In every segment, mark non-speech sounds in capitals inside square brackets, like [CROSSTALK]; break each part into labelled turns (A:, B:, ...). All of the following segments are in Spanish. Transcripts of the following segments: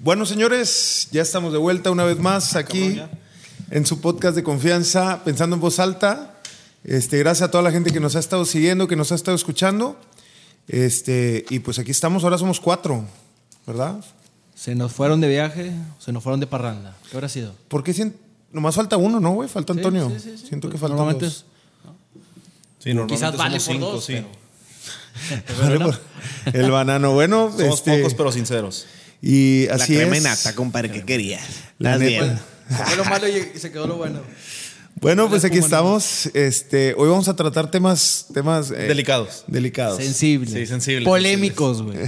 A: Bueno, señores, ya estamos de vuelta una vez
B: Ah,
A: más aquí en su podcast de confianza, pensando en voz alta. Este, gracias a toda la gente que nos ha estado siguiendo, que nos ha estado escuchando. Este, y pues aquí estamos, ahora somos cuatro, ¿verdad?
B: Se nos fueron de viaje, se nos fueron de parranda. ¿Qué habrá sido?
A: ¿Por qué sien- nomás falta uno, no, güey? Falta
B: Sí,
A: Antonio.
B: sí, sí, sí.
A: Siento que
B: Pues
A: faltan
B: normalmente
A: dos.
C: Sí, normalmente
B: Quizás vale
C: somos
B: por
C: cinco,
B: dos,
C: sí.
B: pero-
A: [LAUGHS] El banano, bueno,
C: Somos
A: este,
C: pocos, pero sinceros.
A: y así
D: la crema
A: es.
D: en nata, compadre, ¿qué querías?
A: La
D: Estás
A: neta.
D: bien.
B: es- se fue lo malo y se quedó lo bueno.
A: Bueno, pues aquí
B: Como no.
A: estamos. Este, hoy vamos a tratar temas, temas eh,
C: Delicados.
A: delicados.
B: Sensibles.
C: Sí, sensibles,
B: Polémicos, güey.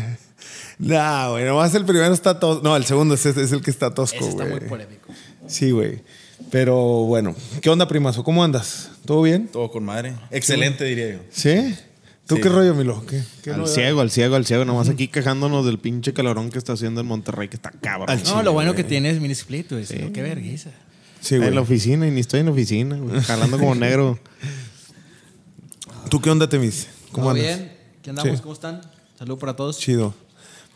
A: Nah, güey, nomás el primero está tosco. No, el segundo es, es el que está tosco,
B: Ese está muy
A: güey.
B: polémico.
A: Sí, güey. Pero bueno, ¿qué onda, primazo? ¿Cómo andas? ¿Todo bien?
C: Todo con madre. Excelente, diría yo.
A: ¿Sí? ¿Tú
C: Sí.
A: qué rollo, Milo? ¿Qué, qué
D: Al
A: novedad?
D: ciego, al ciego, al ciego. Nomás aquí quejándonos del pinche calorón que está haciendo en Monterrey, que está cabrón.
A: Al
D: No,
B: No, lo bueno que tiene es mini split, güey. sino Qué vergüenza.
A: Sí,
D: en la
A: güey.
D: oficina y ni estoy en la oficina, güey. Jalando [LAUGHS] como negro.
A: ¿Tú qué onda, Temis? ¿Cómo
B: ¿Todo
A: andas?
B: bien? ¿Qué andamos?
A: Sí.
B: ¿Cómo están? Salud para todos.
A: Chido.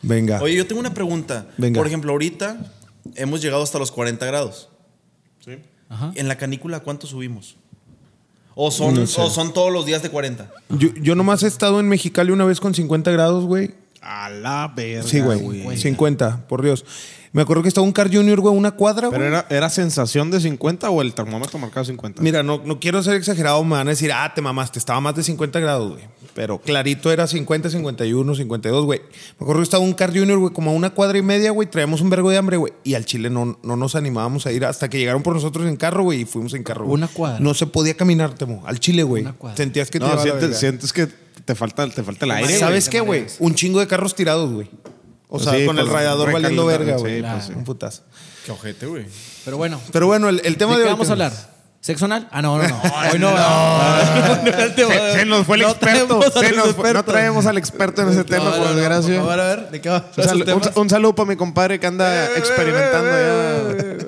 A: Venga.
C: Oye, yo tengo una pregunta.
A: Venga.
C: Por ejemplo, ahorita hemos llegado hasta los 40 grados.
B: Ajá.
C: ¿En la canícula cuánto subimos? ¿O son,
A: No sé.
C: o son todos los días de 40?
A: Yo, yo nomás he estado en Mexicali una vez con 50 grados, güey.
D: A la verga.
A: Sí, güey. 50, por Dios. Me acuerdo que estaba un Car Junior, güey, una cuadra,
D: Pero
A: güey.
D: era, era sensación de 50 o el termómetro marcado 50.
A: Mira, no, no quiero ser exagerado, me van a decir, ah, te mamaste, estaba más de 50 grados, güey. Pero clarito era 50, 51, 52, güey. Me acuerdo que estaba un Car Junior, güey, como a una cuadra y media, güey, traíamos un vergo de hambre, güey. Y al Chile no, no nos animábamos a ir hasta que llegaron por nosotros en carro, güey, y fuimos en carro. güey.
B: Una cuadra.
A: No se podía caminar, Temo, al Chile, güey.
B: Una cuadra.
A: Sentías que te iba
D: no,
A: a la
D: sientes,
A: verga.
D: sientes que te falta, te falta el aire.
A: ¿Sabes
B: güey,
A: qué,
B: te
A: güey?
B: mareas.
A: Un chingo de carros tirados, güey. O sea,
D: Sí,
A: con el
D: pues,
A: radiador valiendo
D: recalentado,
A: verga,
D: sí,
A: güey. Ah,
D: pues, sí.
A: Un putazo.
C: Qué ojete, güey.
B: Pero bueno,
A: Pero bueno, el, el tema
B: ¿De
A: de
B: qué
A: hoy,
B: vamos a
A: Temo.
B: hablar? ¿Sexo anal? Ah, no,
A: [LAUGHS]
B: no, no. Hoy no. no, no, no, el tema de hoy.
D: Se, se nos fue el
B: No
D: experto.
B: traemos al
D: se nos fue- no
B: experto.
D: traemos al experto en ese tema,
B: No, no,
D: por
B: no,
D: desgracia.
B: por favor, a ver, ¿de qué vamos a
D: un,
B: hablar?
D: sal- un- un saludo para mi compadre que anda experimentando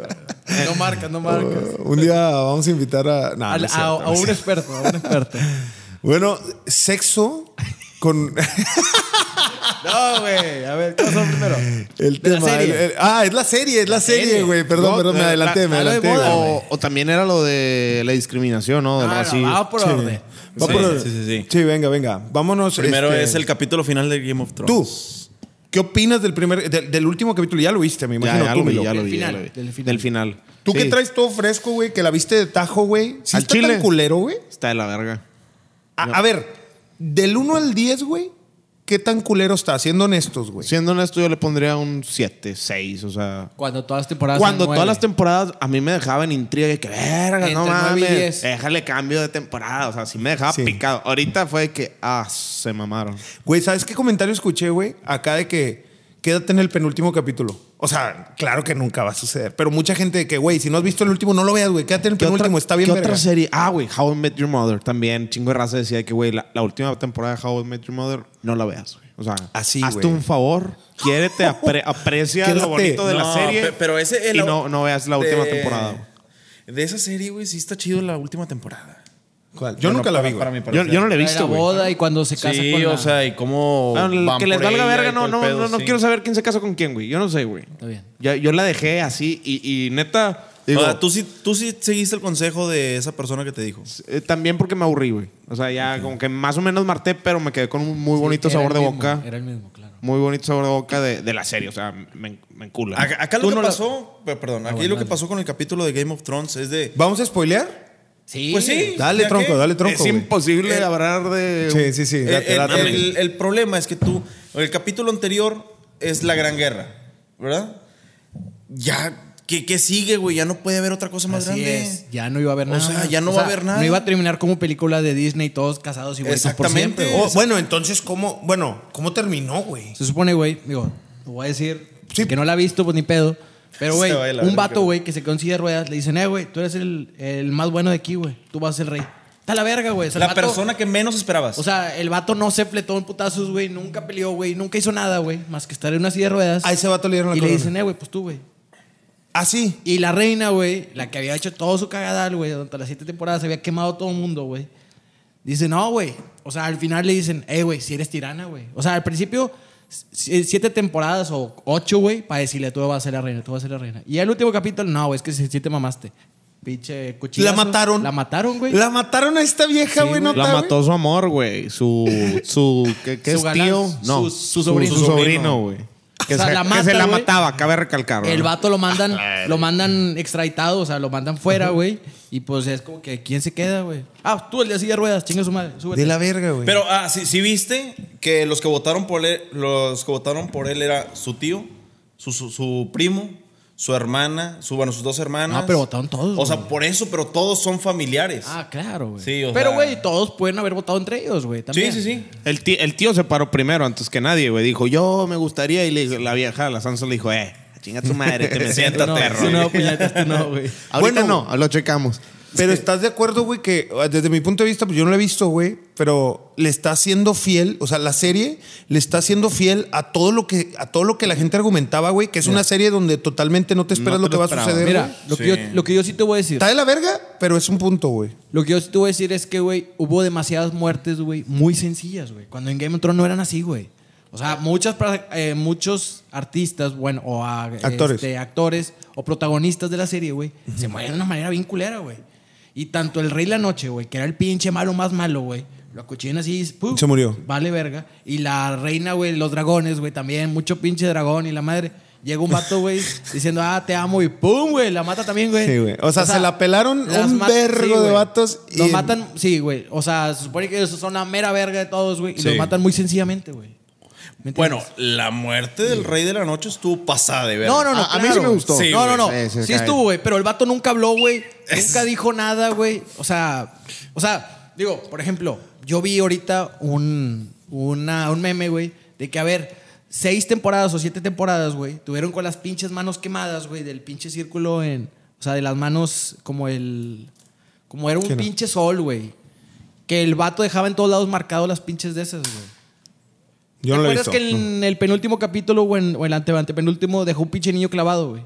D: ya.
B: No marcas, no marcas.
A: [LAUGHS] Uh, un día vamos a invitar a. no,
B: Al-
A: Ah, no
B: a,
A: es cierto, no
B: a
A: es
B: un
A: cierto.
B: experto, a un
A: [LAUGHS]
B: experto.
A: Bueno, sexo con
B: No, güey. A ver, ¿qué pasó primero?
A: el
B: De la
A: tema.
B: serie.
A: el- el- ah, es la serie, es la serie,
B: serie.
A: güey. Perdón,
D: No,
A: perdón, me
D: la-
A: adelanté, me
B: la- la de
A: adelanté.
B: moda,
A: güey.
D: O, o también era lo de la discriminación, ¿no? Del
B: Ah, no,
D: racismo.
B: vamos por
A: Sí.
B: orden.
A: Va
C: Sí,
A: por-
C: sí, sí, sí.
A: venga, venga. Vámonos.
C: Primero
A: este,
C: es el capítulo final de Game of Thrones.
A: Tú. ¿Qué opinas del primer, del, del último capítulo? Ya lo viste, me
D: Ya,
A: imagino.
D: ya
A: tú,
D: lo vi,
A: Milo.
D: ya lo
B: Del
D: vi, ya
B: final,
D: lo vi.
B: del
D: Del
B: final.
D: final.
A: Tú que
D: Sí,
A: traes todo fresco, güey, que la viste de tajo, güey. ¿Sí
D: Al
A: está tan
D: chile.
A: culero, güey?
D: Está de la verga.
A: A, a ver, del 1 al 10, güey, ¿qué tan culero está? Siendo honestos, güey.
D: Siendo honesto, yo le pondría un 7, 6, o sea.
B: Cuando todas las temporadas. son
D: Cuando todas
B: Ah, nueve.
D: las temporadas a mí me dejaban intriga de que verga,
B: Entre
D: no
B: nueve y
D: mames.
B: diez.
D: Déjale cambio de temporada. O sea, sí me dejaba
A: Sí.
D: picado. Ahorita fue de que, ah, se mamaron.
A: Güey, ¿sabes qué comentario escuché, güey? Acá de que quédate en el penúltimo capítulo. O sea, claro que nunca va a suceder. Pero mucha gente de que, güey, si no has visto el último, no lo veas, güey. Quédate en el
D: ¿Qué
A: penúltimo,
D: otra,
A: está bien
D: ¿qué
A: verga.
D: otra serie? Ah, güey, How I Met Your Mother. También, chingo de raza decía que, güey, la, la última temporada de How I Met Your Mother, no la veas, güey. O sea,
A: Así,
D: hazte
A: güey.
D: un favor, quiérete,
B: [LAUGHS]
D: apre- aprecia
A: Quédate.
D: lo bonito de la
C: No,
D: serie.
C: pe- Pero ese. el-
D: y no, no veas la última
C: de-
D: temporada, güey.
C: De esa serie, güey, sí está chido la última temporada.
A: ¿Cuál? Yo nunca la vi, güey.
D: Yo, yo no la he visto,
B: La
D: güey.
B: boda y cuando se casa
C: Sí,
B: con la-
C: o sea, y cómo.
D: Ah,
C: van
D: que les
C: por
D: valga
C: ella
D: verga,
C: y
D: no,
C: todo
D: no,
C: el pedo,
D: no, no
C: sí.
D: quiero saber quién se casó con quién, güey. Yo no sé, güey.
B: Está bien.
D: Ya- Yo, la dejé así y, y neta, digo,
C: o sea, tú sí, tú sí seguiste el consejo de esa persona que te dijo.
D: eh, también porque me aburrí, güey. O sea, ya como que más o menos marté, pero me quedé con un muy bonito
B: Sí, era
D: sabor de
B: el mismo,
D: boca.
B: Era el mismo, claro.
D: Muy bonito sabor de boca de, de la serie. O sea, me, me encula.
C: Acá, acá lo
D: Tú
C: que
D: no la-
C: pasó, pe- perdón, aquí
B: Ah, bueno,
C: lo que
B: dale.
C: pasó con el capítulo de Game of Thrones es de.
A: ¿Vamos a spoilear?
B: Sí.
C: Pues sí.
A: Dale,
C: ¿Ya
A: tronco,
C: qué?
A: dale, tronco.
D: es
A: güey.
D: imposible
C: Eh,
D: hablar de.
A: Sí, sí, sí.
C: El,
A: Date,
C: eh, el-
A: date.
C: el- el problema es que tú. El capítulo anterior es la gran guerra, ¿verdad? Ya. ¿Qué, qué sigue, güey? Ya no puede haber otra cosa más
B: Así
C: grande.
B: es. Ya no iba a haber
C: O
B: nada.
C: sea, ya no va a haber nada.
B: No iba a terminar como película de Disney, todos casados y vueltos por
C: Exactamente. Oh.
B: siempre. güey.
A: Oh, bueno, entonces, ¿cómo? Bueno, ¿cómo terminó, güey?
B: Se supone, güey, digo, lo voy a decir,
A: Sí.
B: que no la ha visto, pues ni pedo. Pero, güey,
C: Se va de la
B: un
C: verga.
B: vato, güey, que se consigue ruedas, le dicen, eh, güey, tú eres el, el más bueno de aquí, güey. Tú vas a ser rey. Está la verga, güey. O sea, el
C: La
B: vato-
C: persona que menos esperabas.
B: O sea, el vato no se fletó en putazos, güey. Nunca peleó, güey. Nunca hizo nada, güey. Más que estar en una silla de ruedas.
A: A ese vato le dieron la
B: Y le
A: corona.
B: dicen, eh, güey, pues tú, güey.
A: Ah, sí.
B: Y la reina, güey, la que había hecho todo su cagadal, güey, durante las siete temporadas, se había quemado todo el mundo, güey. Dice, no, güey. O sea, al final le dicen, eh, güey, si eres tirana, güey. O sea, al principio si- siete temporadas o ocho, güey, para decirle, tú vas a ser la reina, tú vas a ser la reina. Y el último capítulo, no, güey, es que si, si te mamaste. Pinche cuchillazo.
A: La mataron.
B: La mataron, güey.
A: La mataron a esta vieja,
B: Sí,
A: güey.
B: güey.
A: no
E: La mató su amor, güey. Su. Su. ¿Qué, qué
B: Su
E: es
B: galán,
E: tío?
B: su-
E: No.
B: su sobrino.
E: Su sobrino, güey. Que,
B: O sea,
E: se,
B: la
E: que
B: mata,
E: se la
B: güey.
E: mataba, cabe recalcar.
B: El
E: ¿no?
B: vato lo mandan,
C: Ah,
B: lo mandan extraditado, o sea, lo mandan fuera, güey. Y pues es como que, ¿quién se queda, güey? Ah, tú el de silla de ruedas, chinga su madre, súbete.
A: De la verga, güey.
C: Pero, ah, si viste que los que votaron por él, los que votaron por él era su tío, su, su- su primo, su hermana, su, bueno, sus dos hermanas.
B: No, Ah, pero votaron todos,
C: O sea,
B: güey.
C: por eso, pero todos son familiares.
B: Ah, claro, güey.
C: Sí, o
B: Pero,
C: sea-
B: güey, todos pueden haber votado entre ellos, güey.
C: sí,
B: también.
C: sí, sí.
E: El tío, el tío se paró primero antes que nadie, güey. Dijo, yo me gustaría. Y le, la vieja, la Sansa, le dijo, eh, chinga tu madre,
B: [LAUGHS]
E: te me
B: Tú
E: sientas,
B: no,
E: perro.
B: tú no, puñetas, tú no, güey.
E: Ahorita
A: Bueno.
E: no, lo checamos.
A: Pero estás de acuerdo, güey, que ah, desde mi punto de vista, pues yo no lo he visto, güey, pero le está siendo fiel, o sea, la serie le está siendo fiel a todo lo que, a todo lo que la gente argumentaba, güey, que es una serie donde totalmente no te esperas
E: No
A: lo
E: te
A: que
E: lo
A: va a
E: esperabas.
A: suceder.
B: Mira,
A: güey.
B: lo, que
C: Sí.
B: yo, lo que yo sí te voy a decir.
A: Está de la verga, pero es un punto, güey.
B: Lo que yo sí te voy a decir es que, güey, hubo demasiadas muertes, güey, muy sencillas, güey. Cuando en Game of Thrones no eran así, güey. O sea, muchas, pra- eh, muchos artistas, bueno, o a-
A: Actores.
B: este, actores o protagonistas de la serie, güey, se mueren de una manera bien culera, güey. Y tanto el Rey de la Noche, güey, que era el pinche malo más malo, güey. Lo acuchillan así, ¡pum!
A: Se murió.
B: Vale verga. Y la reina, güey, los dragones, güey, también, mucho pinche dragón y la madre. Llega un vato, güey, [LAUGHS] diciendo, ah, te amo, y pum, güey, la mata también, güey.
A: Sí, güey. O sea, se la pelaron
B: las
A: un
B: ma-
A: vergo de
B: güey.
A: vatos y-
B: Los matan, sí, güey. O sea, se supone que ellos son la mera verga de todos, güey. Y
C: Sí.
B: los matan muy sencillamente, güey. ¿Me entiendes?
C: Bueno, la muerte del rey de la noche estuvo pasada de ver.
B: No, no, no.
E: Ah, A- a mí
B: claro,
E: sí me
B: güey.
E: gustó.
C: Sí,
B: no, no, no.
E: güey. Sí,
B: Sí,
E: sí, cae.
B: estuvo, güey. Pero el vato nunca habló,
A: [LAUGHS]
B: güey. Nunca dijo nada, güey. O sea, o sea, digo, por ejemplo, yo vi ahorita un, una- un meme, güey, de que, a ver, seis temporadas o siete temporadas, güey, tuvieron con las pinches manos quemadas, güey, del pinche círculo en. O sea, de las manos como el. Como era un
A: ¿Quién era?
B: pinche sol, güey. Que el vato dejaba en todos lados marcado las pinches de esas, güey.
A: Yo no
B: ¿Te
A: lo he
B: acuerdas
A: visto.
B: que en el penúltimo capítulo o en, o en el ante- antepenúltimo dejó un pinche niño clavado, güey?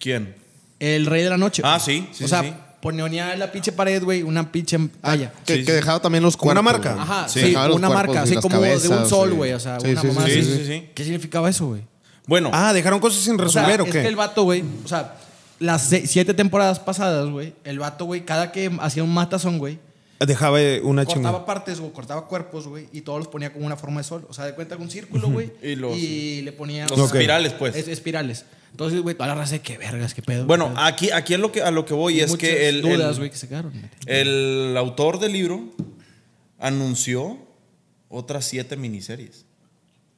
C: ¿Quién?
B: El rey de la noche.
C: Ah,
B: güey.
C: sí, sí,
B: o sea,
C: sí.
B: ponía en la pinche pared, güey, una pinche talla.
E: Que,
C: Sí,
E: que
C: sí.
E: dejaba también los
A: Una
E: cuerpos.
A: marca.
E: güey.
B: Ajá,
C: sí.
B: sí,
E: Dejaba los
B: una
E: cuerpos
B: marca,
E: y
B: así
E: las
B: como de un
E: cabezas,
B: sol,
E: sí.
B: güey. O sea,
E: Sí,
B: una
E: sí,
B: mamá
E: sí,
B: así.
C: sí, sí, sí.
B: ¿Qué significaba eso, güey?
C: Bueno,
A: Ah, dejaron cosas sin
B: O sea,
A: resolver o,
B: es
A: qué.
B: que el vato, güey, o sea, las se- siete temporadas pasadas, güey, el vato, güey, cada que hacía un matazón, güey,
A: Dejaba eh,
E: Ah,
A: una
B: cortaba
A: chingada.
B: partes, güey, cortaba cuerpos, güey, y todos los ponía como una forma de sol. O sea, de cuenta con un círculo, güey.
C: [LAUGHS] Y los-
B: le ponía.
C: los
B: o sea,
C: espirales, pues.
B: es- espirales. Entonces, güey, toda la raza de qué vergas, qué pedo.
C: bueno,
B: qué pedo.
C: aquí, aquí es lo que, a lo que voy es
B: Muchas
C: que el, el-
B: dudas, güey, que se quedaron. güey.
C: el autor del libro anunció otras siete miniseries.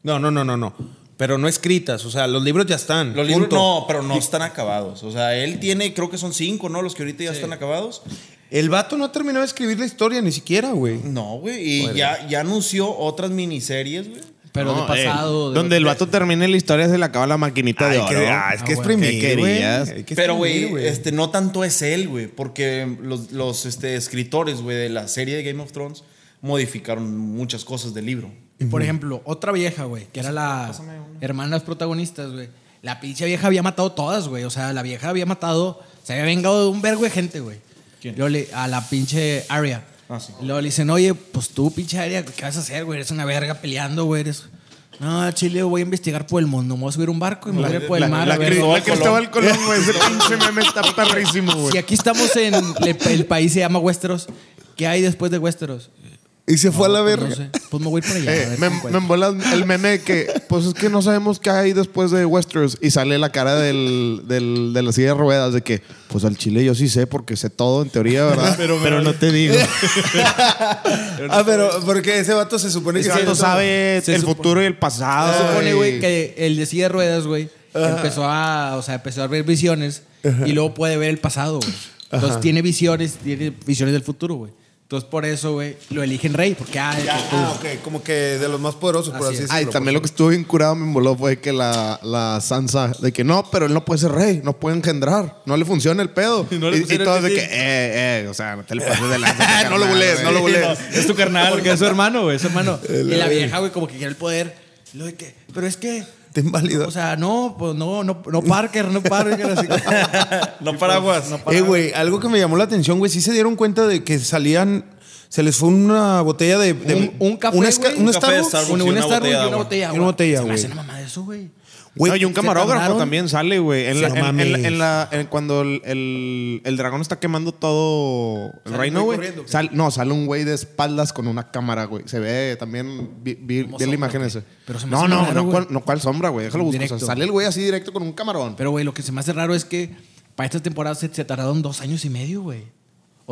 A: No, no, no, no, no. Pero no escritas, o sea, los libros ya están.
C: Los libros
A: punto.
C: no, pero no están acabados. O sea, él tiene, creo que son cinco, ¿no? Los que ahorita ya están acabados.
A: El vato no ha terminado de escribir la historia ni siquiera, güey.
C: No, güey. Y ya, ya anunció otras miniseries, güey.
B: Pero
E: No,
B: de pasado.
E: eh,
B: de-
E: donde el vato termina la historia se le acaba la maquinita
A: Ay,
E: de
A: que-
E: oro.
A: ah, es que
B: Ah,
A: es
B: bueno.
A: primero.
E: ¿Qué querías?
C: Pero, güey, este, no tanto es él, güey. Porque los, los, este, escritores, güey, de la serie de Game of Thrones modificaron muchas cosas del libro.
B: Y, Por ejemplo, otra vieja, güey, que era la hermana de las protagonistas, güey. La pinche vieja había matado todas, güey. O sea, la vieja había matado, se había vengado de un vergo de gente, güey.
C: ¿Quién?
B: Luego le- a la pinche Aria.
C: Ah, sí.
B: Luego le dicen, oye, pues tú, pinche Aria, ¿qué vas a hacer, güey? Eres una verga peleando, güey. Eres... No, a Chile voy a investigar por el mundo. Me voy a subir a un barco y me voy a ir por el mar. a
E: la
B: ver,
E: cri-
B: güey".
E: la Cristóbal Colón, güey. [LAUGHS] Ese pinche meme está perrísimo,
B: Si
E: güey.
B: aquí estamos en el, el país, se llama Westeros. ¿Qué hay después de Westeros?
A: Y se fue a la
B: Pues
A: verga.
B: No sé. Pues me voy para allá. a
E: Eh,
B: ver
E: me,
B: qué encuentro.
E: me embola el meme de que, pues es que no sabemos qué hay después de Westeros y sale la cara del, del- de la silla de ruedas de que, pues al chile yo sí sé porque sé todo en teoría, ¿verdad? [LAUGHS] pero, no te
A: [LAUGHS]
E: digo.
A: Ah, pero porque ese vato se supone que
E: Ese vato sabe
B: Se
E: el
B: supone-
E: futuro y el pasado.
B: Se supone, güey,
E: y-
B: que el de silla de ruedas, güey, empezó a, o sea, empezó a ver visiones y luego puede ver el pasado, güey. Entonces tiene visiones, tiene visiones del futuro, güey. Entonces por eso, güey, lo eligen rey, porque ah, el
A: Ya,
B: futuro.
A: ah, ok, como que de los más poderosos, por así
B: Así es.
A: decirlo. pues.
E: Ay, Ah, también lo que estuvo bien curado me moló fue que la, la Sansa, de que no, pero él no puede ser rey, no puede engendrar, no le funciona el pedo. Y,
B: [LAUGHS] no le
E: y
B: funciona el
E: todos de que,
B: pipí.
E: eh, eh, o sea, no te le
A: [LAUGHS]
E: pases de lanza.
A: Ah, No lo bulees,
E: bulees,
A: no lo bulees. [LAUGHS]
B: Es tu carnal. Porque es su hermano, güey, es su hermano. y la vieja, güey, como que quiere el poder. Y Lo de que, pero es que,
A: Te invalidó.
B: o sea, no, pues no, no, no Parker, no Parker, así como-
C: No paraguas.
A: Eh, güey, algo que me llamó la atención, güey, sí se dieron cuenta de que salían, Se les fue una botella de. de-
B: Un- un café,
A: una esca-
B: güey.
A: un
B: Un
C: café de
A: Starbucks.
C: Starbucks.
B: Un,
C: y
B: un
C: una
B: Starbucks
C: botella de
B: y una
C: agua.
B: botella de
A: Y una
B: agua.
A: botella,
B: Se me
A: güey.
B: hace la mamá de eso, güey.
A: Güey,
E: No, y un
B: ¿se
E: camarógrafo
B: tardaron?
E: también sale, güey. En,
A: Sí,
E: la-
A: no
E: en- en la-
A: mames.
E: en la- en cuando el, el- el dragón está quemando todo el
B: Sale
E: reino,
B: un güey
E: güey.
B: corriendo, ¿qué?
E: sal- no, sale un güey de espaldas con una cámara, güey. Se ve también. Vi, vi-
B: Como
E: vi la
B: sombra,
E: imagen
B: güey.
E: ese.
B: Pero se me
E: no,
B: hace
E: no,
B: raro,
E: no,
B: güey.
E: cuál, no, cuál sombra, güey. Déjalo buscar. O sea,
B: Directo.
E: sale el güey así directo con un camarón.
B: Pero, güey, lo que se me hace raro es que para esta temporada se, se tardaron dos años y medio, güey.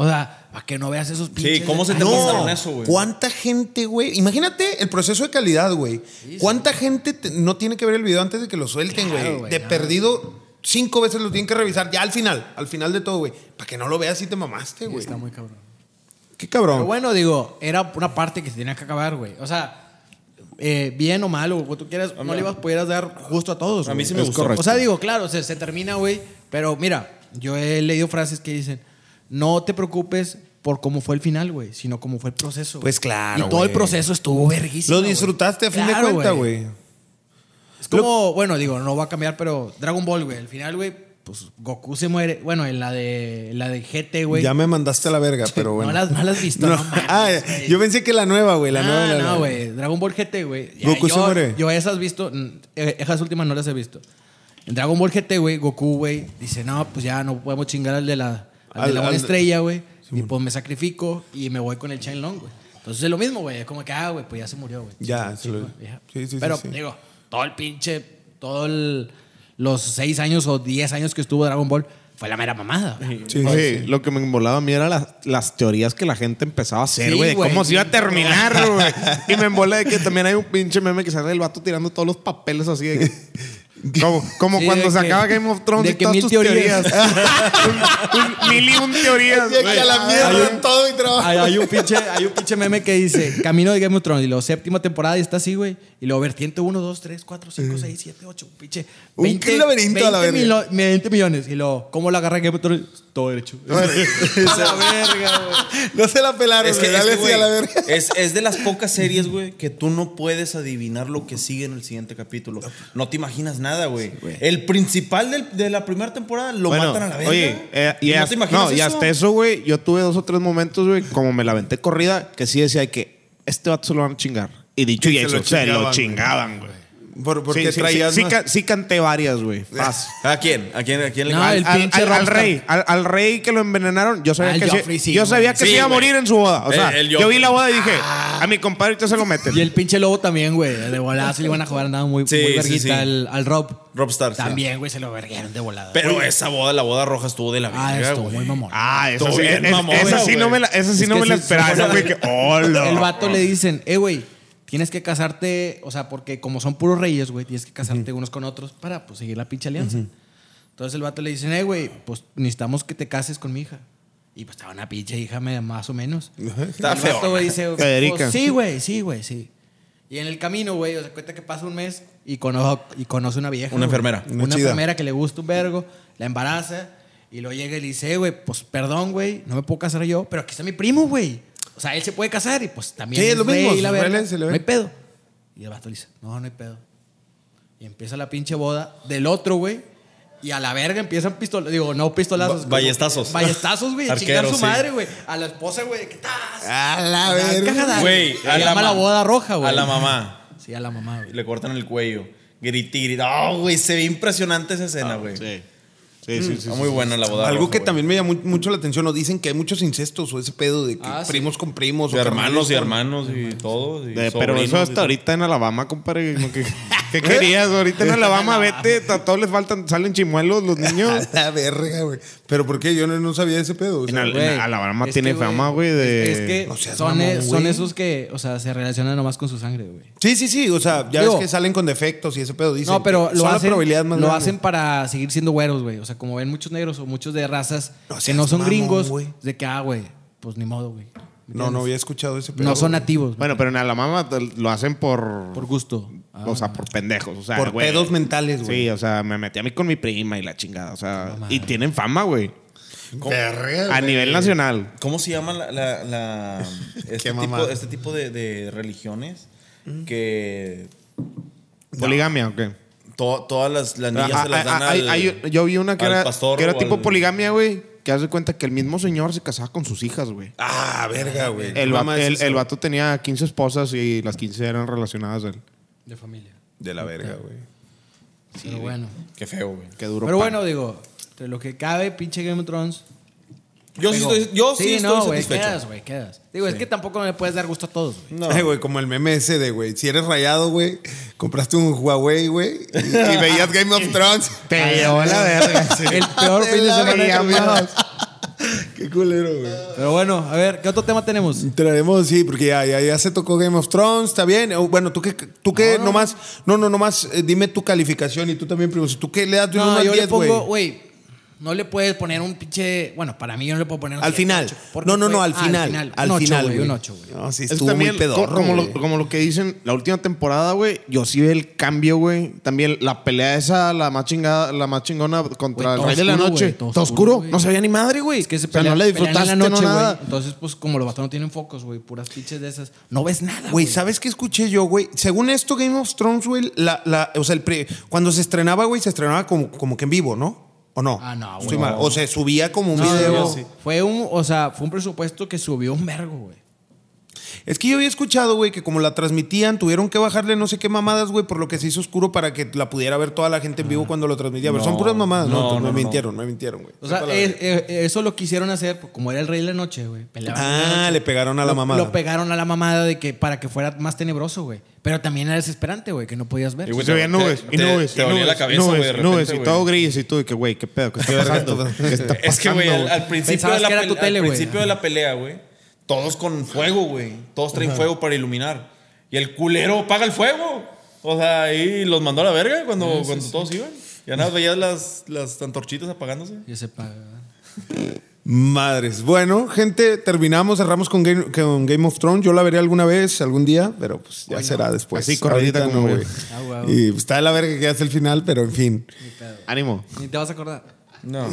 B: O sea, para que no veas esos pinches.
C: ¿cómo se te
B: detalles.
C: pasaron
A: No,
C: en eso, güey.
A: ¿cuánta gente, güey? Imagínate el proceso de calidad, güey. ¿Cuánta gente te- no tiene que ver el video antes de que lo suelten,
B: Claro,
A: güey?
B: güey,
A: de
B: no.
A: perdido, cinco veces lo tienen que revisar ya al final, al final de todo, güey. Para que no lo veas y te mamaste, güey.
B: Está muy cabrón.
A: Qué cabrón.
B: Pero bueno, digo, era una parte que se tenía que acabar, güey. O sea, eh, bien o mal, o como tú quieras, no le ibas, pudieras dar justo a todos.
C: A mí
B: güey.
C: sí me
E: Es
C: gustó.
E: correcto.
B: O sea, digo, claro, se, se termina, güey. Pero mira, yo he leído frases que dicen, no te preocupes por cómo fue el final, güey, sino cómo fue el proceso. güey".
A: Pues claro,
B: Y todo el
A: güey.
B: proceso estuvo verguísimo.
A: lo
B: güey.
A: disfrutaste a fin
B: Claro,
A: de cuenta, güey.
B: Es como, bueno, digo, no va a cambiar, pero Dragon Ball, güey. Al final, güey, pues Goku se muere. Bueno, en la de, la de GT, güey.
A: Ya me mandaste a la [LAUGHS] verga, pero bueno.
B: No las, no las has visto, no,
A: [LAUGHS] No.
B: mames,
A: Ah,
B: güey.
A: yo pensé que la nueva, güey. La
B: Ah,
A: nueva. la-
B: no, güey. Dragon Ball GT, güey. Ya,
A: Goku
B: yo,
A: se muere.
B: Yo esas visto, mm, eh, esas últimas no las he visto. En Dragon Ball GT, güey, Goku, güey, dice, no, pues ya no podemos chingar al de la, al de
A: Al-
B: la buena
A: al-
B: estrella, güey. y pues me sacrifico y me voy con el Chen Long, güey. Entonces es lo mismo, güey. Es como que, ah, güey, pues ya se murió, güey.
A: Ya, se lo-
B: güey, ya.
A: sí, sí, sí,
B: Pero
A: sí.
B: digo, todo el pinche, todo el- los seis años o diez años que estuvo Dragon Ball fue la mera mamada. güey.
A: Sí, sí,
E: Oye,
A: sí.
E: lo que me embolaba a mí era las, las teorías que la gente empezaba a hacer,
B: Sí,
E: güey, de
B: güey.
E: cómo se iba a terminar,
B: [LAUGHS]
E: güey. Y me embola de que también hay un pinche meme que sale el vato tirando todos los papeles así de
B: [LAUGHS]
E: que- Como, como
B: Sí,
E: cuando
B: de
E: se
B: que-
E: acaba Game of Thrones
B: de
E: y
B: que
E: todas
B: mil
E: tus teorías.
B: teorías.
E: [LAUGHS] Un- un mil y un teorías.
A: Oye,
E: güey.
A: que a la mierda
B: Hay un-
A: todo mi trabajo.
B: Hay, hay un pinche, hay un pinche meme que dice Camino de Game of Thrones y luego séptima temporada y está así, güey. Y luego vertiente 1, 2, 3, 4, 5, 6, 7, 8, un pinche.
A: Un laberinto a la verga.
B: milo- 20 millones. Y luego, ¿cómo lo agarra Game of Thrones? Todo derecho. A la verga, güey.
A: No se la pelaron,
C: Es que,
A: güey.
C: es,
A: Dale
C: que,
A: así a
C: güey,
A: la verga.
C: es- es de las pocas series, güey, que tú no puedes adivinar lo que sigue en el siguiente capítulo. No te imaginas nada, güey. el principal del- de la primera temporada lo
E: Bueno,
C: matan a la verga.
E: Oye, eh, y,
C: no
E: hasta,
C: te imaginas
E: no, y
C: eso?
E: hasta eso, güey, yo tuve dos o tres momentos, güey, como me la aventé corrida, que sí decía que este vato se lo van a chingar. Y dicho y
A: Se lo
E: hecho, se
A: chingaban,
E: lo
A: güey.
E: chingaban, güey.
A: Por,
E: Sí,
A: porque
E: sí,
A: traías
E: sí, sí,
A: más-
E: ca- sí canté varias, güey. Paz.
C: ¿A quién? ¿A quién, a quién le
B: No,
C: Ah,
B: el-
E: al,
B: pinche
E: al- al
B: Rostam.
E: rey, al, al rey que lo envenenaron, yo sabía
B: Al
E: que,
B: Joffrey,
E: se,
B: sí,
E: yo
B: güey.
E: sabía que
C: Sí,
E: se iba a
C: güey.
E: morir en su boda. O sea,
C: El- el
E: yo
C: Joffrey.
E: vi la boda y dije, a mi compadre ahorita se lo meten.
B: Y el pinche lobo también, güey. De volada se le iban a jugar nada muy,
C: Sí,
B: muy
C: sí,
B: verguita
C: sí.
B: Al, al Rob.
C: Rob Stark, sí.
B: También, güey, se lo verguearon de volada.
C: Pero esa boda, la boda roja, estuvo de la
B: ah,
C: verga,
B: esto,
C: güey.
B: muy mamón.
E: Ah, esa
C: Todo
E: sí,
C: bien
E: es-
C: mamona,
E: esa sí
C: güey.
E: no me la, esa sí
B: Es
E: no
B: que
E: me la
B: sí,
E: esperaba.
B: o sea,
E: güey, que, "Oh, hola.
B: El vato le dicen, eh, güey, tienes que casarte, o sea, porque como son puros reyes, güey, tienes que casarte unos con otros para pues, seguir la pinche alianza. Entonces el vato le dicen, eh, güey, pues necesitamos que te cases con mi hija. Y pues estaba una pinche hija media más o menos.
C: Está
B: el vato,
C: feo.
B: güey, dice, pues,
E: Federica.
B: sí, güey, sí, güey, sí. Y en el camino, güey, o sea, cuenta que pasa un mes y, cono- y conoce una vieja. güey.
C: Una enfermera.
A: Una
B: Una
A: chida.
B: enfermera que le gusta un vergo, la embaraza y lo llega y le dice, "Eh, güey, pues perdón, güey, no me puedo casar yo, pero aquí está mi primo, güey. O sea, él se puede casar y pues también.
A: Sí, es lo
B: rey
A: mismo,
B: y la
A: sus
B: verga.
A: reales se le
B: No
A: ven.
B: hay pedo. Y el vato le dice, no, no hay pedo. Y empieza la pinche boda del otro, güey. Y a la verga empiezan pistolas, digo, no pistolazos.
C: Ba-
B: como-
C: ballestazos.
B: Ballestazos, güey. a Chingar
C: Arqueros,
B: su
C: sí.
B: madre, güey. A la esposa, güey. ¿Qué tal?
A: A la
B: O sea,
A: verga.
B: cagada.
C: Güey,
B: Se llama la
C: ma-
B: boda roja, güey.
C: A la mamá.
B: Sí, a la mamá,
C: Y
B: güey.
C: Le cortan el cuello. Griti, grita. Ah, güey, se ve impresionante esa escena, güey.
E: Ah, Sí, sí, sí. sí,
C: Está muy buena la boda.
A: Algo
C: roja,
A: que
C: güey.
A: también me llamó mucho la atención, o dicen que hay muchos incestos o ese pedo de que
B: Ah, sí.
A: primos con primos.
C: De
A: o
C: hermanos y
A: con-
C: hermanos y todo. y
E: De- pero
C: sobrinos
E: eso
C: y
E: hasta
C: todo.
E: ahorita en Alabama, compadre.
C: [LAUGHS]
E: como que- ¿Qué querías? Ahorita en Alabama, vete. A todos les faltan, salen chimuelos los
B: Ah,
E: niños.
A: [LAUGHS] A la verga, güey. Pero ¿por qué? Yo no, no sabía ese pedo. o sea,
E: En Al-
B: Güey,
E: Alabama
B: es
E: tiene
B: que,
E: fama, güey, de-
B: Es, es que
A: No seas
B: son, e-,
A: mamón,
B: son
A: güey.
B: esos que, o sea, se relacionan nomás con su sangre, güey.
A: Sí, sí, sí. O sea, ya
B: Digo-
A: ves que salen con defectos y ese pedo. Dicen
B: No, pero
A: que
B: lo
A: son
B: hacen,
A: la probabilidad más
B: lo
A: grande.
B: hacen para seguir siendo güeros, güey. O sea, como ven muchos negros o muchos de razas
A: No
B: que no
A: seas
B: son
A: mamón,
B: gringos,
A: güey.
B: de que, ah, güey, pues ni modo, güey.
A: No, no había escuchado ese pedo.
B: No son
A: güey.
B: nativos. güey.
E: Bueno, pero en Alabama t- lo hacen por.
B: por gusto. Ah,
E: O sea, por pendejos. O sea,
A: Por
E: güey.
A: pedos mentales, Ah, güey.
E: Sí, o sea, me metí a mí con mi prima y la chingada. O sea, y tienen fama, güey.
A: Verga,
E: A
A: güey.
E: nivel nacional.
C: ¿Cómo se llama la,
A: [LAUGHS]
C: la- la- este, tipo,
A: mamada.
C: este tipo de, de religiones?
B: Mm.
C: Que
E: Poligamia, ¿o qué?
C: to- todas las, las niñas
E: Ah,
C: se las
E: ah,
C: dan
E: ah, hay-
C: al-
E: hay- yo vi una que
C: al
E: era,
C: pastor
E: que era
C: o
E: tipo
C: al-
E: poligamia, güey. que haz de cuenta que el mismo señor se casaba con sus hijas, güey.
A: Ah, verga, güey.
E: El, va-
A: Mamá, es
E: el-
A: eso.
E: el vato tenía 15 esposas y las 15 eran relacionadas a él.
B: De familia.
A: De la verga, güey.
B: Pero bueno.
C: Qué feo, güey.
E: Qué duro.
B: Pero
E: pan.
B: bueno, digo, entre lo que cabe, pinche Game of Thrones.
C: Yo sí
B: digo,
C: estoy, yo sí estoy
B: no, güey,
C: satisfecho.
B: quedas, güey, quedas. Digo, es que tampoco me puedes dar gusto a todos, güey.
A: Ay, güey, como el meme ese de, güey, si eres rayado, güey, compraste un Huawei, güey, y, y
E: [LAUGHS]
A: veías Game of Thrones.
E: Te llevó la verga. sí.
B: El peor fin de semana que
E: Veíamos.
B: tuvimos.
E: [LAUGHS]
A: Qué culero, güey.
B: Pero bueno, a ver, ¿qué otro tema tenemos?
A: Traemos, sí, porque ya, ya, ya se tocó Game of Thrones, está bien. O, Bueno, tú que, tú que nomás, no, no, nomás eh, dime tu calificación y tú también, primo. Si tú qué le das de un
B: No,
A: uno al
B: yo le
A: 10, güey.
B: pongo, güey, no le puedes poner un pinche. Bueno, para mí yo no le puedo poner un
A: Al
B: siete,
A: final.
B: ocho, porque
A: No, no, no,
B: fue-
A: al
B: ah,
A: final. Al
B: un ocho,
A: final,
B: güey. Un 8, güey.
A: No, sí,
E: Eso
A: estuvo
E: también,
A: muy
E: co-
A: pedorro,
E: como, lo,
A: güey.
E: como lo que dicen la última temporada, güey, yo sí veo el cambio, güey. También la pelea esa, la más chingada, la más chingona
B: Güey,
E: contra
B: todo
E: el Rey de la
B: oscuro,
E: Noche.
B: güey, todo
E: todo,
B: oscuro,
E: oscuro,
B: güey.
E: no se veía ni madre, güey.
B: Es que se
E: o sea,
B: pelean-
E: no la
B: pelean en la
E: disfrutaste, no
B: noche,
E: nada.
B: güey. Entonces, pues, como los vatos no tienen focos, güey, puras pinches de esas, no ves nada.
A: Güey, ¿sabes qué escuché yo, güey? Según esto, Game of Thrones, güey, la, la, o sea, el pre- cuando se estrenaba, güey, se estrenaba como, como que en vivo, ¿no? ¿O no?
B: Ah, no, güey.
A: Estoy mal.
B: No.
A: O se subía como un
B: No,
A: video.
B: no, no. Fue un, o sea, fue un presupuesto que subió un vergo, güey.
A: Es que yo había escuchado, güey, que como la transmitían, tuvieron que bajarle no sé qué mamadas, güey, por lo que se hizo oscuro para que la pudiera ver toda la gente en
B: Ah.
A: vivo cuando lo transmitía. Pero son puras mamadas, ¿no?
C: no,
A: Entonces,
C: no,
A: me
C: no.
A: mintieron, me mintieron, güey.
B: O sea,
A: Sepa la
B: eh,
A: verga.
B: eh, eso lo quisieron hacer, pues, como era el rey de la noche, güey. peleaban en la
A: ah,
B: noche.
A: le pegaron a la
B: Lo-
A: mamada.
B: Lo pegaron a la mamada de que para que fuera más tenebroso, güey. Pero también era desesperante, güey, que no podías ver.
C: Y, güey,
E: Se veían nubes,
C: Te-
E: y nubes,
C: te
E: y
C: dolía la
E: nubes,
C: cabeza,
E: y
C: güey, de
E: nubes,
C: repente,
E: nubes, y
C: güey.
E: todo gris, y tú, de que, güey, qué pedo, qué está
A: [LAUGHS]
E: pasando. Este, ¿Qué está
C: Es que, güey,
E: pasando,
C: al, al principio,
B: Pensabas
C: de la,
B: que era
C: pele-
B: tu
C: al
B: tele, güey.
C: principio de la pelea, güey, todos con fuego, güey. Todos traen fuego para iluminar. Y el culero paga el fuego. O sea, ahí los mandó a la verga cuando, cuando todos iban. Ya nada, veías las, las antorchitas apagándose.
B: Yo sepa, ¿verdad?
A: Madres. Bueno, gente, terminamos, cerramos con Game, con Game of Thrones. Yo la veré alguna vez, algún día, pero pues ya será después.
E: Así, corridita
A: Ahorita
E: como
A: no,
E: yo.
B: Ah, guau.
A: Y pues, está de la verga que hace el final, pero en fin.
E: Ánimo.
B: Ni te vas a acordar.
C: No.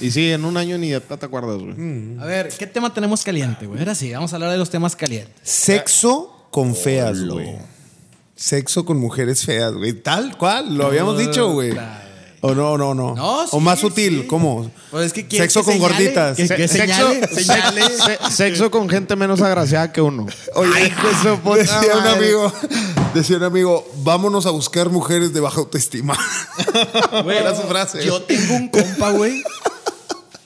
E: Y sí, en un año ni de plata acuerdas, güey.
B: A ver, ¿qué tema tenemos caliente, güey? Ahora sí, vamos a hablar de los temas calientes.
A: Sexo con feas, güey. Sexo con mujeres feas, güey. Tal cual, lo habíamos dicho, güey.
B: Puta,
A: O no, no, no.
B: No,
A: o
B: sí,
A: más sutil,
B: sí.
A: ¿cómo?
B: Pues es que ¿quieres
A: Sexo
B: que
A: con
B: señale?
A: gorditas.
B: Que- que señale,
E: sexo,
B: señale.
E: se- sexo con gente menos agraciada que uno.
A: Oye, decía un
E: madre.
A: amigo, decía un amigo, vámonos a buscar mujeres de baja autoestima. [LAUGHS] Era su frase.
B: Yo tengo un compa, güey.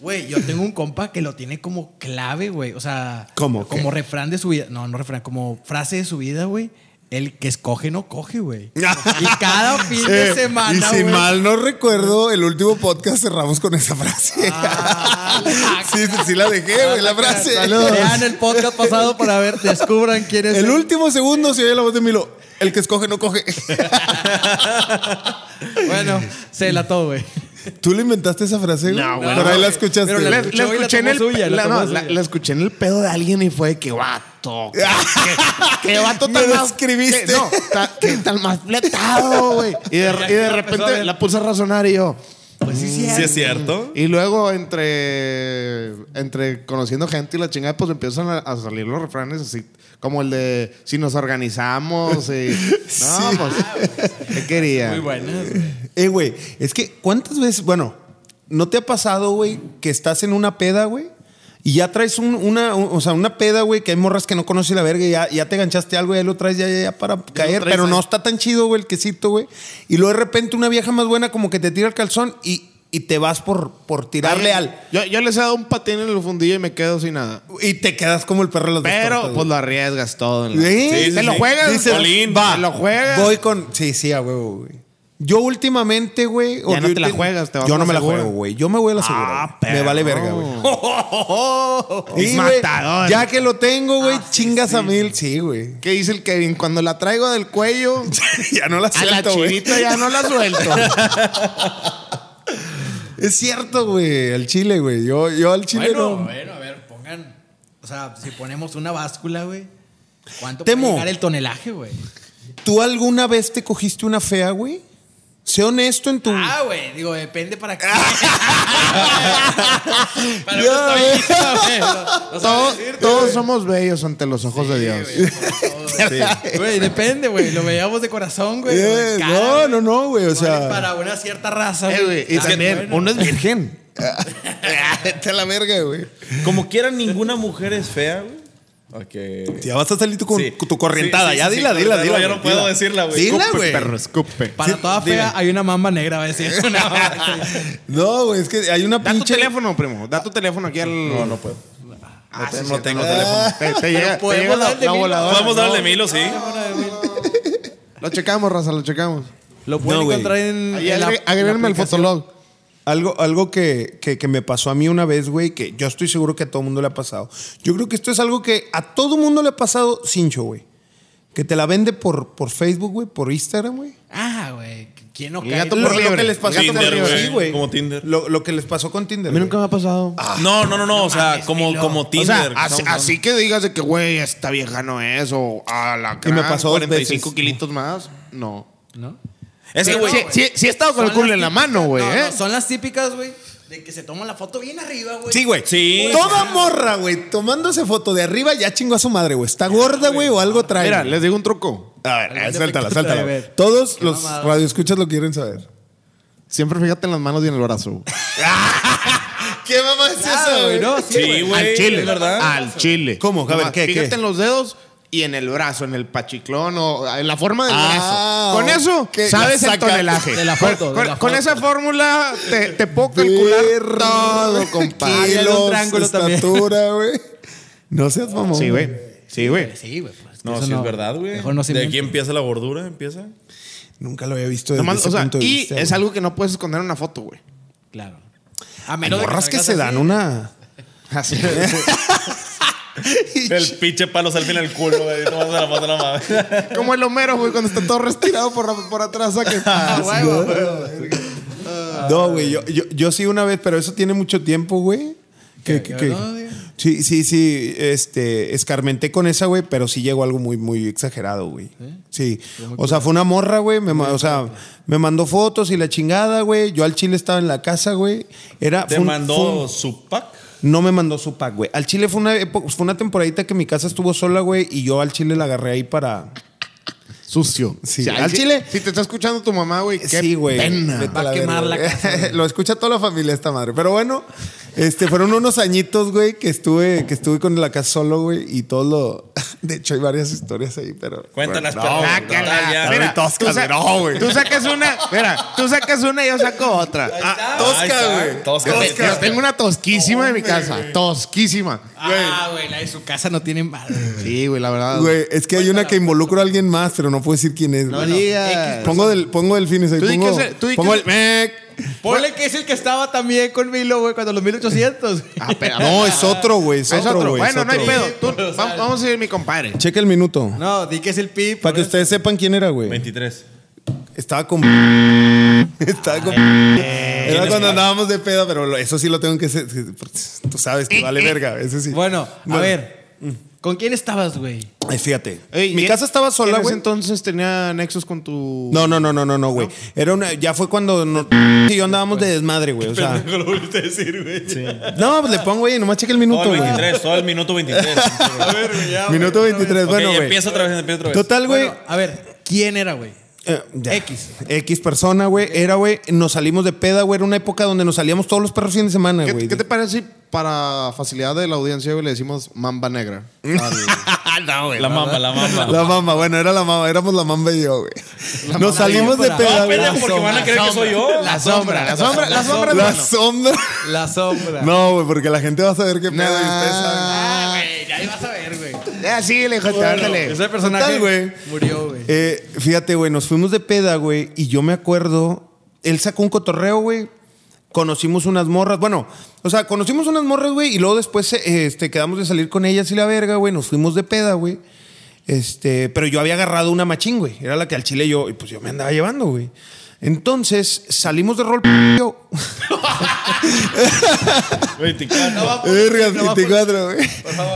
B: Güey, yo tengo un compa que lo tiene como clave, güey. O sea,
A: ¿Cómo?
B: como
A: ¿Qué?
B: refrán de su vida. No, no refrán, como frase de su vida, güey. El que escoge no
A: [LAUGHS]
B: coge, güey. Y cada fin de
A: Eh,
B: semana,
A: y si
B: güey.
A: mal no recuerdo, el último podcast cerramos con esa frase.
B: Ah, la-
A: [LAUGHS] sí, sí la dejé, güey, la frase.
B: Vean el podcast pasado para ver, descubran quién es
A: El último segundo se oye la voz de Milo. El que escoge no coge. [LAUGHS]
B: Bueno, se la todo, güey.
A: ¿Tú le inventaste esa frase? güey?
E: No, güey.
A: Por ahí
B: No,
A: la
B: güey.
A: escuchaste. [LAUGHS]
B: Pero la-
A: güey.
B: escuchó y tomó suya, la
E: la-
B: tomó
E: no, la-
B: suya.
E: la escuché en el pedo de alguien y fue de
C: [LAUGHS]
E: que vato. que- Que que vato
A: Me
E: tan
A: lo
E: más.
A: escribiste.
E: que- No,
A: [LAUGHS]
E: ta- que tan más fletado, güey. Y de, y de repente la puse a razonar y yo.
B: Pues sí, sí.
C: ¿Sí es cierto?
E: Y luego entre, entre conociendo gente y la chingada, pues empiezan a, a salir los refranes así, como el de si nos
A: [LAUGHS]
E: organizamos y... No, pues, ¿qué quería?
B: Muy buenas, güey.
A: Eh, güey, es que ¿cuántas veces, bueno, no te ha pasado, güey, que estás en una peda, güey? Y ya traes un- una, o sea, una peda, güey, que hay morras que no conoces la verga y ya, ya te ganchaste algo y ahí lo traes ya, ya, ya para caer,
E: traes
A: pero no
E: ahí.
A: está tan chido, güey, el quesito, güey. Y luego de repente una vieja más buena como que te tira el calzón y, y te vas por, por tirarle al...
E: Yo, yo les he dado un patín en el fundillo y me quedo sin nada.
A: Y te quedas como el perro de los dos
E: Pero,
A: tortas,
E: pues
A: güey.
E: lo arriesgas todo. en la-
A: ¿Sí?
E: ¿Te
C: sí,
E: lo
C: sí.
E: juegas?
A: Dices,
E: Solín,
A: va,
E: ¿Te lo juegas?
A: Voy con. Sí, sí, a huevo, güey. Yo últimamente, güey. o
E: Ya no
A: yo
E: te la
A: ulti-
E: juegas, te vas
A: Yo
E: a
A: no
E: la
A: me la
E: segura.
A: juego, güey. Yo me voy a la segura.
E: Ah,
A: güey. me
E: perro.
A: vale verga, güey.
E: [LAUGHS] Es
A: Y, güey,
E: matador. Ah,
A: Ya que lo tengo, güey, chingas a mil. Sí, güey. [LAUGHS]
E: [LAUGHS] ¿Qué dice el Kevin? Cuando la traigo del cuello,
A: ya no la
E: a la
A: suelto, güey.
E: chivita ya no la suelto.
A: [LAUGHS] Es cierto, güey. Al chile, güey. Yo, yo al chile
B: Bueno,
A: no.
B: bueno, a ver, pongan. O sea, si ponemos una báscula, güey. ¿Cuánto
A: Temo.
B: puede llegar el tonelaje, güey?
A: ¿Tú alguna vez te cogiste una fea, güey? Sé honesto en tu.
B: Ah, güey, digo, depende para
E: [LAUGHS]
B: qué. [LAUGHS] para
A: Ya,
B: una
A: güey.
B: estadística, güey. No- no
E: todos, [LAUGHS]
B: sabes decirte,
E: todos somos bellos ante los ojos de Dios.
B: güey, por todo, güey. Güey, depende, güey. Lo veíamos de corazón, güey.
A: Eh,
B: o de cara,
A: no,
B: güey.
A: no, no, güey, o
B: Igual
A: sea-
B: es Para una cierta raza,
E: Eh,
B: güey.
E: güey, y
B: Ah,
E: también,
B: bueno.
E: uno es virgen.
A: Vete a la verga, güey.
C: Como quiera, ninguna mujer es fea, güey. Ok.
A: Ya vas a salir tú con
C: Sí.
A: tu corrientada.
C: Sí, sí,
A: ya
C: sí,
A: dila,
C: sí,
A: dila,
C: claro,
A: dila.
C: yo no
A: güey,
C: puedo
A: dila.
C: decirla, güey. Pues,
A: Dila,
E: Escupe,
A: güey.
E: perro, escupe.
B: Para toda fea hay una mamba negra, va a
E: [LAUGHS]
B: decir. Una mamba negra.
A: [LAUGHS] No, güey, es que hay una
E: Da tu
A: pinche.
E: teléfono, primo. Da tu teléfono aquí al.
C: No, no puedo.
E: Ah,
C: te-
E: sí,
C: no
E: sí, Ah.
C: tengo
E: no.
C: teléfono.
E: Te, te llega, te
B: podemos
E: llega la,
B: dar el de
E: la
B: mil.
E: voladora.
C: Podemos darle Milo, sí.
E: Lo checamos, raza, lo checamos.
B: Lo pueden
A: No, güey.
B: encontrar en.
E: Ahí
B: en la-
E: agre-
B: en la
E: Agréguenme el
B: aplicación.
E: fotolog.
A: Algo, algo que, que- que me pasó a mí una vez, güey, que yo estoy seguro que a todo mundo le ha pasado. Yo creo que esto es algo que a todo mundo le ha pasado cincho, güey. Que te la vende por, por Facebook, güey, por Instagram, güey.
B: Ah, güey. ¿Quién no
E: El
B: cae?
E: gato
A: Lo,
E: por
A: lo
E: liebre.
A: que les pasó
C: Tinder,
A: con
C: güey.
A: Sí, güey.
C: Como Tinder.
A: Lo, lo que les pasó con Tinder.
E: A mí
A: güey.
E: nunca me ha pasado.
A: Ah.
C: No, no, no, no. O sea,
B: mames,
C: como,
B: Milo.
C: como
E: o
C: Tinder.
E: sea,
C: que
E: así,
C: estamos hablando.
E: así que digas de que, güey, esta vieja no es, o a la
A: Y me pasó dos
E: 45
A: veces.
E: kilitos más. No.
B: ¿No?
C: Es que,
E: Sí,
C: güey.
E: sí, sí, sí he estado con el
B: Son
E: culo
B: las
E: en la
B: típicas-
E: mano, güey,
B: no,
E: ¿eh?
B: no, son las típicas, güey, de que se toma la foto bien arriba, güey.
A: Sí, güey.
C: Sí.
A: Toda morra, güey, tomándose foto de arriba, ya chingó a su madre, güey. Está gorda, güey, o algo trae.
E: Mira,
A: güey.
E: les digo un truco.
A: A ver,
B: Algo
A: eh, suéltala,
B: te-
A: suéltala.
B: a ver.
A: Todos
B: Qué
A: los
B: mamada.
A: radioescuchas lo quieren saber.
E: Siempre fíjate en las manos y en el brazo.
A: ¿Qué mamá es
B: Ah, güey, no, sí,
C: Sí,
B: güey.
C: güey.
E: Al chile,
C: es ¿verdad?
E: Al chile.
A: ¿Cómo? A ver,
E: Nomás
A: ¿qué,
E: Fíjate
A: qué?
E: en los dedos y en el brazo, en el pachiclón o en la forma del
A: Ah,
E: brazo. Con eso,
A: ok.
E: sabes
A: La
E: el
A: saca-
E: tonelaje.
B: de la foto,
E: Con,
B: de la
E: con
B: foto.
E: esa fórmula te, te puedo calcular
A: Ver-
E: todo, compadre.
B: Había de un
A: Kilos,
B: triángulo también.
A: estatura, güey. No seas mamón.
E: Sí, güey. Sí, güey.
B: Sí, güey. pues, que
C: No,
B: eso
C: sí es verdad, güey.
B: Mejor no se
C: de
B: miente.
C: aquí empieza la gordura, empieza.
A: Nunca lo había visto desde
E: Nomás,
A: ese
E: o sea,
A: punto de
E: y
A: vista.
E: es
A: güey.
E: algo que no puedes esconder en una foto, güey.
B: Claro. A
A: Hay
B: menos de
A: morras que
B: salgas
A: se dan
B: así.
A: una...
E: Así
C: El pinche palo sale en el culo, güey. Tomándose la foto no mames.
E: Como el Homero, güey, cuando está todo restirado por, por atrás. saque.
B: Ah, huevo, güey.
A: No, güey, yo, yo, yo sí una vez, pero eso tiene mucho tiempo, güey. Que, que- que-
B: no, diga.
A: sí, sí, sí, este, escarmenté con esa, güey, pero sí llegó algo muy, muy exagerado, güey. Sí. O sea, fue una morra, güey, me, ma- o sea, me mandó fotos y la chingada, güey. Yo al chile estaba en la casa, güey. Era,
C: Te
A: fue un- fue un-
C: mandó su pack.
A: no me mandó su pack, güey. Al Chile fue una, epo- fue una temporadita que mi casa estuvo sola, güey, y yo al Chile la agarré ahí para.
E: Sucio.
A: Sí.
E: O sea,
A: Al
E: si-
A: chile-
E: Si te está escuchando tu mamá, güey, qué
A: sí, güey.
E: pena.
A: Vete
B: Va a
A: la
B: quemar
A: verga,
B: la
A: güey. [LAUGHS]
B: casa, güey.
A: Lo escucha toda la familia esta madre. Pero bueno, este, fueron unos añitos, güey, que estuve, que estuve con la casa solo, güey, y todo lo. [LAUGHS] De hecho, hay varias historias ahí, pero.
C: Cuéntalas,
A: Bueno, Pues, no,
C: perro.
A: güey,
E: Ah, que
C: no,
E: la-
C: ya.
E: Mira, tú, sa- tú sacas una, mira, tú sacas una y yo saco otra.
A: Ah, tosca, güey.
C: Tosca.
E: Yo-
A: Tosca.
E: Yo tengo una tosquísima de mi casa, tosquísima.
B: Ah, güey, la de su casa no
A: [LAUGHS]
B: tiene madre. güey.
E: Sí, güey, la verdad.
A: Güey, es que hay una que involucra a alguien más, pero no puedo decir quién es. güey.
E: digas.
A: Pongo, del, pongo delfines ahí.
E: Tú di que
A: Pongo,
E: es el- tú di que
A: pongo
E: es
A: el. Mec.
B: Ponle que es el que estaba también con Milo, güey, cuando los 1800.
A: [LAUGHS]
E: Ah, [LAUGHS] pero-
A: No, es otro, güey. Es
E: Ah, es
A: otro,
E: otro.
A: güey. es
E: Bueno, no hay
A: otro.
E: pedo. Tú- va- vamos a ir mi compadre.
A: Checa el minuto.
B: No, di que es el Pip.
A: Para que ustedes sepan quién era, güey.
C: 23.
A: Estaba con. [LAUGHS] Estaba
E: Eh,
A: con. Era cuando andábamos de pedo, pero lo- eso sí lo tengo que. se- Tú sabes que vale verga. Eso sí.
B: Bueno, a ver.
A: Mm.
B: ¿Con quién estabas, güey?
A: Ay, fíjate.
E: Ey,
A: Mi
E: ¿y-
A: casa estaba
E: en
A: sola,
E: ese
A: güey.
E: entonces tenía nexos con tu.
A: No, no, no, no, no, no, güey. Era una. Ya fue cuando. No, y yo andábamos de desmadre, güey. O sea.
C: lo volviste a decir, güey.
A: No, pues le pongo, güey. Nomás checa el
C: Todo
A: minuto, güey.
C: el 23, todo el minuto 23. a ver,
A: Minuto 23.
C: bueno,
A: Bueno,
E: pues.
A: güey.
C: empieza otra vez, empieza otra vez.
A: Total, güey.
B: Bueno, a ver, ¿quién era, güey?
A: Eh, ya.
B: X.
A: X persona, güey. Era, güey. Nos salimos de peda, güey. Era una época donde nos salíamos todos los perros fin de semana,
E: ¿Qué,
A: güey.
E: qué te parece si para facilidad de la audiencia, güey, le decimos mamba negra? [LAUGHS]
C: la mamba, la
A: [LAUGHS]
C: mamba.
A: La mamá, bueno, era la mamá, éramos la mamá y yo, Ah, güey. Nos salimos de
B: No,
A: peda,
C: No,
A: güey.
C: espera, porque van a creer que soy yo.
B: La sombra,
E: la sombra, la sombra,
A: La sombra.
B: La sombra.
A: No, güey, porque la gente va a saber qué pedo y ustedes saben.
B: Ah, güey, ahí vas a ver, güey.
E: Ya, síguele, hijo, ándale.
B: Ese personaje
A: Total, güey.
B: murió, güey.
A: Eh, fíjate, güey, nos fuimos de peda, güey, y yo me acuerdo, él sacó un cotorreo, güey. Conocimos unas morras, bueno, o sea, conocimos unas morras, güey, y luego después eh, este, quedamos de salir con ellas y la verga, güey, nos fuimos de peda, güey. Este, pero yo había agarrado una machín, güey. Era la que al chile yo, y pues yo me andaba llevando, güey. Entonces salimos de rol. yo-
C: 24.
A: Vergas, 24, güey.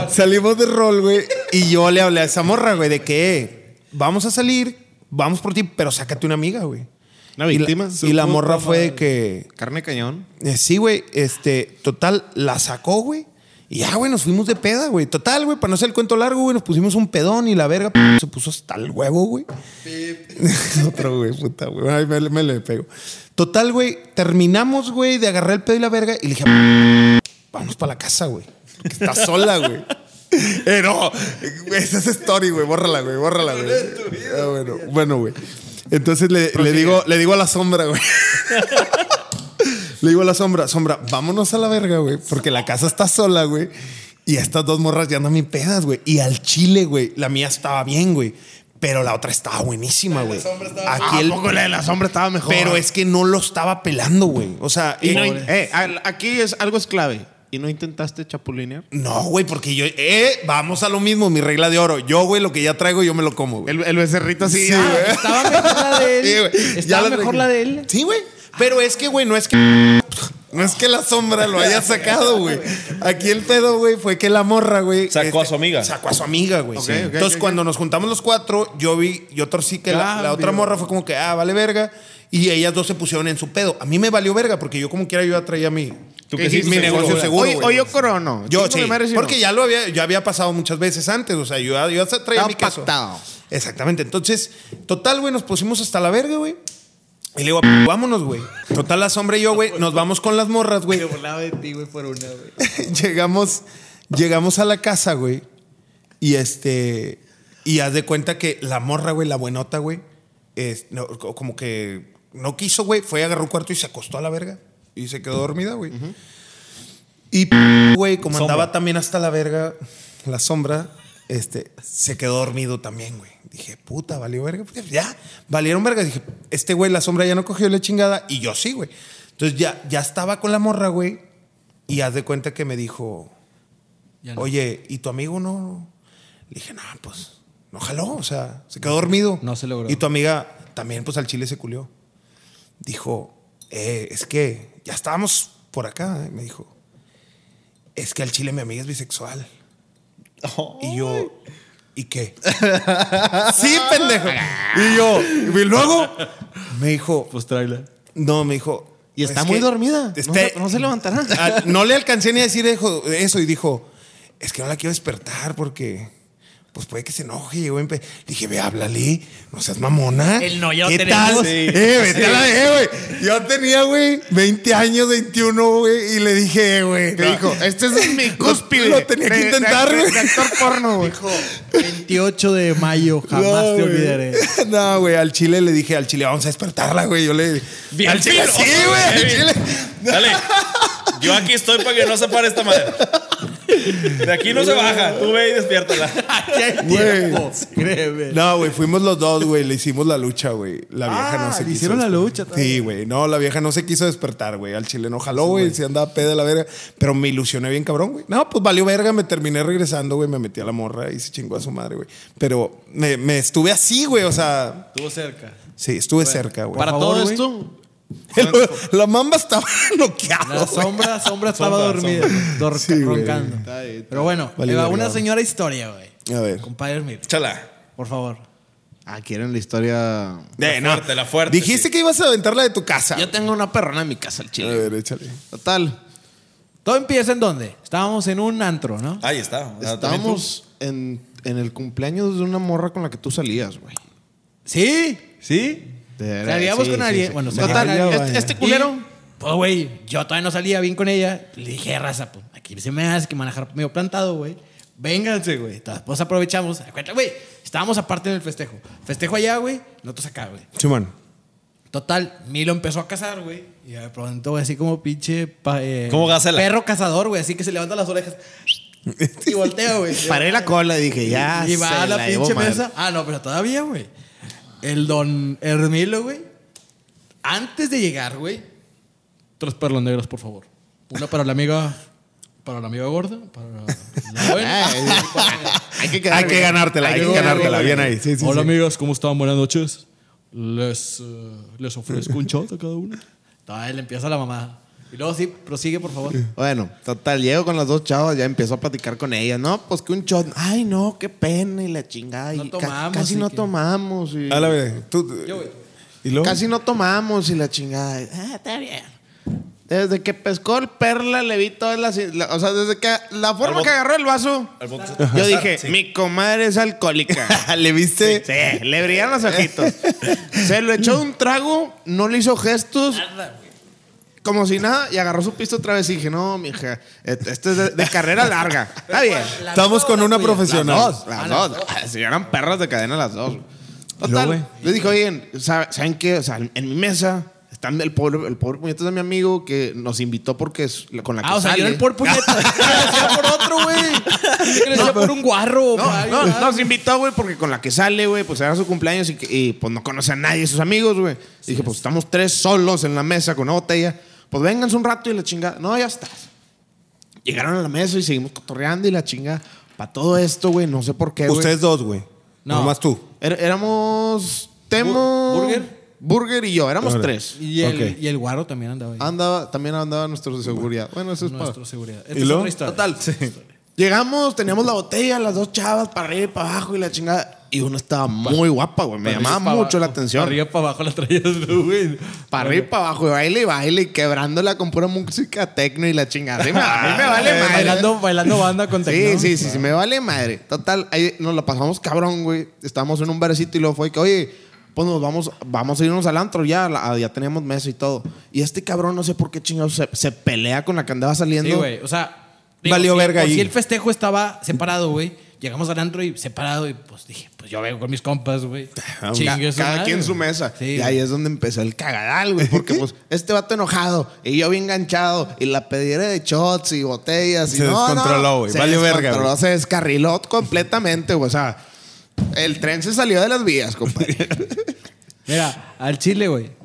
A: Salimos de rol, güey. Y yo le hablé a esa morra, güey, de que "Eh, vamos a salir, vamos por ti, pero sácate una amiga, güey.
E: Una
A: Y la-
E: víctima.
A: Y la morra fue de que.
E: Carne cañón.
A: eh, sí, güey, este, total, la sacó, güey. Y ya, güey, nos fuimos de peda, güey. Total, güey, para no hacer el cuento largo, güey, nos pusimos un pedón y la verga [LAUGHS] p- se puso hasta el huevo, güey. [LAUGHS] Otro, güey, puta, güey. Ay, me, le- me le pego. Total, güey, terminamos, güey, de agarrar el pedo y la verga y le dije, vámonos para la casa, güey. Porque estás sola, güey. [LAUGHS] Eh, no, esa es story, güey. Bórrala, güey. Bórrala, güey. Ah, bueno, bueno, güey. Entonces le, le digo, le digo a la sombra, güey. [LAUGHS] Le digo a la sombra, sombra, vámonos a la verga, güey, porque la casa está sola, güey. Y estas dos morras ya andan bien pedas, güey. Y al chile, güey, la mía estaba bien, güey. Pero la otra estaba buenísima, güey. Aquí
E: Ah,
A: el-
E: poco la de la sombra estaba mejor.
A: Pero es que no lo estaba pelando, güey. O sea, y-
E: Y no- eh, al- aquí es algo es clave. ¿Y no intentaste chapulinear?
A: no, güey, porque yo, eh, vamos a lo mismo, mi regla de oro. Yo, güey, lo que ya traigo, yo me lo como, güey.
E: El, el becerrito así.
A: Sí,
E: ah,
A: güey.
B: Estaba mejor la
E: [LAUGHS]
B: de él.
A: Sí, güey. Ya
B: Estaba mejor
A: traigo.
B: la de él.
A: Sí, güey. Pero es que, güey, no es que. No es que la sombra lo haya sacado, güey. Aquí el pedo, güey, fue que la morra, güey. este,
C: Sacó a su amiga.
A: Sacó a su amiga, güey.
E: Ok,
A: Sí.
E: ok,
A: Entonces,
E: ok,
A: cuando nos juntamos los cuatro, yo vi, yo torcí que la, la otra morra fue como que, ah, vale verga. Y ellas dos se pusieron en su pedo. A mí me valió verga, porque yo como quiera yo atraía a mí.
C: ¿Tú
E: ¿qué
C: qué
E: dijiste?
C: hiciste?
A: Mi negocio
C: güey?
A: seguro,
E: Hoy,
A: güey.
E: hoy yo corono.
A: Yo
E: Chingo
A: sí,
E: mi madre si no.
A: porque ya lo había, ya había pasado muchas veces antes, o sea, yo, ya- yo hasta traía
E: Estaba
A: mi queso.
E: pactado.
A: Exactamente, entonces, total, güey, nos pusimos hasta la verga, güey. Y le digo, "P- vámonos, güey. Total, la sombra y yo, güey, nos vamos con las morras, güey.
B: volaba de ti, güey, por una, güey.
A: [LAUGHS] llegamos, llegamos a la casa, güey. Y este, y haz de cuenta que la morra, güey, la buenota, güey, es- no, co- como que no quiso, güey, fue, agarró un cuarto y se acostó a la verga. Y se quedó dormida, güey. Y, p- güey, como
C: Sombra.
A: andaba también hasta la verga, la sombra, este, se quedó dormido también, güey. Dije, puta, valió verga. Pues ya, valieron verga. Dije, este güey, la sombra ya no cogió la chingada. Y yo sí, güey. Entonces ya, ya estaba con la morra, güey. Y haz de cuenta que me dijo, oye, ¿y tu amigo no? Le dije, no, pues, no jaló. O sea, se quedó dormido.
B: No se logró.
A: Y tu amiga también, pues, al chile se culió. Dijo, "Eh, es que ya estábamos por acá. ¿eh? Me dijo, es que al chile mi amiga es bisexual. Y yo, ¿y qué? sí, pendejo. Y yo, y luego me dijo,
C: Pues tráela.
A: no, me dijo.
E: Y está
A: es
E: muy
A: que-
E: dormida. No
A: Este-
E: se- no
A: [LAUGHS]
E: se levantará.
A: Ah, no le alcancé ni a decir ejo- eso y dijo, es que no la quiero despertar porque pues puede que se enoje. Y güey, empe- dije, ve, háblale, no seas mamona.
B: El no ya lo
A: ¿Qué
B: tenemos.
A: tal?
B: Sí.
A: Eh, vete a la- eh, güey. Yo tenía, güey, 20 años, 21, güey, y le dije, eh, güey.
E: Te
A: no.
E: dijo, este es [LAUGHS] mi cúspide.
A: lo tenía que
E: de- de-
A: intentar,
E: de-
A: güey.
E: de actor porno, güey.
B: 28 de mayo, jamás
A: No,
B: te
A: güey. [LAUGHS]
B: olvidaré.
A: No, güey, al chile le dije, al chile vamos a despertarla, güey. Yo le
C: Bien
A: al chile,
C: filoso,
A: sí, güey, al
C: güey.
A: chile.
C: Dale. Yo aquí estoy para que no se pare esta madre. De aquí no se baja. Tú ve y despiértala.
B: Ya hay tiempo, créeme.
A: No, güey, fuimos los dos, güey. Le hicimos la lucha, güey. La vieja
B: Ah,
A: no se
B: le
A: quiso.
B: hicieron la
A: despertar.
B: lucha todavía.
A: Sí, güey. No, la vieja no se quiso despertar, güey. Al chile no jaló, güey. se andaba peda la verga. Pero me ilusioné bien, cabrón, güey. No, pues valió verga. Me terminé regresando, güey. Me metí a la morra y se chingó a su madre, güey. Pero me, me estuve así, güey. O sea,
B: Estuvo cerca.
A: sí, estuve cerca, güey.
B: Para
E: Para
B: todo
E: todo esto,
A: [LAUGHS] El- La mamba estaba [LAUGHS] noqueada.
B: La [LAUGHS]
A: güey.
B: sombra, sombra estaba
C: Sombra,
B: dormida, dor-
A: Sí, güey.
B: roncando. Pero bueno,
A: Vale,
B: ahí va
A: verga,
B: una
A: güey.
B: señora historia, güey.
A: A ver.
B: Compadre Hermir,
C: Échala.
B: por favor.
E: Ah, quieren la historia.
C: La
A: Eh, no.
C: fuerte, la fuerte,
A: Dijiste
C: sí.
A: que ibas a aventarla de tu casa.
E: Yo tengo una perrona en mi casa, el
A: A
E: chile.
A: ver, échale.
E: Total.
B: ¿Todo empieza en dónde? Estábamos en un antro, ¿no?
C: Ahí está. O sea, Ah, también tú.
E: Estábamos en, en el cumpleaños de una morra con la que tú salías, güey.
B: ¿Sí? ¿Sí?
E: De-
B: Salíamos
E: sí,
B: con
E: sí,
B: alguien.
E: sí.
B: Bueno, salíamos
E: Total,
B: con alguien.
E: este, este culero.
B: Y, Pues, güey, yo todavía no salía bien con ella. Le dije, raza, pues, aquí se me hace que manejar medio plantado, güey. Vénganse, güey. Entonces, Pues aprovechamos. Acuérdate, güey, estábamos aparte en el festejo. Festejo allá, güey. Nosotros acá, güey.
A: Simón.
B: Total, Milo empezó a cazar, güey. Y de pronto, güey, así como pinche. pa- eh,
C: Como gacela.
B: Perro cazador, güey. Así que se levanta las
E: [LAUGHS]
B: orejas. Y voltea, güey.
E: Paré la cola y dije, ya.
B: Y va
E: se
B: a la,
E: llevo,
B: pinche
E: madre.
B: mesa. Ah, no, pero todavía, güey. El don Hermilo, güey. Antes de llegar, güey. Tres perlas negras, por favor. Una para la amiga. Para la amiga gorda. Para
A: [LAUGHS]
B: la buena.
E: Ay, Hay que quedar
A: Hay que
E: bien.
A: ganártela, hay que
B: Ay,
A: ganártela.
B: güey.
A: Bien ahí. Sí, sí,
F: Hola
A: sí.
F: amigas, ¿cómo están? Buenas noches. Les, eh, les ofrezco un shot a cada uno.
B: Todavía le empieza la mamada. Y luego sí, prosigue, por favor.
E: Bueno, total, llego con las dos chavas, ya empezó a platicar con ellas, ¿no? Pues que un shot. Ay, no, qué pena y la chingada.
B: No
E: y ca-
B: tomamos,
E: casi
B: y
E: no
B: que-
E: tomamos. Y...
A: A la vez. Tú.
B: Yo, güey.
A: ¿Y luego?
E: Casi no tomamos y la chingada. Ah, está bien. Desde que pescó el perla, le vi todas las. la- o sea, desde que. La forma
C: bot-
E: que agarró el vaso.
C: Al punto-
E: Yo dije,
C: Sí.
E: mi comadre es alcohólica.
A: ¿Le viste?
E: sí, le [LAUGHS] brillaron los ojitos. Se lo echó de un trago, no le hizo gestos. Como si nada, y agarró su pista otra vez y dije, no, mija, et- este es de, de carrera larga. Está bien.
B: Las
A: Estamos
B: dos,
A: con
B: las
A: una
B: tuyas.
A: profesional.
E: Las dos, las dos. Si eran perras de cadena las dos.
A: Luego, güey.
E: Total, le dijo, oigan, ¿sab- ¿saben qué? O sea, en mi mesa están el pobre, el pobre puñetas de mi amigo que nos invitó porque es la- con la que
B: Ah, o sea, yo
E: sale".
B: era el por puñeta.
E: [LAUGHS]
B: Yo crecía por otro, güey. Yo crecía por un guarro. por
E: No,
B: algo,
E: Pues no,
B: ¿verdad?
E: nos invitó, güey, porque con la que sale, güey, pues era su cumpleaños y, que- y, pues no conoce a nadie de sus amigos, güey. Y dije, pues estamos tres solos en la mesa con una botella. Pues vénganse un rato y la chingada. No, ya estás. Llegaron a la mesa y seguimos cotorreando y la chingada. Para todo esto, güey, no sé por qué, güey.
A: Ustedes dos, güey.
B: No.
A: No. Nomás tú.
E: Er- éramos Temo.
B: Bur- ¿Burger?
E: Burger y yo, éramos
A: Ahora.
E: tres.
B: Y el,
A: Ok.
B: y el guarro también andaba ahí.
E: Andaba, también andaba nuestro de seguridad. Bueno, eso es para.
B: Nuestro seguridad. Esta
A: ¿Y
B: es
A: luego?
B: otra historia.
E: Total. Llegamos, teníamos la botella, las dos chavas, para arriba y para abajo y la chingada. Y una estaba muy guapa, güey. Me llamaba
F: Pa'
E: mucho la
F: abajo,
E: atención.
F: Para arriba para abajo la
B: [LAUGHS]
F: traías, tú, güey.
E: Para arriba y para abajo, y baile y baile, y quebrándola con pura música tecno y la chingada. Sí, me- a mí me
B: Ah,
E: vale madre.
B: Bailando, bailando banda con
E: Sí,
B: tecno.
E: sí, sí, sí, me vale madre. Total, ahí nos la pasamos cabrón, güey. Estábamos en un barcito y luego fue que, oye, pues nos vamos, vamos a irnos al antro ya, la- ya teníamos mesa y todo. Y este cabrón, no sé por qué chingados, se, se pelea con la que andaba saliendo.
B: Sí, güey. O sea,
A: Valió
B: si-
A: verga
B: por
A: ahí.
B: Si el festejo estaba separado, güey. Llegamos al antro y separado y pues dije, pues yo vengo con mis compas, güey.
A: Ah,
E: Ca-
B: Chingue
E: cada
B: madre,
E: quien su
B: güey.
E: mesa.
B: Sí,
E: y ahí es donde empezó el cagadal, güey.
B: [LAUGHS]
E: Porque pues este vato enojado y yo bien enganchado y la pediera de shots y botellas. Y
A: Se
E: no, no,
A: descontroló, güey. Valió verga,
E: descontroló,
A: güey.
E: Se descarriló completamente, güey. O sea, el tren se salió de las vías, compadre.
B: Mira, al chile, güey.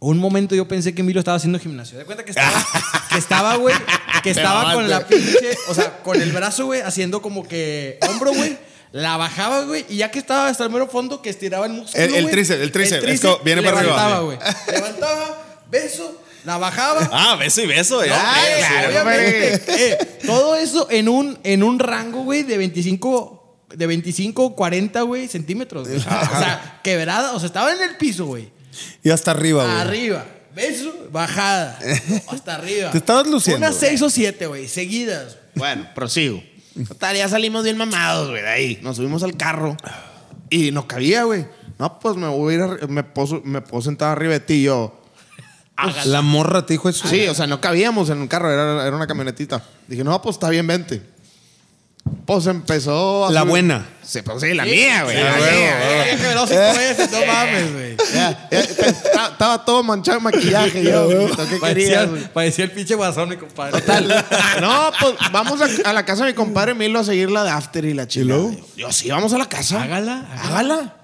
B: Un momento yo pensé que Emilio estaba haciendo gimnasio. De cuenta que estaba, que estaba, güey,
A: [LAUGHS]
B: que estaba con la pinche, o sea, con el brazo, güey, haciendo como que hombro, güey. La bajaba, güey, y ya que estaba hasta el mero fondo, que estiraba el músculo.
A: El- el
B: güey.
A: tríceps, el tríceps, es como viene para arriba.
B: Levantaba, güey. Levantaba, beso, la bajaba.
C: Ah, beso y beso, ya.
B: Ah,
C: Ok,
B: claro,
C: sí,
B: obviamente. Eh, todo eso en un, en un rango, güey, de 25. De 25, 40, güey, centímetros. güey. O sea, quebrada. O sea, estaba en el piso, güey.
A: Y hasta arriba, Ah, güey.
B: Arriba. Beso,
A: [LAUGHS]
B: bajada. Hasta arriba.
A: Te estabas luciendo,
B: Unas
A: güey.
B: seis o siete, güey, seguidas.
E: Bueno, [LAUGHS] prosigo. Total, ya salimos bien mamados, güey, de ahí. Nos subimos al carro y no cabía, güey. No, pues me voy a ir, arri- me puedo, me puedo sentar arriba de ti y yo.
A: Pues, La morra te dijo eso.
E: Sí, o sea, no cabíamos en un carro, era, era una camionetita. Dije, no, pues está bien, vente. Pues empezó a
A: La
E: subir-
A: buena.
E: Sí, pues sí, la mía, güey. la
A: güey,
E: mía,
A: güey.
E: güey.
B: Eh, quebró cinco veces, no mames, güey.
A: [LAUGHS]
E: Ya, ya, pe- Eh, ta- Estaba todo manchado de maquillaje, [LAUGHS] yo. güey. ¿Qué
A: [LAUGHS]
E: querías, güey?
B: Parecía, parecía el pinche guasón, mi compadre.
E: Tal. No, pues vamos a, a la casa de mi compadre Milo a seguir la de After y la chingada.
A: luego?
E: Yo sí, vamos a la casa.
B: Hágala,
E: hágala.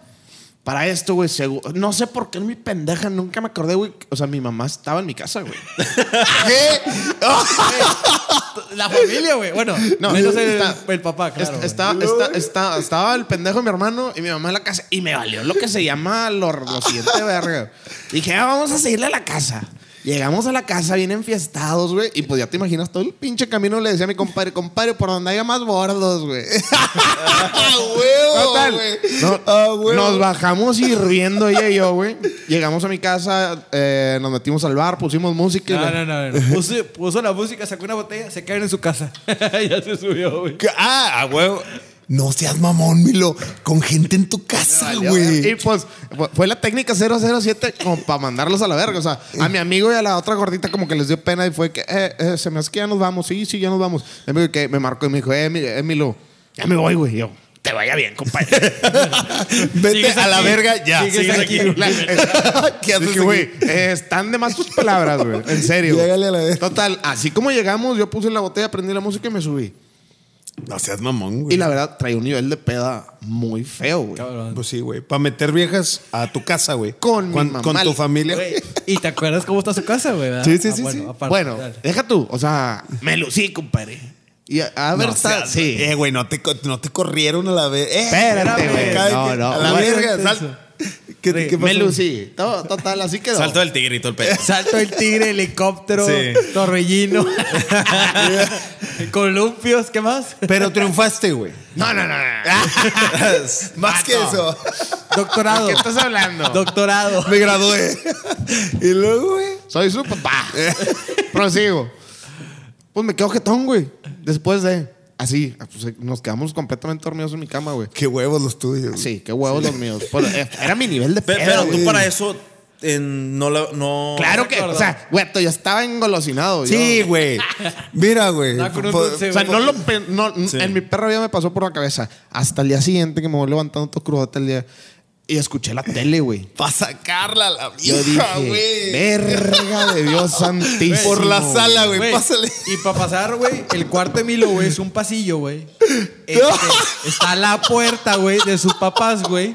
E: Para esto, güey, segu- no sé por qué en mi pendeja nunca me acordé, güey. O sea, mi mamá estaba en mi casa, güey. ¿Qué?
B: La familia, güey. Bueno, no,
E: No,
B: menos el,
E: está-
B: el papá, claro.
E: Est-
B: güey.
E: está- está- está- estaba el pendejo de mi hermano y mi mamá en la casa y me valió lo que se llama lo, lo siguiente verga. Dije, "Ah, vamos a seguirle a la casa. Llegamos a la casa bien enfiestados, güey. Y pues ya te imaginas, todo el pinche camino le decía a mi compadre, compadre, por donde haya más bordos, güey. [LAUGHS] Total. No, nos bajamos y riendo ella y yo, güey. Llegamos a mi casa, eh, nos metimos al bar, pusimos música. y la-
B: No, no, no. no. [LAUGHS] Puso, puso la música, sacó una botella, se caen en su casa. [LAUGHS] ya se subió, güey.
A: Que- Ah, a huevo. No seas mamón, Milo. Con gente en tu casa,
E: Y
A: güey.
E: pues fu- fue la técnica 007 como para mandarlos a la verga. O sea, a mi amigo y a la otra gordita como que les dio pena y fue que eh, eh, se me hace que ya nos vamos. Sí, sí, ya nos vamos. Mi amigo que me marcó y me dijo, eh, mi- Emilio, ya me voy, güey. Y Yo, te vaya bien, compadre.
A: Vete
B: sigues
A: a la
B: aquí.
A: verga ya.
B: Sigues aquí.
A: [LAUGHS]
E: La-
A: ¿Qué haces
E: Dije, güey, eh, están de más tus palabras, güey. En serio.
A: Llégale a la verga.
E: Total, así como llegamos, yo puse la botella, prendí la música y me subí.
A: No seas mamón, güey.
E: Y la verdad, traía un nivel de peda muy feo, güey.
A: Pues sí, güey. Para meter viejas a tu casa, güey.
E: Con mi
A: con,
E: mamá.
A: con tu familia.
B: Güey, ¿Y te acuerdas cómo está su casa, güey? verdad? Ah,
A: Sí, sí, sí,
B: bueno,
A: sí.
B: aparte,
E: bueno,
B: dale.
E: deja tú. O sea, me lucí, compadre. Y a, a ver,
A: No
E: está-
A: seas-
E: sí.
A: Eh, güey, no te, co- no te corrieron a la verga. Eh,
E: Espérate, güey.
A: cada
E: No,
A: quien-
E: no,
A: A la
E: güey.
A: verga, sal. ¿Qué,
B: Sí,
A: qué pasó?
E: me lucí. To- total, así quedó.
C: Salto del tigre y todo el
A: Eh,
C: pedo.
B: Salto el tigre, helicóptero,
C: Sí.
A: [LAUGHS]
B: torbellino, [LAUGHS] columpios, ¿qué más?
A: Pero triunfaste,
E: [LAUGHS]
A: güey. [LAUGHS]
E: No, no, no.
A: Más que eso.
B: Doctorado.
E: ¿Qué estás hablando?
B: Doctorado.
A: Me gradué.
B: [LAUGHS]
A: y luego, güey.
E: Soy
A: [LAUGHS]
E: su papá. Prosigo. Pues me quedo jetón, güey. Después de... Así, pues, nos quedamos completamente dormidos en mi cama, güey.
A: Qué huevos los tuyos. güey.
E: Sí, qué huevos los míos. Pero, eh, era mi nivel de
C: Pe-
E: peda,
C: Pero tú
E: güey.
C: para eso en- no la. No,
E: Claro que, o sea, güey, yo estaba engolosinado.
A: Sí,
E: yo- [LAUGHS]
A: güey. Mira, güey.
B: Está con un
A: Po-
B: dulce,
E: O sea,
B: güey.
E: no lo pe- no, en mi perra vida me pasó por la cabeza. Hasta el día siguiente que me voy levantando todo crudote el día. Y escuché la tele, güey.
A: Para sacarla a la
E: Yo
A: vieja,
E: dije,
A: güey.
E: verga de [LAUGHS] Dios santísimo.
A: Por la sala, güey.
B: Güey,
A: Pásale.
B: Y para pasar, güey, el cuarto de Milo, güey, es un pasillo,
E: [LAUGHS]
B: güey. Este, Está la puerta, güey, de sus papás, güey.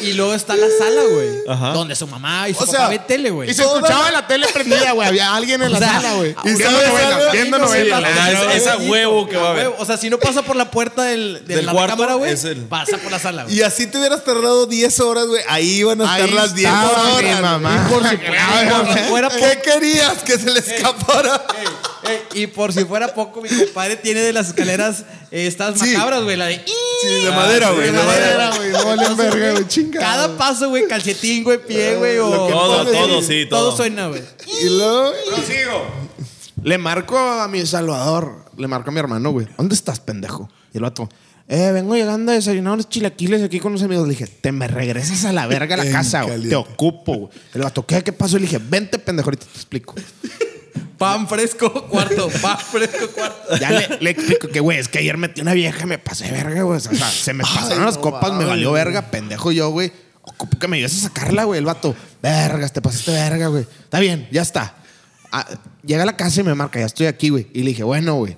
B: Y luego está la sala, güey.
C: Ajá.
B: Donde su mamá y su
A: O
B: papá
A: sea,
B: ve tele, güey.
E: Y se escuchaba la tele prendida, güey. Había alguien en la
B: O sea,
E: sala, güey.
B: y
E: Viendo
A: sabes algo,
E: novela, viendo
A: y no sé,
E: novela.
C: la- Ah, es- esa huevo que va a haber.
B: Ah, O sea, si no pasa por la puerta del, de
C: Del
B: la
C: cuarto
B: cámara, güey,
C: es el-
B: pasa por la sala, güey.
A: Y así te hubieras tardado 10 horas, güey. Ahí iban a estar
E: Ahí
A: las 10
E: estaba
A: horas.
E: mi mamá.
A: Y
E: [LAUGHS]
A: por si-
E: Claro,
B: Si fuera po-
A: ¿Qué querías? ¿Que se le escapara?
B: Ey, Eh, y por si fuera poco, mi compadre tiene de las escaleras eh, estas
A: Sí.
B: macabras, güey. La de.
A: Sí, de madera, güey. de
B: de
A: madera.
E: madera, güey. No valen verga, güey. Chingada.
B: Cada paso, güey, calcetín, güey, pie, güey. O...
A: que Todo,
C: pongas, todo, güey. sí, todo.
B: Todo suena, güey.
E: Y luego. Le marco a mi Salvador. Le marco a mi hermano, güey. ¿Dónde estás, pendejo? Y el vato. Eh, vengo llegando a desayunar unos chilaquiles aquí con unos amigos. Le dije, te me regresas a la verga a la
A: En
E: casa, güey.
A: caliente.
E: Te ocupo, güey. El vato, ¿qué? ¿Qué pasó? Le dije, vente, pendejo, ahorita te explico.
B: Pan fresco, cuarto. Pan fresco, cuarto.
E: Ya le, le explico que, güey, es que ayer metí una vieja, me pasé de verga, güey. O sea, se me pasaron las copas, me valió verga, pendejo yo, güey. Ocupo que me ayudes a sacarla, güey, el vato. Vergas, te pasaste de verga, güey. Está bien, ya está. Ah, llega a la casa y me marca, ya estoy aquí, güey. Y le dije, bueno, güey,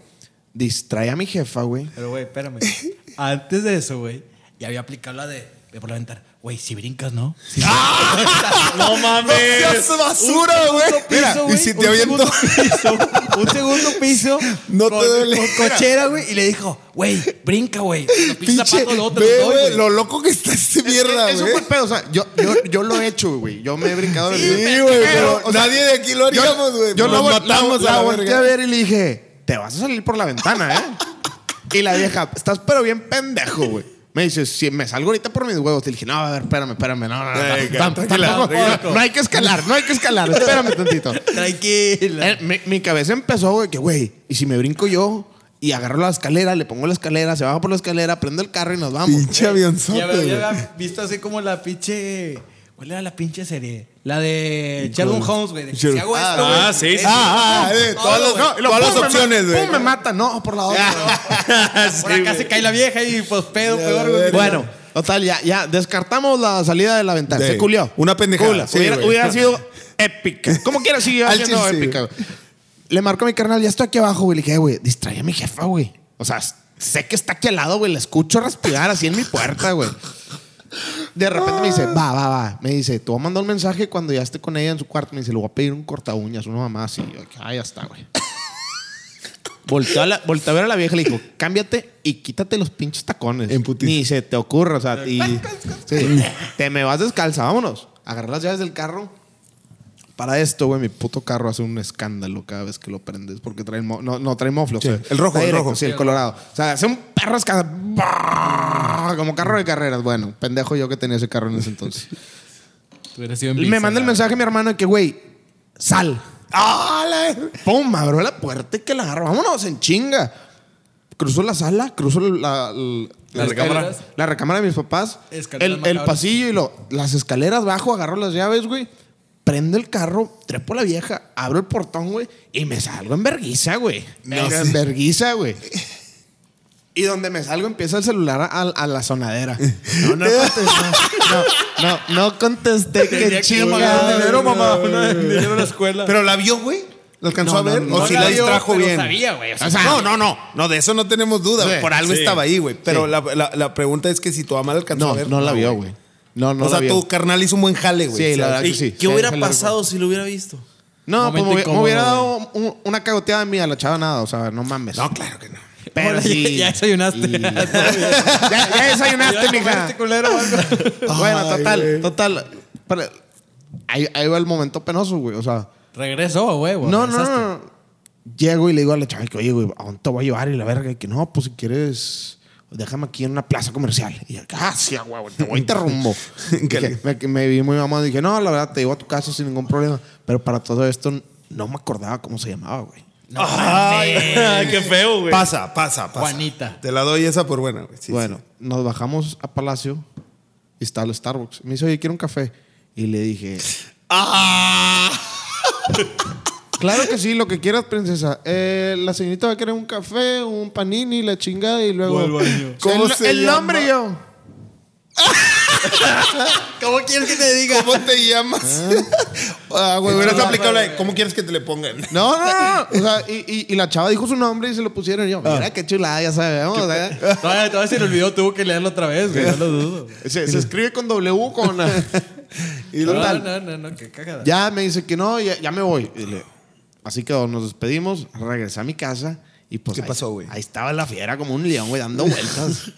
E: distrae a mi jefa, güey.
B: Pero, güey, espérame. Antes de eso, güey, ya había aplicado la de. Ve por la ventana. Güey, si brincas, ¿no? Si
A: [LAUGHS]
C: No mames.
A: seas basura, güey! Mira, y si te aviento.
B: Un segundo piso, un segundo [LAUGHS] piso
A: No te
B: con,
A: duele.
B: con cochera, güey. Y le dijo, güey, brinca, güey. Los pinches
A: Pinche,
B: zapatos, lo otro,
A: ve,
B: los doy,
A: güey,
B: güey.
A: lo loco que está este mierda,
E: Eso
A: güey.
E: fue el pedo, o sea, yo, yo, yo lo he hecho, güey. Yo me he brincado del
A: Sí, güey, pero
E: o sea,
A: nadie de aquí lo haríamos, güey.
E: Yo
A: Nos
E: lo vol-
A: matamos
E: la, la
A: a la
E: volteé a
A: verga.
E: ver y le dije, te vas a salir por la ventana,
A: [LAUGHS]
E: ¿eh? y la vieja, estás pero bien pendejo, güey. Me dice, si me salgo ahorita por mis huevos. Te dije, no, a ver, espérame, espérame. No, no, no.
A: Ay,
E: tam- tampoco- no hay que escalar, no hay que escalar. Espérame tantito.
B: Tranquila.
E: Eh, mi, mi cabeza empezó, güey, que, güey, y si me brinco yo y agarro la escalera, le pongo la escalera, se baja por la escalera, prendo el carro y nos vamos.
A: Pinche avionzote,
B: Ya, había-
A: güey.
B: ya había visto así como la pinche. ¿Cuál era la pinche serie? La de Sherlock Holmes, güey. de que Si
A: Sherlock-
B: hago esto, güey.
C: Ah, sí, sí.
A: Ah, ah, eh, todas las,
E: No, y lo-
A: todas las
E: pum, me
A: opciones,
E: ma-
A: güey.
E: pum, me mata, no, por la otra.
B: ah, Por acá se cae la vieja y pues pedo, peor, güey.
E: Bueno, total, ya, ya descartamos la salida de la ventana.
A: Sí.
E: Se culió.
A: Una pendejada,
E: Cula.
A: sí,
E: hubiera,
A: güey.
E: hubiera sido épica. Como quiera,
A: [LAUGHS]
E: siguió
A: Al
E: siendo
A: chile, sí,
E: épica. güey. Le marco a mi carnal, ya estoy aquí abajo, güey. Le dije, "Eh, güey, distrae a mi jefa, güey. O sea, sé que está aquí al lado, güey. Le escucho respirar así en mi puerta, güey. De repente me dice, va, va, va. Me dice, tú vas a mandar un mensaje cuando ya esté con ella en su cuarto. Me dice, le voy a pedir un corta uñas, una mamá así. Yo, ah, ya está, güey. Volteó a, la- volteó a ver a la vieja y le dijo, cámbiate y quítate los pinches tacones.
A: En putiza.
E: Ni se te ocurra, o sea, y, sí. te me vas descalza, vámonos. Agarrar las llaves del carro. Para esto, güey, mi puto carro hace un escándalo cada vez que lo prendes porque trae mo- no, no trae mofle. o
A: Sí,
E: sea,
A: el rojo,
E: trae
A: el
E: directo,
A: rojo.
E: Sí, el colorado. O sea, hace un perro escándalo. Como carro de carreras. Bueno, pendejo yo que tenía ese carro en ese entonces.
F: Tú hubieras sido en
E: me
F: Visa,
E: manda el
F: la-
E: mensaje mi hermano de que, güey, sal.
A: ¡Ah, la-
E: Pum, abrió la puerta y que la agarró. Vámonos en chinga. Cruzó la sala, cruzó la, la, la-
C: Las recámara.
E: el- la recámara de mis papás.
B: Escaleras
E: El, el
B: macabras.
E: pasillo y lo, las escaleras bajo, agarro las llaves, güey. Prendo el carro, trepo a la vieja, abro el portón, güey, y me salgo en verguiza, güey.
A: No
E: Pero
A: sé.
E: en verguiza, güey. Y donde me salgo empieza el celular a, a la sonadera. No, no contesté. [LAUGHS] No, no, no contesté.
B: Tenía
E: Qué
B: que ir a pagar
E: chingada.
B: dinero, mamá.
E: [LAUGHS]
B: una- Dinero a la escuela.
A: Pero la vio, güey. ¿La alcanzó
E: No,
A: a
E: no,
A: ver?
E: no,
A: ¿O
E: no
A: si
E: la
A: la
B: vio,
A: distrajo
B: pero
A: bien?
B: sabía, güey, o sea,
A: no, no, no. No, de eso no tenemos duda.
E: Sí,
A: güey. Por algo
C: sí.
A: estaba ahí, güey. Pero
E: Sí.
A: la, la- la pregunta es que si tu mamá la alcanzó a
E: No,
A: ver.
E: no la vio, güey. No, no
A: o sea,
E: la vio.
A: tu carnal hizo un buen jale, güey.
E: Sí,
A: O
E: la
A: sea,
E: verdad que
C: ¿Y
E: sí.
C: ¿Qué hubiera
E: Sí, fue largo.
C: pasado si lo hubiera visto?
E: No,
F: Momento
E: pues me hubiera, me
F: incómodo,
E: hubiera dado un- una cagoteada en mí a la chava nada, o sea, no mames.
A: No, claro que no.
E: pero
B: Hola, ya-
E: sí.
B: [LAUGHS] Ya desayunaste.
E: Y- ya, ya desayunaste, mija.
B: Este culero, güey.
E: [LAUGHS] Bueno, total,
A: güey.
E: total. Pero ahí, ahí va el momento penoso, güey. O sea,
B: Regresó, güey. güey,
E: no, no,
B: regresaste.
E: no, no. Llego y le digo a la chava que, oye, güey, ¿a dónde te voy a llevar? Y la verga, y que no, pues si quieres, déjame aquí en una plaza comercial. Y yo, ah, sí, a huevo, te voy y te rumbo. Dije, me, me vi muy mamado y dije, no, la verdad, te llevo a tu casa sin ningún problema. Pero para todo esto, no me acordaba cómo se llamaba, güey.
C: Ay, qué feo, güey.
A: Pasa, pasa, pasa.
B: Juanita.
A: Te la doy esa por buena, güey. Sí,
E: bueno, nos bajamos a Palacio y estaba el Starbucks. Me dice, oye, quiero un café. Y le dije, Claro que sí, lo que quieras, princesa. Eh, la señorita va a querer un café, un panini, la chingada y luego.
F: O al baño.
E: ¿Cómo
A: El-
E: el,
A: el nombre,
E: nombre yo?
B: ¿Cómo quieres que te diga?
A: ¿Cómo te llamas? ah, güey, hubieras aplicado la de, ¿Cómo quieres que te le pongan?
E: No, no, no. O sea, y, y- y la chava dijo su nombre y se lo pusieron. Y yo, mira qué chulada, ya sabemos. ¿eh?
F: Todavía, todavía se le olvidó, tuvo que leerlo otra vez, güey. No lo dudo.
E: Se, se escribe con W
A: [LAUGHS]
E: con. la- y
F: No,
E: total,
F: no, no, no, qué cagada.
E: Ya me dice que no, ya, ya me voy. Y le- así quedó, nos despedimos, regresé a mi casa y pues.
A: ¿Qué
E: ahí-
A: pasó, güey?
E: Ahí estaba la fiera como un león, güey, dando
A: [LAUGHS]
E: vueltas.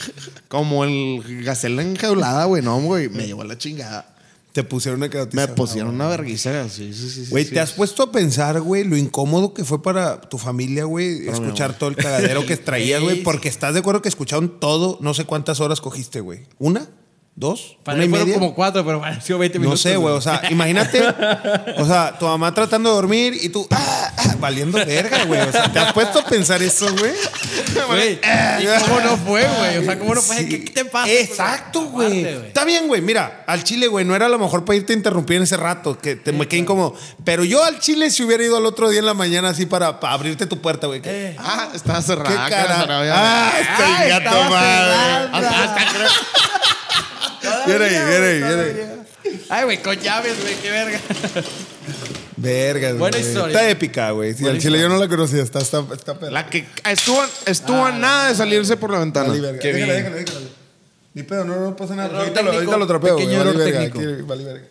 E: como el gacela enjaulada, güey, no, güey. Me llevó a la chingada.
A: Te pusieron una carotiza.
E: Me pusieron una vergüenza. Sí, sí, sí. sí,
A: Güey,
E: sí.
A: ¿te has puesto a pensar, güey, lo incómodo que fue para tu familia, güey, escuchar todo el cagadero
E: [LAUGHS]
A: que traías, güey? Porque estás de acuerdo que escucharon todo, no sé cuántas horas cogiste, güey. ¿Una? ¿Dos?
B: Para
A: ¿Una
B: mí
A: y
B: fueron
A: media?
B: como cuatro, pero bueno, han sido 20
A: No
B: minutos.
A: sé, güey. O sea, imagínate, o sea, tu mamá tratando de dormir y tú ah, ah, valiendo verga, güey. O sea, ¿te has puesto a pensar eso, güey?
B: Güey, ¿y cómo no fue, güey? O sea, ¿cómo no fue?
A: Sí.
B: ¿Qué, qué te pasa? pues?
A: Exacto, güey.
B: Aparte,
A: Está bien, güey. Mira, al Chile, güey, no era a lo mejor para irte a interrumpir en ese rato, que te me quedé incómodo. Pero yo al Chile si hubiera ido al otro día en la mañana así para, para abrirte tu puerta, güey. que-
E: Ah, estaba
A: ¿Qué
E: cerrada.
A: cara?
E: cara, había-
A: Ah, está
B: Eh. Ay,
A: gato
B: estaba
A: madre.
B: cerrada.
A: Viene ahí, viene ahí, viene ahí.
B: Ay, güey, con llaves, güey, qué verga.
A: Verga, güey.
B: Buena historia.
A: Está épica, güey. Sí, al Chile yo no la conocía. Está, está, está perra.
E: La que estuvo, estuvo
A: Ah,
E: a nada de salirse por la ventana.
A: Vale, verga.
C: Qué
A: Déjala,
C: bien.
A: déjala, déjala. Ni pedo, no, no pasa nada.
B: Error
A: Ahorita lo, ahorita
B: técnico,
A: lo trapeo, güey.
B: pequeño
A: Vale,
B: error
A: verga.
B: técnico.
A: aquí, vale, verga.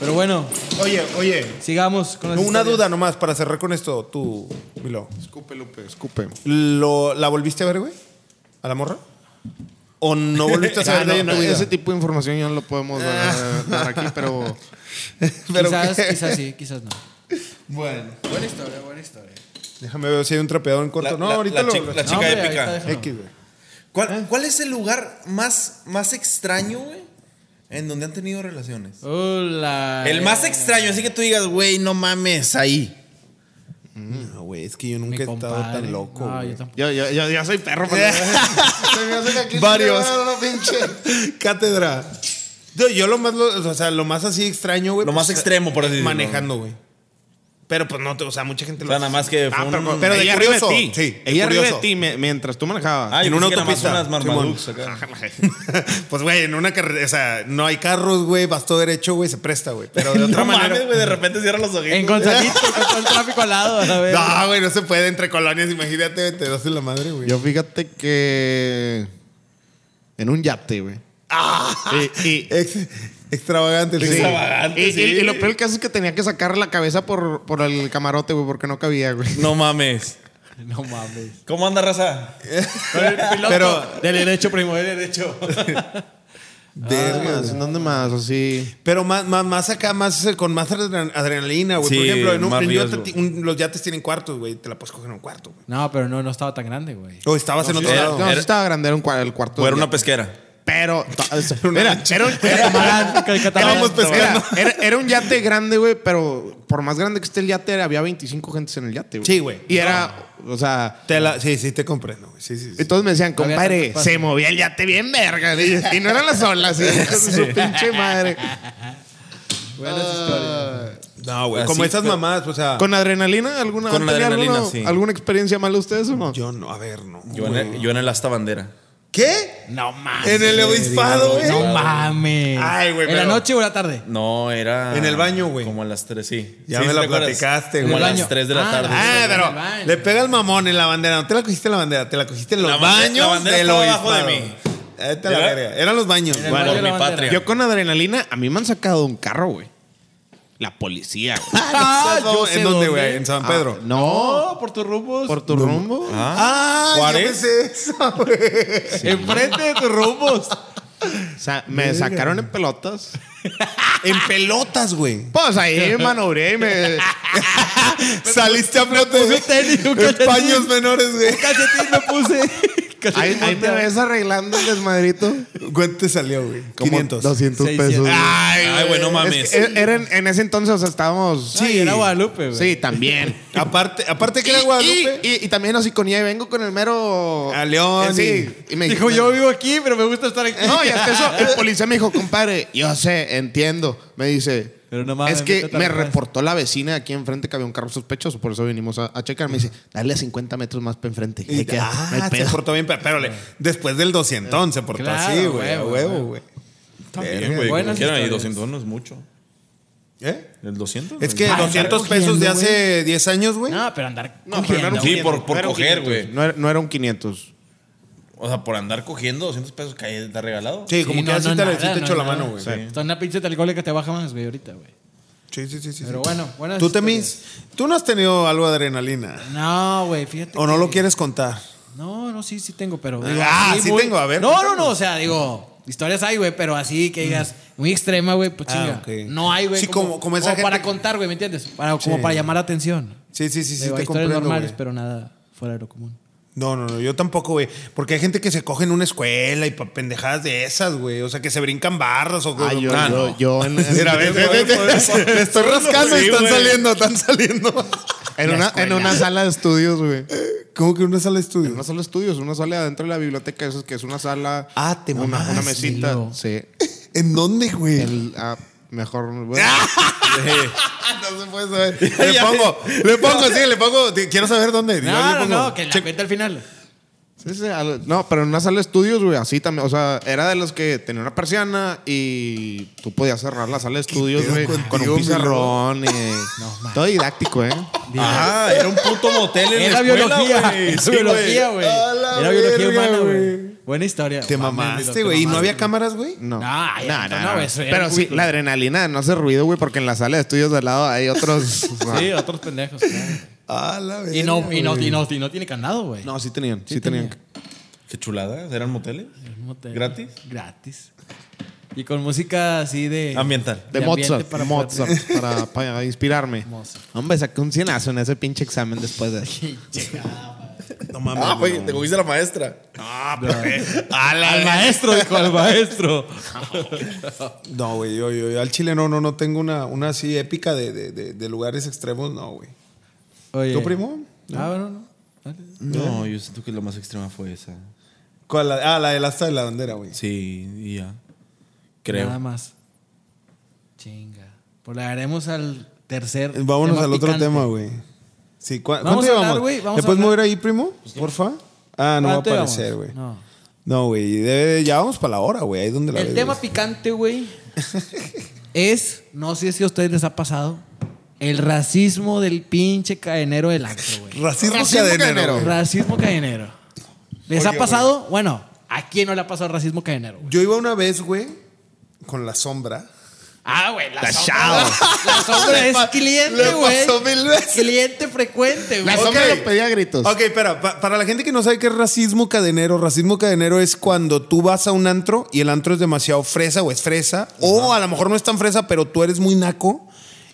B: Pero bueno,
A: Oye, oye.
B: sigamos con las
A: Una
B: historias.
A: duda nomás para cerrar con esto, tú, Milo.
E: Escupe, Lupe, escupe.
A: ¿Lo, ¿La volviste a ver, güey? ¿A la morra? ¿O no [LAUGHS] volviste a
E: Ah,
A: saber de
E: no,
A: ella en
E: no,
A: tu vida?
E: ese tipo de información ya no lo podemos dar, dar aquí, pero.
A: Pero
B: Quizás,
A: qué-
B: quizás sí, quizás no.
A: Bueno.
B: Buena historia, buena historia.
A: Déjame ver si hay un trapeador en corto.
C: La-
A: no,
C: la-
A: ahorita
C: la
A: lo...
C: chi-
A: lo-
C: la chica
B: hombre,
C: épica.
B: ahorita déjalo.
A: X, güey.
C: ¿Cuál, cuál es el lugar más, más extraño, güey? En donde han tenido relaciones.
B: Hola. eh,
C: El más extraño, así que tú digas, güey, no mames, ahí.
A: No, güey, es que yo nunca
B: Mi
A: he estado
B: compadre.
A: tan loco,
B: No,
A: güey.
B: yo tampoco.
E: Yo, yo, yo, yo soy perro, pero. Se me hace que aquí sí
A: Varios.
E: le va a dar una
A: [LAUGHS]
E: pinche-
A: Cátedra. Yo, yo lo más, lo- o sea, lo más así extraño, güey. pues,
C: Lo más extremo, por así decirlo.
A: Manejando, güey. Pero pues no, te- o sea, mucha gente
C: O
A: lo
C: sea, nada más que fue
A: Ah,
C: un-
A: pero, con- pero de
E: Ella arriba de
A: curioso.
E: ti.
A: Sí, de
E: Ella arriba de
A: curioso.
E: ti me- mientras tú manejabas.
C: Ah, yo
A: en una
C: pensé que nada más
A: autopista,
C: unas marmaduks acá.
A: [LAUGHS] pues, güey, en una carretera, o sea, no hay carros, güey, vas todo derecho, güey, se presta, güey. Pero
E: [LAUGHS]
A: de otra
C: [LAUGHS] No
A: manera.
C: mames, güey, de repente cierra los ojitos.
B: En Gonzalito, con todo el tráfico al lado, a la vez.
A: no, güey, no se puede entre colonias, imagínate, te das en la madre, güey.
E: Yo fíjate que. En un yate, güey. Ah. Y, y-
A: Ex- extravagante, el
E: sí.
A: sí.
C: Extravagante,
E: Y- y-
C: sí.
E: y lo peor que hace es que tenía que sacar la cabeza por, por el camarote, güey, porque no cabía, güey.
C: No mames.
B: No mames.
C: ¿Cómo anda, raza?
B: Con el piloto.
A: [LAUGHS]
E: Ah,
A: Pero-
B: Del derecho, primo, del derecho.
A: Verga,
E: Ah, ¿en ¿Dónde más? Así.
A: Pero más, más, más acá, más con más adren- adrenalina, güey. Por
C: Sí,
A: ejemplo, en un,
C: más
A: en yate
C: riesgo.
A: ti- un- los yates tienen cuartos, güey. Te la puedes coger en un cuarto, güey.
B: No, pero no, no estaba tan
A: [LAUGHS]
B: grande, güey.
A: O estabas en otro
C: sí,
A: lado.
E: No, sí
C: Era-
E: estaba grande, era un cua- el cuarto.
C: O era
E: del
C: una
E: yate.
C: pesquera.
E: Pero. Mira, [LAUGHS] era un-
B: El catamarán, el catamarán.
A: Estábamos pescando.
E: Era, era- era un yate grande, güey, pero por más grande que esté el yate, había 25 gentes en el yate, güey.
A: Sí, güey.
E: Y era, o sea.
A: Te la- sí, sí, te comprendo, güey. Sí, sí, sí.
E: Entonces me decían,
B: Había tanto
E: compadre,
B: espacio.
E: se movía el yate bien verga. Y, y no eran las olas, y con su pinche madre.
B: Buenas historias.
A: No, güey.
C: Así,
A: Como esas
C: pero-
A: mamás, o sea.
E: ¿Con adrenalina? ¿Alguna,
C: Con
E: han tenido
C: adrenalina,
E: alguno-
C: sí.
E: ¿Alguna experiencia mala ustedes o no?
A: Yo no, a ver, no.
C: Yo en, el, yo en el asta bandera.
A: ¿Qué?
B: No mames.
A: En el obispado, güey.
B: No mames.
A: Ay, güey,
B: ¿En la
A: pero-
B: noche o en la tarde?
C: No, era.
A: En el baño, güey.
C: Como a las 3, sí.
A: Ya
C: Sí,
A: me
C: sí
A: la
C: te acuerdas.
A: platicaste,
C: Como
A: güey.
C: a
B: En el baño.
C: las 3 de la
B: Ah,
C: tarde.
A: Ah,
B: en el
A: pero
B: baño.
A: le pega el mamón en la bandera. No te la cogiste en la bandera, te la cogiste en los
C: La bandera-
A: baños.
C: la bandera
A: del
C: estaba abajo de
A: obispado.
C: mí.
A: Ahí te la
C: ¿Era?
A: verga. Eran los baños.
B: En el
A: güey.
B: baño de
C: Por
B: la
C: mi
B: bandera.
C: patria.
E: Yo con adrenalina, a mí me han sacado de un carro, güey. La policía, güey.
B: Ah, yo sé
A: ¿En dónde,
B: dónde.
A: güey? En San Pedro.
E: Ah, no,
F: por tus rumbos.
E: por tu rumbo.
A: Ah, yo
C: ¿Juárez?
A: pensé eso, güey.
B: Enfrente [LAUGHS] de tus rumbos.
E: O sea, me sacaron en pelotas.
A: En pelotas, güey.
E: Pues ahí maniobré y [LAUGHS] me.
A: Saliste a flote.
B: un tenis, un
A: en
B: calcetín.
A: paños menores, güey.
B: Calcetín me
A: [LAUGHS]
B: puse.
E: Ahí,
B: Calcetín
E: ahí me
B: volteado.
E: ves arreglando el desmadrito.
A: ¿Cuánto te salió, güey?
E: Como
A: 500.
E: 200
B: 600.
E: pesos.
A: Ah,
C: Ay, güey, no mames.
E: Es que e- era en, en ese entonces, o sea, estábamos.
B: Sí, era Guadalupe, güey.
E: Sí, también.
A: Aparte, aparte que era Guadalupe.
E: Y, y- y también así con ella vengo con el mero.
A: A León,
E: Eh, Sí. Y me
B: Dijo, yo
A: [LAUGHS]
B: vivo aquí, pero me gusta estar aquí.
E: No, y hasta eso, el policía me dijo, compadre, yo sé, entiendo. Me dice,
F: Pero no mames,
E: es que
F: vete a
E: me
F: trabajar.
E: reportó la vecina aquí enfrente que había un carro sospechoso, por eso vinimos a, a checar. Me dice, dale a 50 metros más para enfrente.
A: Y-
E: Ahí queda, no hay
A: ah, se [LAUGHS]
E: pedo.
A: portó bien, pero, pero le- después del 200 se portó
B: Claro,
A: así, güey. a
B: huevo,
A: Huevo, güey.
C: También,
A: Verga,
C: güey. como
B: buenas
C: quieran, y
B: historias.
C: 200 no es mucho.
A: ¿Eh?
C: ¿El 200?
A: Es que
B: Ah,
A: 200
B: está
A: pesos de
B: cogiendo,
A: hace 10 años, güey.
B: No, pero andar
E: No, pero
B: cogiendo,
E: no era un
C: Sí,
B: güey.
C: por, por
E: No era un
C: coger,
E: 500,
C: güey.
E: No, era- no era un 500.
C: O sea, por andar cogiendo 200 pesos que ahí te ha regalado.
A: Sí, como
B: Sí,
A: que
B: no,
A: así
B: no,
A: te
B: nada,
A: le sí te
B: no,
A: echo la
B: nada.
A: mano, güey.
B: Sí. Está una pinche talcólica que te baja más, güey, ahorita, güey.
A: Sí, sí, sí, sí.
B: Pero
A: sí.
B: bueno, buenas
A: ¿Tú te
B: historias.
A: Tú no has tenido algo de adrenalina.
B: No, güey, fíjate.
A: ¿O no lo
B: que-
A: quieres contar?
B: No, no, sí, sí tengo, pero.
A: Ah, sí tengo, a ver,
B: No, no,
A: cuéntanos. Mm.
B: no, o sea, digo, historias hay, güey, pero así que digas, muy extrema, güey, pues
A: Ah,
B: chinga.
A: ok.
B: No hay, güey.
A: Sí, como- como esa gente
B: para
A: que-
B: contar, güey, ¿me entiendes? Para,
A: Sí.
B: Como para llamar la atención.
A: Sí, sí, sí, sí,
B: Digo, hay
A: te
B: historias
A: comprendo,
B: normales,
A: güey.
B: pero nada fuera de lo común.
A: No, no, no, yo tampoco, güey. Porque hay gente que se coge en una escuela y pa- pendejadas de esas, güey. O sea, que se brincan barras o
E: Ah, yo,
A: Ah,
E: yo,
A: no.
E: yo
A: [LAUGHS]
E: en, en-
A: Mira, ve, ve, ve, ve. Me estoy rascando y
C: Sí,
A: están
C: güey.
A: saliendo, están saliendo.
E: en una, en una sala de estudios, güey.
A: ¿Cómo que una sala de estudio?
E: Una sala de estudios, una sala adentro de la biblioteca, eso es que es una sala.
A: Ah, te
E: una, una
A: mamaste.
E: mesita.
B: Dilo.
E: Sí.
A: ¿En dónde, güey?
E: El- ah, mejor.
A: [LAUGHS]
E: bueno.
A: Ah. No se puede [LAUGHS] saber. Le pongo, le pongo, sí, le pongo. te- Quiero saber dónde. Yo le
B: No, no,
A: pongo.
B: no, que la cuenta al final.
E: Sí, sí, al- no, pero en una sala de estudios, güey, así también. O sea, era de los que tenía una persiana y tú podías cerrar la sala de estudios,
A: pedo
E: güey,
A: contigo,
E: con
A: mi
E: un pizarrón. y-
B: No,
E: todo didáctico, ¿eh?
C: Ah, era un puto motel en la
B: Era
C: escuela,
B: biología.
C: güey.
B: [LAUGHS] Era
C: Sí,
B: biología, güey.
A: A la
B: Era biología
A: verga,
B: humana,
A: güey.
B: güey. Buena historia.
A: Te
B: Mames,
A: mamaste,
B: te
A: güey. ¿Y no
B: mamaste.
A: había cámaras, güey?
E: No.
B: No, ay,
E: no,
B: no,
E: no,
B: no,
E: no.
B: eso era
E: Pero
B: un
E: sí,
B: cubículo.
E: la adrenalina de no hacer ruido, güey, porque en la sala de estudios de al lado hay otros.
B: Sí, otros
A: [LAUGHS]
B: pendejos. claro.
A: A la verga,
B: Y no, y no,
A: güey.
B: y no, y no tiene candado, güey.
E: No, sí tenían, sí,
B: Sí
E: tenían.
B: tenía.
C: Qué chulada, eran moteles.
B: No te-
C: ¿Gratis?
B: Gratis. Y con música así de.
C: Ambiental.
E: De,
B: De ambiente
E: Mozart,
B: para-
E: Mozart, para, para inspirarme.
B: Mozart.
E: Hombre, saqué un cienazo en ese pinche examen después de
A: No mames.
C: Ah,
A: güey.
C: güey, te cogiste a la maestra.
B: eh.
A: [LAUGHS] A la
F: Al maestro, dijo al maestro.
A: No, güey, yo, yo, yo al Chile no, no, no tengo una, una así épica de, de, de, de lugares extremos, no, güey.
B: Oye.
A: ¿Tu primo?
B: Ah, bueno, no. Dale.
C: No, yo siento que la más extrema fue esa.
A: ¿Cuál? La- Ah, la del asta de la bandera, güey.
C: Sí, y ya. Creo.
B: Nada más. Chinga. Pues le haremos al tercer.
A: Eh, Vámonos al otro
B: picante.
A: tema, güey. Sí, ¿cu-
B: Vamos
A: ¿cuánto
B: a hablar,
A: llevamos?
B: güey, vamos a
A: ¿Después
B: hablar.
A: mover ahí, primo? Porfa. Ah, no va a
B: ¿Cuánto llevamos?
A: aparecer, güey.
B: No.
A: No, güey, debe de- ya vamos para la hora, güey. Ahí donde la
B: El
A: ves,
B: tema
A: güey. [LAUGHS]
B: picante, güey, es, no sé si a ustedes les ha pasado, el racismo del pinche cadenero del acto, güey.
A: Racismo,
E: Racismo
A: cadenero,
E: cadenero.
A: güey.
B: Racismo cadenero. ¿Les
A: Oye,
B: ha pasado? Bueno, ¿a quién no le ha pasado racismo cadenero, güey?
A: Yo iba una vez, güey, con la sombra.
B: Ah, güey, la sombra.
E: Tachado.
B: La sombra es cliente,
A: le
B: güey.
A: pasó mil veces.
B: Cliente frecuente, güey.
E: La
A: Ok.
E: sombra lo pedía a gritos.
A: Ok, espera, pa- para la gente que no sabe qué es racismo cadenero, racismo cadenero es cuando tú vas a un antro y el antro es demasiado fresa o es fresa, o a lo mejor no es tan fresa, pero tú eres muy naco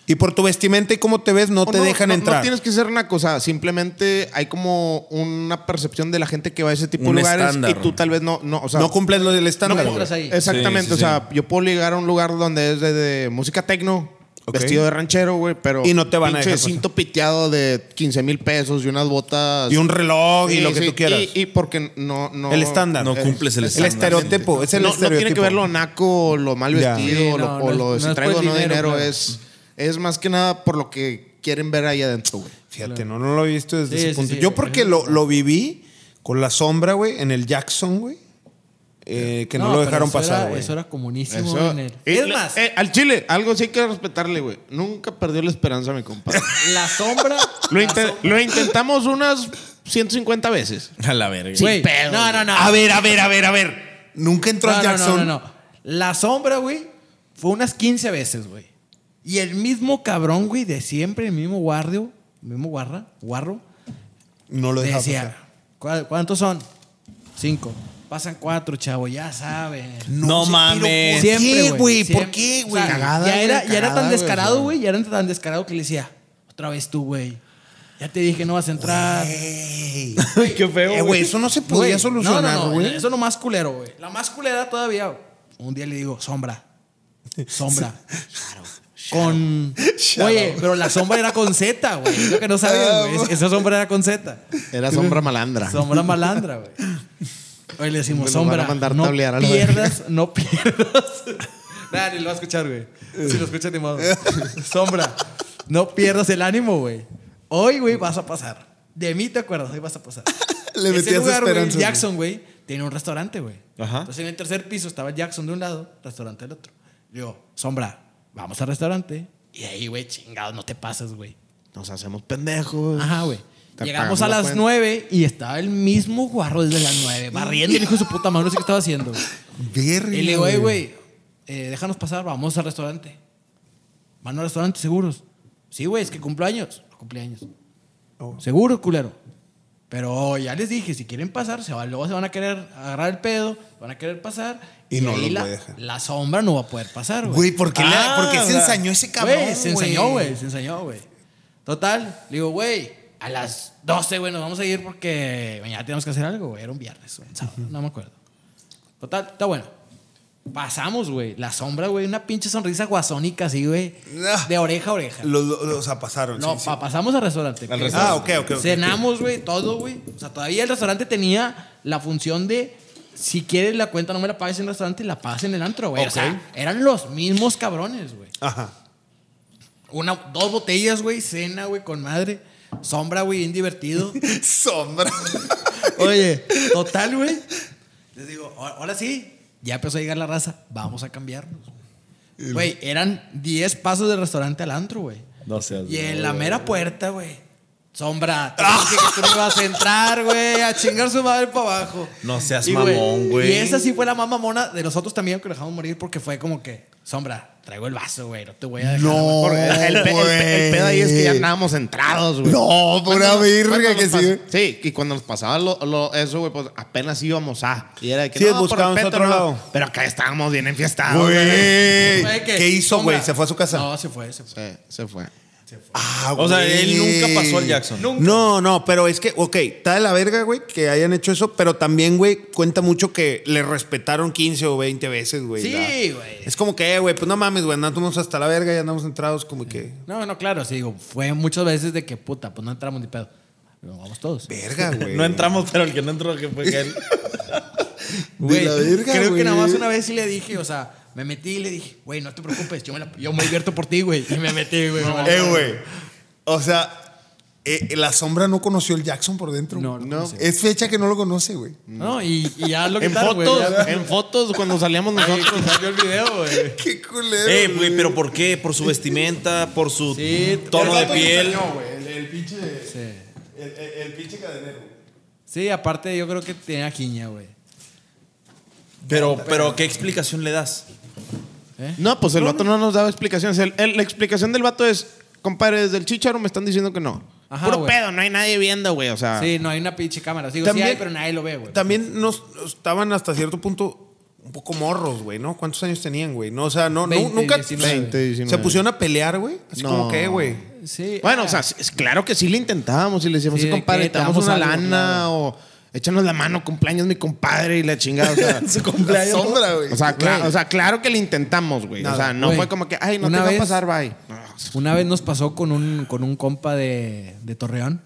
A: y por tu vestimenta y cómo te ves no
E: O
A: te dejan
E: no,
A: entrar.
E: No tienes que ser una cosa, simplemente hay como una percepción de la gente que va a ese tipo
C: Un
E: de lugares
C: estándar.
E: y tú tal vez no, no, o sea,
A: no cumples lo del
B: No
A: estándar.
B: entras
A: güey.
B: ahí.
E: exactamente,
C: Sí, sí,
E: o sea, yo puedo llegar a un lugar donde es de, de música tecno,
A: Ok.
E: vestido de ranchero, güey, pero
A: Y no te van a
E: pinche
A: dejar pasar.
E: cinto piteado de 15 mil pesos y unas botas
A: y un reloj y
E: Sí,
A: lo que
E: sí,
A: tú quieras.
E: Y, y porque no, no
A: el estándar.
C: No
A: Eh,
C: cumples el estándar.
A: estereotipo, es el
E: no, no
A: estereotipo.
E: tiene que ver lo naco, o lo mal
A: Ya.
E: vestido,
B: Sí,
E: o lo,
B: no,
E: o
B: no es-
E: lo-
B: no
E: si
B: es
E: traigo o
B: por
E: no dinero,
B: dinero, pues. claro.
E: es, es más que nada por lo que quieren ver ahí adentro, güey.
A: Fíjate, no, no lo he visto desde
B: Sí,
A: ese
B: sí,
A: punto.
B: sí,
A: Yo
B: por
A: porque lo, lo viví con la sombra, güey, en el Jackson, güey. eh, que no, lo
B: pero
A: dejaron
B: eso
A: pasar,
B: era-
A: güey.
B: Eso era comunísimo
E: Eso-
B: en el-
E: Eh,
B: Es más,
E: eh, al Chile, algo sí hay que respetarle, güey. Nunca perdió la esperanza, mi compadre.
B: la sombra...
E: lo, [LAUGHS]
B: la
E: inte-
B: sombra-
E: lo intentamos unas 150 veces.
C: A la verga.
B: Güey, no, no, no.
A: A ver, a ver, a ver, a ver. Nunca entró
B: No,
A: al
B: no, no,
A: Jackson.
B: no, no. La sombra, güey, fue unas 15 veces, güey. Y el mismo cabrón, güey, de siempre, el mismo guardio, el mismo guarra, guarro,
A: No lo dejaba
B: decía,
A: pasar.
B: "¿Cuál- ¿cuántos son? Cinco. Pasan cuatro, chavo, ya saben.
C: No
A: sí,
C: mames.
A: pero ¿Por qué, güey? ¿Por
B: Siempre.
A: qué,
B: O
A: güey?
B: sea,
E: Cagada,
B: ya,
E: güey,
B: era, ya era
E: cagada,
B: tan
E: güey, o
B: descarado,
E: sea.
B: güey, ya era tan descarado que le decía, otra vez tú, güey. Ya te dije, no vas a entrar.
A: [LAUGHS] Ey.
C: Qué feo.
A: Eh, güey, eso no se podía
B: Güey,
A: solucionar,
B: no, no, no,
A: güey.
B: Eso no más culero, güey. La más culera todavía. güey. Un día le digo, sombra. Sombra. [LAUGHS]
E: [LAUGHS]
B: Con. Oye, pero la sombra era con Z, güey. Es Lo que no
A: Ah,
B: sabías, güey. Es- Esa sombra era con Z.
E: Era sombra malandra.
B: Sombra malandra, güey. Hoy le decimos
E: Nos van a
B: sombra.
E: mandar
B: no
E: tablear a la
B: pierdas, no pierdas. Nah, ni lo va a escuchar, güey. Si lo escuchas, ni modo. Sombra, no pierdas el ánimo, güey. Hoy, güey, vas a pasar. De mí te acuerdas, hoy vas a
E: [LAUGHS]
B: pasar.
A: Le
B: Ese
A: metías
B: lugar, güey,
A: esperanza, güey.
B: Jackson, güey, tiene un restaurante, güey.
C: Ajá.
B: Entonces, en el tercer piso estaba Jackson de un lado, restaurante del otro. Le digo, Sombra, vamos al restaurante. Y de ahí, güey, chingado, no te pasas, güey.
E: Nos hacemos pendejos.
B: Ajá, güey.
E: Te
B: Llegamos a
E: pagamos la
B: las
E: cuenta.
B: 9 y estaba el mismo guarro desde las 9, barriendo el hijo de su puta madre, no sé qué estaba haciendo. güey.
A: Verga,
B: Y le digo, "Ey, güey, eh, déjanos pasar, vamos al restaurante. Van al restaurante, seguros. Sí, güey, es que cumpleaños. Cumpleaños.
A: Oh.
B: Seguro, culero. Pero ya les dije, si quieren pasar, se va- luego se van a querer agarrar el pedo, van a querer pasar.
A: Y no
B: ahí
A: los
B: la,
A: voy a dejar.
B: la sombra no va a poder pasar, güey.
A: Güey, ¿por qué, le-
C: Ah,
A: por qué se
C: la-
A: ensañó ese cabrón?
B: Güey, se enseñó, güey, se enseñó, güey. Total, le digo, güey, a las 12, güey, nos vamos a ir porque mañana tenemos que hacer algo, güey. Era un viernes, un sábado, no me acuerdo. Total, está bueno. Pasamos, güey. La sombra, güey, una pinche sonrisa guasónica así, güey.
A: No.
B: De oreja a oreja.
A: Los, los- o sea, pasaron.
B: No,
A: sí, sí.
B: pa- pasamos al restaurante.
C: Al
B: Que-
C: restaurante.
A: Ah, ok, ok. ok.
B: Cenamos, güey, todo, güey. O sea, todavía el restaurante tenía la función de si quieres la cuenta, no me la pagues en el restaurante, la pagas en el antro, güey. O
A: Ok.
B: sea, eran los mismos cabrones, güey.
A: Ajá.
B: Una, dos botellas, güey, cena, güey, con madre. Sombra, güey, bien divertido.
A: [LAUGHS] Sombra.
B: [LAUGHS] Oye, total, güey. Les digo, "Ah- ahora sí, ya empezó a llegar la raza, vamos a cambiarnos. Güey, eran 10 pasos del restaurante al antro, güey.
C: No seas.
B: Y en la mera puerta, güey.
A: [LAUGHS]
B: Sombra, te dije que tú no ibas a entrar, güey, a chingar su madre para abajo.
C: No seas
B: Y,
C: mamón, güey.
B: Y esa sí fue la más mamona de nosotros también que lo dejamos morir porque fue como que, Sombra, traigo el vaso, güey, no te voy a dejar.
A: No,
E: Porque el, pe- el pe- el pedo ahí es que ya andábamos entrados, güey.
A: No, pura
E: Cuando- cuando
A: virga
E: nos
A: que
E: pas-
A: sí.
E: Sí, y cuando nos pasaba lo, lo- eso, güey, pues apenas íbamos a. Y era de que
A: Sí,
E: no, por
A: buscábamos
E: respeto,
A: otro
E: no,
A: lado.
E: Pero acá estábamos bien enfiestados. güey.
A: Güey.
B: Fue que,
A: ¿Qué hizo, güey?
B: Sombra,
A: ¿Se fue a su casa?
B: No, se fue, se fue.
E: Sí, se fue.
A: Ah,
C: O sea, él
A: güey.
C: nunca pasó al Jackson. Nunca.
A: No, no, pero es que, ok, está de la verga, güey, que hayan hecho eso, pero también, güey, cuenta mucho que le respetaron 15 o 20 veces, güey.
B: Sí,
A: la-
B: güey.
A: Es como que, eh, güey, pues no mames, güey, andamos hasta la verga y andamos entrados como que...
B: No, no, claro, sí, digo, fue muchas veces de que puta, pues no entramos ni pedo. Pero vamos todos.
A: Verga, güey.
C: [LAUGHS] No entramos, pero el que no entró que fue que él.
A: de la verga,
B: creo
A: güey.
B: que nada más una vez sí le dije, o sea, me metí y le dije, güey, no te preocupes, yo me, la, yo me divierto por ti, güey. Y me metí, güey. me valió.
A: Eh, güey. O sea, eh, la sombra no conoció el Jackson por dentro.
B: No, no
A: no.
B: conocí.
A: Es fecha que no lo conoce, güey. [LAUGHS]
B: No, y, y ya lo
E: En
B: quitaron, güey.
E: fotos,
B: ya-
E: en fotos cuando salíamos nosotros.
B: Salió el video, güey.
A: Qué culero.
C: Eh, güey, pero ¿por qué? Por su vestimenta, por su
B: Sí,
C: tono de
A: El vato que
C: piel.
A: enseñó, güey, El, el pinche.
B: Sí.
A: El, el- el pinche cadenero.
B: Sí, aparte yo creo que tenía quiña, güey.
C: Pero, pero, ¿qué explicación le das?
E: No, pues el vato no nos daba explicaciones. El- el- la explicación del vato es, compadre, desde el chicharo me están diciendo que no.
B: Ajá,
E: Puro
B: güey.
E: pedo, no hay nadie viendo, güey. O sea,
B: Sí, no hay una pinche cámara. Digo,
A: Ah. También-
B: sí hay, pero nadie lo ve, güey.
A: También nos nos estaban hasta cierto punto un poco morros, güey, ¿no? ¿Cuántos años tenían, güey? No, o sea, no, no-
B: 20,
A: nunca
B: 19.
E: 20, 19.
A: se pusieron a pelear, güey. Así
E: No.
A: como que, güey.
B: Sí.
E: Bueno,
B: ah,
E: o sea, sí, es claro que sí le intentábamos y le decíamos,
B: Sí,
E: sí,
B: de
E: compadre,
B: que
E: te
B: te
E: damos
B: damos
E: una
B: algo,
E: lana
B: claro.
E: o échanos la mano, cumpleaños, mi compadre, y la chingada. O sea,
A: Su cumpleaños. La sombra, güey.
E: o, sea, cla-
B: Güey.
E: o sea, claro que le intentamos, güey. O
A: Nada.
E: sea, no
B: Güey,
E: fue como que, ay, no
B: una
E: te va
B: vez-
E: a pasar, bye.
B: Una vez nos pasó con un, con un compa de, de Torreón.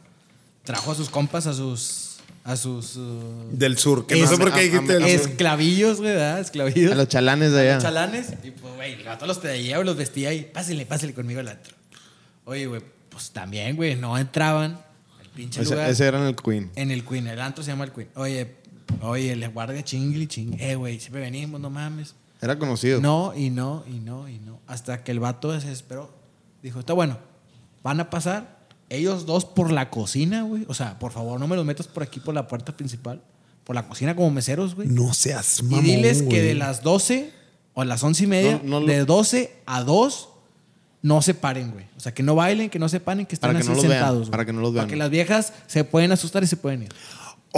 B: Trajo a sus compas, a sus. a sus. uh,
A: Del sur, que no
B: es-
A: sé por qué
E: a-
A: dijiste
E: a-
A: del sur.
B: esclavillos, güey, ¿verdad? Esclavillos.
E: A los chalanes de allá.
B: chalanes. Y pues, güey, el gato los pedía, güey, los vestía y pásenle, pásenle conmigo al antro. Oye, güey, pues también, güey, no entraban al pinche
E: Ese,
B: lugar.
E: ese era en el Queen.
B: En el Queen, el antro se llama el Queen. Oye, oye, el guardia chingue y chingue. Eh, güey, siempre venimos, no mames.
E: Era conocido.
B: No, y no, y no, y no. Hasta que el vato se desesperó. Dijo, está bueno, van a pasar ellos dos por la cocina, güey. O sea, por favor, no me los metas por aquí, por la puerta principal. Por la cocina como meseros, güey.
A: No seas
B: y
A: mamón,
B: diles
A: güey.
B: que de las 12 o las 11 y media,
E: No, no lo-
B: de 12 a 2, no se paren, güey. O sea, que no bailen, que no se paren, que estén
E: Para que
B: así
E: no los vean,
B: sentados. güey.
E: para que no los vean.
B: Para que las viejas se pueden asustar y se pueden ir.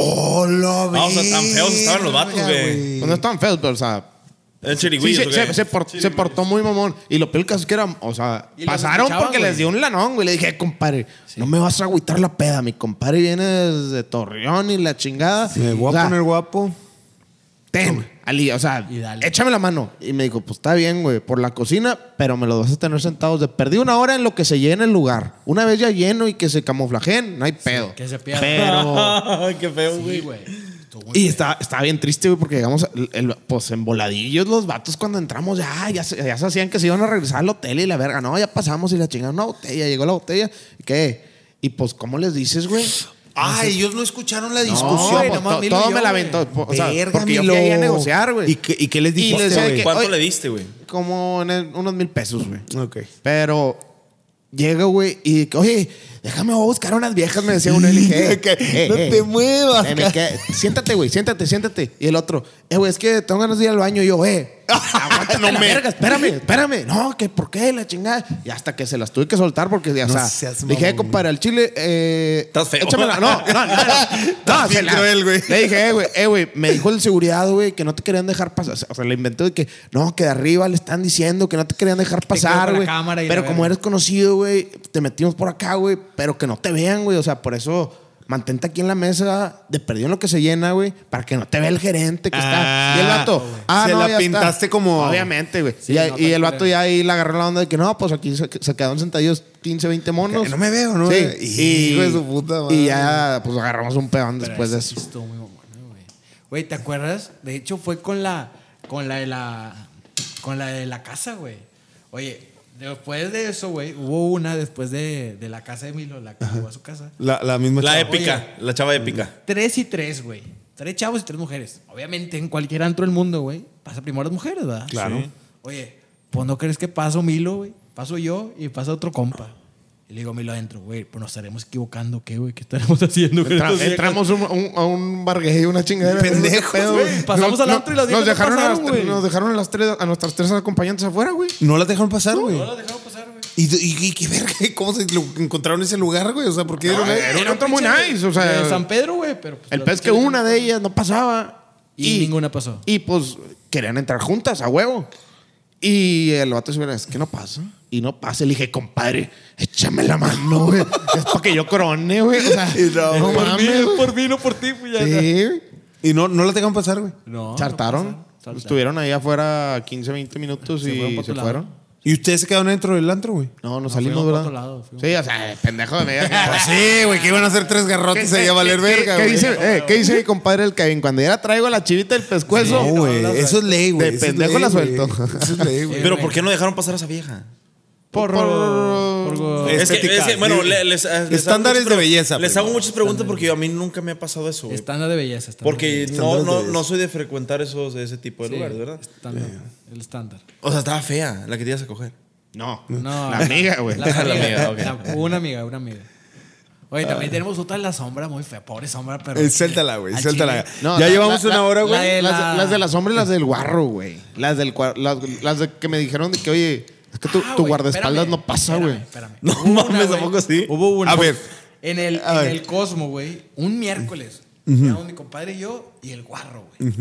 A: Hola, güey.
C: Ah, o sea, tan feos estaban los vatos, güey.
E: Pues no estaban feos, pero, o sea.
C: El
E: Sí,
C: chirigüillo.
E: se, se- se por- se portó muy mamón. Y lo peor que es que era, o sea,
B: Y los
E: pasaron
B: escuchaban,
E: porque
B: güey.
E: les dio un lanón, güey. Le dije, "Eh, compadre, no me vas a agüitar la peda. Mi compadre viene desde Torreón y la chingada.
A: Me voy
E: O
A: a
E: sea,
A: poner guapo.
E: ten, Ali, o sea,
B: Y dale.
E: échame la mano. Y me dijo, pues está bien, güey, por la cocina, pero me los vas a tener sentados de perdí una hora en lo que se llena el lugar. Una vez ya lleno y que se camuflajen, no hay pedo.
B: que se pierda.
E: Pero,
C: qué feo,
B: Sí,
C: güey.
B: güey. Estuvo
E: Y estaba, estaba bien triste, güey, porque llegamos, el- el- pues en voladillos los vatos cuando entramos, ya, ya, se- ya se hacían que se iban a regresar al hotel y la verga, no, ya pasamos y la chingaron una botella, llegó la botella, ¿y qué? Y pues, ¿cómo les dices, güey?
A: Ah, ellos no escucharon la
E: No,
A: discusión.
E: pues,
B: nomás
E: to-
B: Milo y
E: todo
B: yo,
E: me la
B: güey.
E: aventó. po- O sea,
A: Verga,
E: porque yo
A: Milo.
E: quería negociar, güey.
A: ¿Y qué, y qué les dijiste,
E: decía
A: güey?
E: que-
C: ¿Cuánto
E: Oye.
C: le diste, güey?
E: Como en el- unos mil pesos, güey.
A: Ok.
E: Pero llega, güey, y que, oye, déjame voy a buscar unas viejas, me decía uno. Y le dije,
A: Que
E: "Eh,
A: [LAUGHS] no
E: eh,
A: te muevas,
E: eh, me
A: ca-
E: quedé, siéntate, güey, siéntate, siéntate. Y el otro, eh, güey, es que tengo ganas de ir al baño. Y yo, eh, aguántate
A: [LAUGHS] No
E: la
A: me-
E: verga, espérame, espérame. No, que por qué, la chingada. Y hasta que se las tuve que soltar porque, ya,
A: No
E: o sea,
A: seas
E: le dije,
A: mamón.
E: "Eh, compadre, al chile, eh.
C: Estás feo.
E: Échamela. No, no,
A: [LAUGHS]
E: no. No,
A: Estás bien
E: se la-
A: cruel, güey.
E: Le dije, eh, güey, eh, güey, me dijo el seguridad, güey, que no te querían dejar pasar. O sea, le inventó de que, no, que de arriba le están diciendo que no te querían dejar
B: quedo con
E: pasar,
B: la
E: güey.
B: cámara y la
E: Pero como
B: verga.
E: eres conocido, güey, te metimos por acá, güey, pero que no te vean, güey. O sea, por eso mantente aquí en la mesa, de perdido en lo que se llena, güey, para que no te vea el gerente que
A: Ah,
E: está. Y el vato, ah,
A: se
E: no,
A: la
E: ya está.
A: pintaste como-
E: Obviamente, güey.
B: Sí,
E: y,
B: no,
E: y el
B: tranquila.
E: vato ya ahí le agarró la onda de que no, pues aquí se, se quedaron sentaditos 15, 20 monos.
A: Que no me veo, ¿no?
E: Sí.
A: Hijo de su puta madre.
E: Y ya, pues agarramos un peón después de
B: Pero esa
E: eso.
B: sí estuvo muy mamona, güey. Güey, ¿te acuerdas? De hecho, fue con la. Con la de la. Con la de la casa, güey. Oye, después de eso, güey, hubo una después de, de la casa de Milo, la que llegó a su casa.
A: La, la misma
C: La
A: chava.
C: épica, la chava épica.
B: Tres y tres, güey. Tres chavos y tres mujeres. Obviamente, en cualquier antro del mundo, güey, pasa primero las mujeres, ¿verdad?
A: Claro.
C: Sí.
B: Oye, pues no crees que paso Milo, güey. Paso yo y pasa otro compa. Y le digo a Milo adentro, güey, pues nos estaremos equivocando, ¿qué, güey? ¿Qué estaremos [LAUGHS] haciendo? güey?
E: Entra-
B: Entonces,
E: entramos un- un- a un bar gay, una chingadera.
A: Pendejos,
E: Pedo,
A: güey.
E: güey.
B: Pasamos
E: No,
B: al
E: no,
B: antro y las
E: nos
B: viejas no
E: dejaron, a las
B: pasaron,
E: tre-
B: güey.
E: nos dejaron a, las tres, a nuestras tres acompañantes afuera, güey.
A: No las dejaron pasar, güey.
B: No la dejaron pasar, güey.
A: ¿Y, y, y qué verga? ¿Cómo se lo encontraron ese lugar, güey? O sea, ¿por qué dieron
E: era un antro muy
B: pinche
E: nice, o
B: de-
E: sea,
B: de San Pedro, güey, pero. pues,
E: El
B: la
E: pez que
B: pinche-
E: una de ellas no pasaba.
B: Y ninguna pasó.
E: Y pues querían entrar juntas, a huevo. Y el vato se hubiera, es que no pasa. Y no pasa. Le dije, compadre, échame la mano, güey. es para que yo corone, güey. O sea,
A: Y no,
E: no
A: por
E: mames, güey.
B: por mí, no por ti, güey. ya-
E: Sí.
A: Y no, no las dejaron pasar, güey.
B: No.
E: Chartaron. Pues
B: no pasa, salta.
E: Estuvieron ahí afuera 15, 20 minutos
B: Se
E: y
B: fueron pa' otro
E: se
B: lado.
E: fueron.
A: ¿Y ustedes se quedaron dentro del antro, güey?
E: No, nos
B: No,
E: salimos,
B: fuimos pa'
E: ¿verdad?
B: Ah, otro lado, fuimos
E: sí, o sea, pendejo de media.
B: [LAUGHS]
A: Pues sí, güey, que iban a hacer tres garrotes ahí a valer verga,
E: ¿Qué
A: güey.
E: dice, eh, ¿Qué dice mi compadre el Kevin? Cuando ya la traigo a la chivita del pescuezo.
A: No, güey, eso es ley, güey.
E: De
A: eso es
E: pendejo
A: ley,
E: la
A: güey.
E: suelto.
A: Eso es ley,
E: [LAUGHS]
A: güey.
C: Pero ¿por qué no dejaron pasar a esa vieja?
E: por, por-
C: Es que,
A: Estética.
C: es que, bueno,
A: Sí.
C: le- les, ah, les hago
A: Estándares
C: muchas
A: de
C: pre-
A: belleza,
C: Les
A: primo.
C: hago muchas preguntas porque yo- a mí nunca me ha pasado eso, güey.
B: Estándar de belleza. estándar de
C: Porque
B: belleza.
C: no,
A: Estándares de
C: no,
A: belleza.
C: no soy de frecuentar esos, ese tipo de
B: Sí,
C: lugares, ¿verdad?
B: estándar, El estándar.
C: O sea, estaba fea la que te ibas a coger.
E: No,
B: No,
E: [LAUGHS] la amiga, güey.
B: La
C: La
B: amiga,
C: amiga, ok.
B: la- una amiga, una amiga. Oye, también
E: Ah.
B: tenemos otra en la sombra, muy fea. Pobre sombra, pero.
A: Eh, Suéltala, güey,
B: Al
A: suéltala.
B: chile.
E: No,
A: ya
E: la-
A: llevamos
E: la-
A: una
E: la-
A: hora,
B: la
A: güey.
B: de-
E: las, las de la sombra y las del guarro, güey. Las del cua- las, las de que me dijeron de que, oye, es que tu,
B: Ah,
E: tu
B: güey,
E: guardaespaldas
B: espérame,
E: no pasa,
B: espérame,
E: güey.
B: espérame.
C: No
B: Hubo una,
C: mames,
B: güey.
C: ¿a poco sí?
B: Hubo una.
A: A ver.
B: En el,
A: A
B: en
A: ver.
B: el Cosmo, güey, un miércoles. Estábamos mi compadre y yo y el guarro, güey.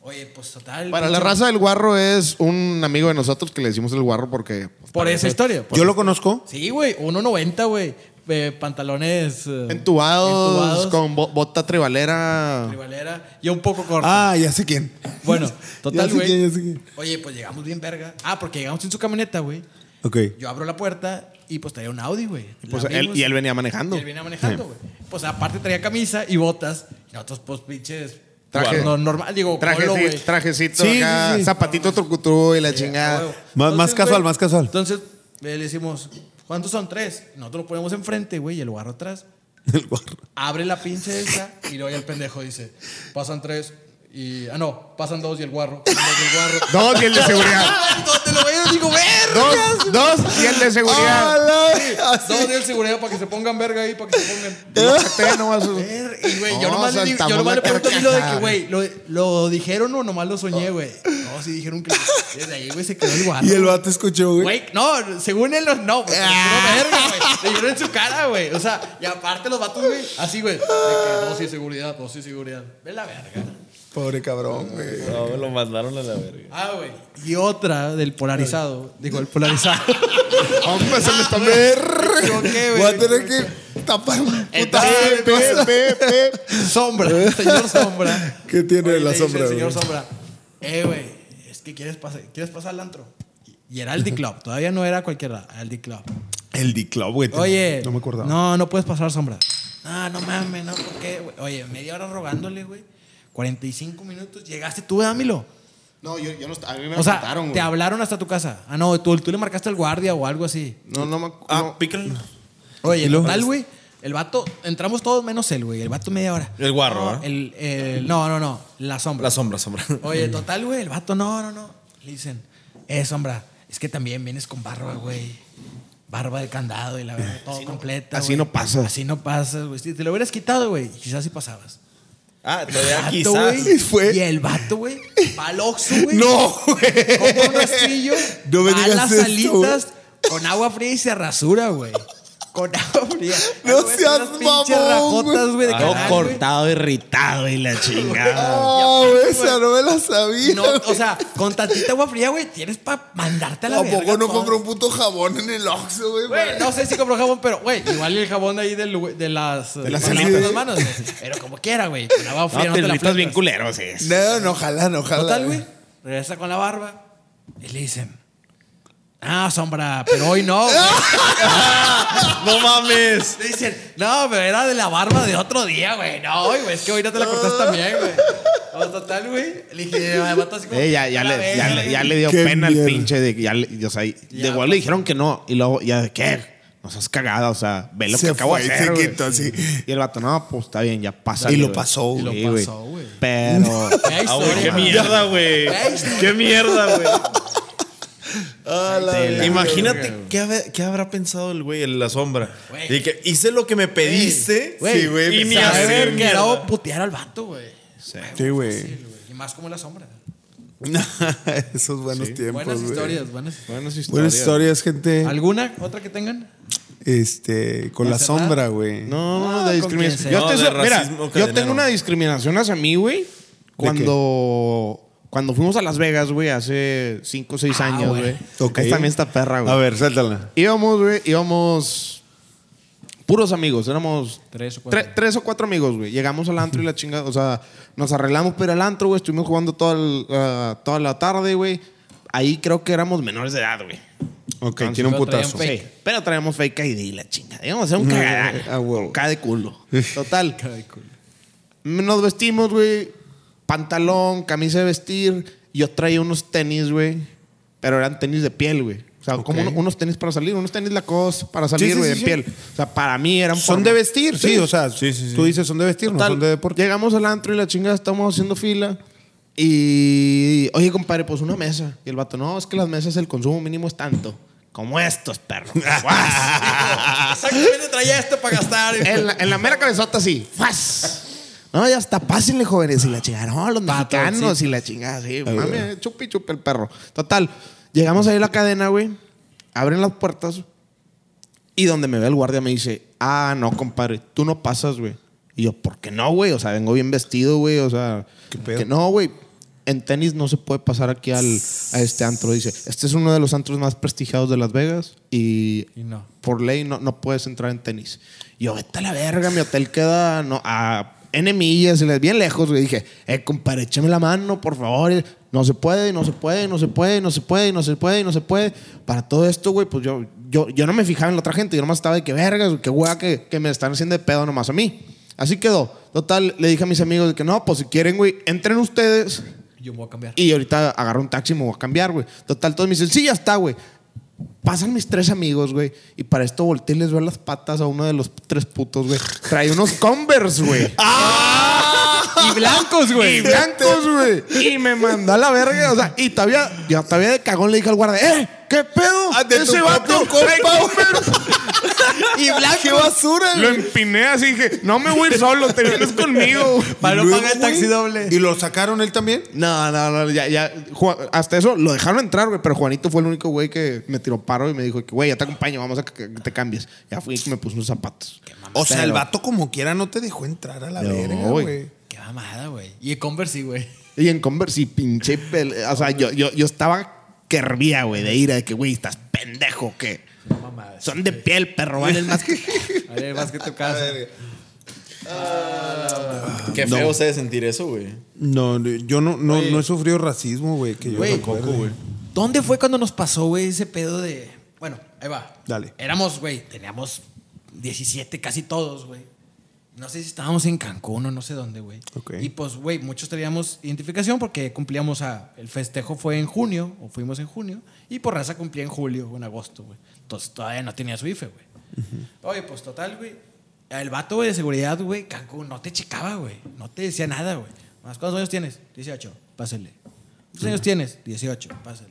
B: Oye, pues total.
E: Para la
B: pinche-
E: raza del guarro es un amigo de nosotros que le decimos el guarro porque.
B: Por esa historia. por-
A: Yo lo conozco.
B: Sí, güey, 1.90, güey. Eh, pantalones. eh,
E: Entubados,
B: entubados,
E: con bo- bota tribalera.
B: rivalera y un poco corto.
A: Ah, ya sé quién.
B: Bueno, total,
A: [LAUGHS] Ya sé quién,
B: güey.
A: ya sé quién.
B: Oye, pues llegamos bien verga. Ah, porque llegamos en su camioneta, güey.
A: Ok.
B: Yo abro la puerta y pues traía un Audi, güey. La
E: Pues él,
B: abrimos
E: y él venía manejando.
B: y él venía manejando, güey. Pues aparte traía camisa y botas. Y nosotros, pues, pinches.
E: Traje.
B: no- normal, digo,
E: Traje,
B: polo, güey.
E: trajecito
A: Sí,
E: acá,
A: sí, sí.
E: zapatito trucutú y la
B: Ah,
E: chingada.
B: güey.
A: Más- más casual,
B: güey,
A: más casual.
B: Entonces, eh, le decimos, ¿cuántos son tres? Y Nosotros lo ponemos enfrente, güey, y el guarro atrás.
A: [LAUGHS] El guarro.
B: Abre la pinche esa y luego ya el pendejo dice, pasan tres y... Ah, no, pasan dos y el guarro. pasan dos y el
A: [LAUGHS]
B: guarro.
E: Dos y el de seguridad.
B: Ay, ¿Dónde lo veo? Digo, ver.
E: Dos, dos y el de seguridad.
A: Ah,
B: Dos del seguridad para que se pongan verga ahí, para que se pongan.
E: Lócate, no vas a-
B: Ver, Y, güey, yo
E: No,
B: nomás le, digo- yo
E: saltamos
B: nomás
E: la
B: le pregunto a Milo de que,
E: carcajada.
B: güey, lo, lo dijeron o nomás lo soñé, güey. No, sí dijeron que. Desde ahí, güey, se quedó el guarro.
A: Y el vato escuchó, güey.
B: Güey, no, según él, no, güey. verga, güey. Le dijeron en su cara, güey. O sea, y aparte los vatos, güey, así, güey. de que, Dos y seguridad, dos y seguridad. Ve la verga.
A: Pobre cabrón, güey.
C: No, me lo mandaron a la verga.
B: Ah, güey. Y otra del polarizado. Digo, el polarizado.
E: Hombre, se me está
B: Digo, ¿qué,
A: Voy a tener que tapar un putazo de
E: Pe,
A: cosas.
E: pe, pe.
B: [LAUGHS] Sombra, señor Sombra.
A: ¿Qué tiene
B: Oye,
A: la
B: le dice
A: sombra,
B: el señor
A: güey?
B: Sombra, eh, güey, es que quieres pasar, quieres pasar al antro. Y era el
A: [LAUGHS]
B: D-Club, todavía no era cualquiera, era el D-Club.
A: El D-Club, güey.
B: Oye,
A: No me acordaba.
B: No, no puedes pasar sombra. Ah, no mames, no, ¿por qué? güey? Oye, media hora rogándole, güey. 45 minutos, llegaste tú, dámelo.
E: No, yo, yo no. A mí me
B: O sea,
E: mataron, güey.
B: te hablaron hasta tu casa. Ah, no, tú, tú le marcaste al guardia o algo así.
E: No, no me. acu-
C: Ah,
E: no.
C: pícale.
B: Oye,
A: ¿Y luego?
B: tal, güey. El vato, entramos todos menos él, güey. El vato media hora.
C: El guarro,
B: no,
E: ¿ah?
C: ¿verdad?
B: el- el- no, no, no. La sombra.
C: La sombra, sombra.
B: Oye, total, güey, el vato, no, no, no. Le dicen, eh, sombra, es que también vienes con barba, güey. Barba de candado y la verdad, todo completa.
E: así
B: güey.
E: no pasa.
B: Así no pasas, güey. Si te lo hubieras quitado, güey, quizás sí pasabas.
C: Ah, todavía
B: Vato,
C: quizás.
B: güey,
A: Y fue-
B: Y el vato, güey, pa'l Oxxo, güey.
A: No, güey.
B: Compra un rastrillo,
A: No me
B: va a
A: digas
B: las
A: esto,
B: salitas con agua fría y se rasura, güey. Con agua fría.
A: No
B: Luego ves
A: seas
B: unas pinches
A: mamón, güey.
B: rajotas,
D: Ah,
B: güey, de
C: Todo
B: canal, güey.
C: cortado, irritado y la chingada.
A: Ah, güey, esa no me la sabía.
B: No, o sea, con tantita agua fría, güey, tienes para mandarte a la
A: ¿A poco
B: verga
A: no
B: todo.
A: compró un puto jabón en el Oxxo, güey?
B: Güey, no sé si compró jabón, pero, güey, igual el jabón de ahí del lu- de las de
A: las
B: las,
A: salidas.
B: manos, güey. Pero como quiera, güey. Con agua fría no, te, la frotas.
C: culero, sí. es.
A: No, no, ojalá, no, ojalá.
B: Total, güey. Regresa con la barba y le dicen. Ah, sombra, pero hoy no. güey".
C: No mames.
B: Le dicen, no, pero era de la barba de otro día, güey. No, hoy, güey, es que hoy no te la cortaste también, güey. O total, güey. Le dije, me mató así como.
E: Eh, ya, ya,
B: "A la
E: le, ya,
B: verga,
E: le,
B: güey".
E: ya le dio
A: Qué
E: pena al
A: mierda.
E: pinche de ya le- o sea, de igual le dijeron que no y luego ya de qué no seas cagada o sea ve lo
A: Se
E: que acabo
A: fue,
E: de hacer
A: se
E: güey".
A: quitó así.
E: y el vato no pues está bien ya pasa
A: Y lo pasó,
E: y
A: güey.
E: lo
B: Y lo pasó,
E: güey
B: güey. Vea
E: pero
C: Ah, güey,
B: historia,
C: qué
B: güey.
C: mierda, güey.
B: Vea historia.
C: Qué mierda, güey.
A: Ah, la verga.
C: Imagínate qué, habe- qué habrá pensado el güey en la sombra.
B: Güey.
C: Y que hice lo que me pediste.
B: Güey,
A: Sí, güey,
C: y
A: me
C: ni
A: sabe
C: hacer
B: que era
C: pues, mierda.
B: putear al vato, güey.
A: Sí, güey.
B: Fácil, güey. Y más como la sombra.
A: [LAUGHS] Esos buenos tiempos,
B: buenas
A: güey.
B: historias, buenas historias.
E: buenas
A: Buenas historias, gente.
B: ¿Alguna otra que tengan?
A: Este, con la
B: ¿Encerrada?
A: sombra, güey.
E: no no,
B: No,
E: de
B: con
E: discriminación
B: quien sea.
E: yo, estoy
C: No, de
E: seguro- mira,
C: racismo
E: yo
C: cadenero.
E: tengo una discriminación hacia mí güey cuando cuando fuimos a Las Vegas güey hace 5 o 6
B: Ah,
E: años
B: güey.
E: güey
A: Ok.
E: Ahí también está perra güey
A: A ver, sáltala.
E: Íbamos, güey, íbamos puros amigos, éramos
B: Tres o cuatro.
E: tre- tres o cuatro amigos, güey. Llegamos al antro y la chinga, o sea, nos arreglamos para el antro, güey, estuvimos jugando toda, el- ah, toda la tarde, güey. Ahí creo que éramos menores de edad, güey.
A: Ok,
E: Entonces,
A: tiene un
B: lo traía
A: putazo.
B: un pe-
E: Sí,
B: Fake.
E: pero traíamos fake ID, la chinga. Íbamos a hacer un cagadal.
A: Ah, huevo.
E: Cada de culo. Total. Nos vestimos, güey. Pantalón, camisa de vestir. Yo traía unos tenis, güey. Pero eran tenis de piel, güey. O sea, como
A: Ok.
E: uno- unos tenis para salir, unos tenis Lacoste para
A: sí,
E: salir, güey,
A: sí,
E: en
A: sí.
E: piel. O sea, para mí eran
A: Son
E: forma-
A: de vestir, sí, o sea, tú dices son de vestir,
E: Total,
A: no son de deporte.
E: Llegamos al antro y la chingada, estamos haciendo fila. Y, oye, compadre, pues una mesa. Y el vato, no, es que las mesas el consumo mínimo es tanto. Como
A: [LAUGHS]
E: estos, perro.
B: Exactamente traía esto para gastar.
E: en, la, en la mera cabezota así. ¡Fas! No, ya está, pásenle, jóvenes. Y la chingada, no, los
B: Pato,
E: mexicanos y la chingada, sí. Mami, chupi, chupi el perro. Total, llegamos ahí a la cadena, güey. Abren las puertas. Y donde me ve el guardia me dice, ah, no, compadre, tú no pasas, güey. Y yo, ¿por qué no, güey? O sea, vengo bien vestido, güey. O sea,
A: ¿Qué pedo?
E: que no, güey. En tenis no se puede pasar aquí al, a este antro. Dice, este es uno de los antros más prestigiados de Las Vegas y
B: Y no.
E: por ley no, no puedes entrar en tenis. Y yo, vete a la verga, mi hotel queda no, a N millas, y le- bien lejos. Y dije, eh, compadre, échame la mano, por favor. Y, No se puede, no se puede, no se puede, no se puede, no se puede, no se puede. Para todo esto, güey, pues yo, yo, yo no me fijaba en la otra gente. Yo nomás estaba de que vergas, qué hueá que, que me están haciendo de pedo nomás a mí. Así quedó. Total, le dije a mis amigos de que no, pues si quieren, güey, entren ustedes.
B: Yo me voy a cambiar.
E: Y ahorita agarro un taxi y me voy a cambiar, güey. Total, todos me dicen, sí, ya está, güey. Pasan mis tres amigos, güey. Y para esto volteé y les veo las patas a uno de los tres putos, güey. Trae [LAUGHS] unos Converse, güey.
B: [LAUGHS] Y blancos,
E: Y blancos, güey. Y me mandó a la verga. O sea, y todavía, yo todavía de cagón le dije al guardia, ¡eh! ¿Qué pedo?
A: Ah, de tu propio
E: trae Converse".
B: Y blancos.
A: ¡Qué basura!
E: Lo empiné así y dije, no me voy a ir solo, te vienes conmigo.
B: Para no
A: Luego,
B: pagar el taxi
A: güey,
B: doble.
A: ¿Y lo sacaron él también?
E: [LAUGHS] No, no, no, ya, ya. Ju- hasta eso lo dejaron entrar, güey. Pero Juanito fue el único güey que me tiró paro y me dijo que, güey, ya te acompaño, vamos a que que te cambies. Ya fui y me puso unos zapatos.
A: O sea, el
E: Pero-
A: vato como quiera no te dejó entrar a la
E: No,
A: verga,
E: güey.
A: güey.
B: Qué mamada, güey. Y el Converse, sí, güey.
E: Y en Converse, y pinche. pele- O sea, yo, yo, yo estaba que hervía, güey, de ira, de que, güey, estás pendejo, que
B: Mamada.
E: son de piel, perro, valen más que.
B: A ver, más que tu casa.
A: Ah,
C: Qué feo se de sentir eso, güey.
A: No, yo no, no, no he sufrido racismo, güey, que yo
B: Güey.
A: recuerde.
B: ¿Dónde fue cuando nos pasó, güey, ese pedo de. Bueno, ahí va.
A: Dale.
B: Éramos, güey, teníamos 17 casi todos, güey. No sé si estábamos en Cancún o no sé dónde, güey.
A: Ok.
B: Y pues, güey, muchos teníamos identificación porque cumplíamos a. El festejo fue en junio, o fuimos en junio, y por raza cumplía en julio o en agosto, güey. Entonces todavía no tenía su IFE, güey. Oye, pues total, güey. El vato, güey, de seguridad, güey, Cancún, no te checaba, güey. No te decía nada, güey. Más, ¿cuántos años tienes? 18, pásale. ¿Cuántos años tienes? 18, pásale.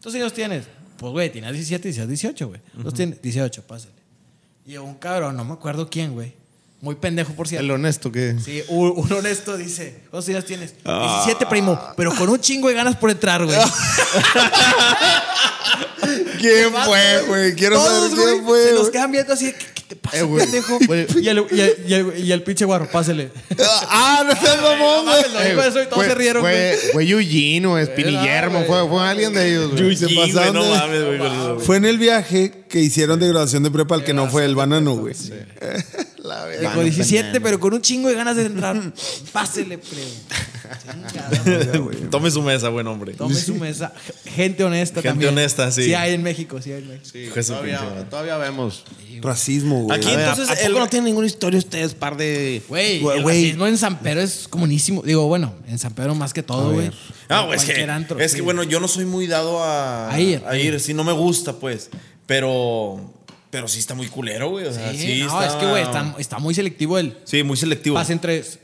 B: ¿Cuántos años tienes? Pues, güey, tenías 17, decías 18, güey. ¿Cuántos tienes? 18, pásale. Y un cabrón, no me acuerdo quién, güey. Muy pendejo, por cierto.
E: El honesto que.
B: Sí, un, un honesto dice, ¿cuántos años tienes?
E: Ah.
B: 17, primo, pero con un chingo de ganas por entrar, güey.
E: ¿Quién
B: Vato,
E: fue, güey? Quiero
B: Todos,
E: saber
B: güey,
E: quién fue.
B: Se nos
E: güey.
B: quedan viendo así, ¿qué, qué te pasa,
E: Eh, güey.
B: pendejo?
E: Güey.
B: Y el, y, el, y, el, y el pinche guarro,
E: [LAUGHS]
B: pásele.
E: Ah, no seas
B: No
E: mamón, güey.
B: mames, lo dijo eso y todos
E: Fue-
B: se rieron,
E: Fue, fue Eugene o
B: Era,
E: Espinillermo.
B: güey.
E: Fue, fue alguien de ellos, güey.
A: se
C: Sí, güey,
A: pasaron
C: no
A: de-
C: mames, güey, con eso, güey.
A: Fue en el viaje que hicieron de graduación de prepa el que no fue el banano, güey. La verdad.
B: Dijo 17, pero con un chingo de ganas de entrar. Pásele, primo.
E: [LAUGHS]
B: Chingada madre.
C: Tome su mesa, buen hombre.
B: Tome su mesa. Gente honesta
C: Gente
B: también.
C: honesta, sí.
B: Sí hay en México, sí hay en México.
E: Sí,
C: Jesús
E: todavía,
C: Cristo.
E: todavía vemos.
A: Racismo, güey.
C: Aquí entonces el-
E: tienen ninguna historia ustedes, par de.
B: Güey,
A: Güey,
B: el
A: güey.
B: racismo en San Pedro es comunísimo. Digo, bueno, en San Pedro más que todo, güey.
C: Ah,
B: En
C: güey, es que,
B: cualquier antro,
C: es
B: sí.
C: que bueno, yo no soy muy dado a,
B: A ir.
C: a ir, sí, no me gusta, pues. Pero, pero sí está muy culero, güey. O sea,
B: Sí,
C: sí,
B: no,
C: está,
B: es que, güey, está, está muy selectivo el.
C: Sí, muy selectivo.
B: Pasen tres.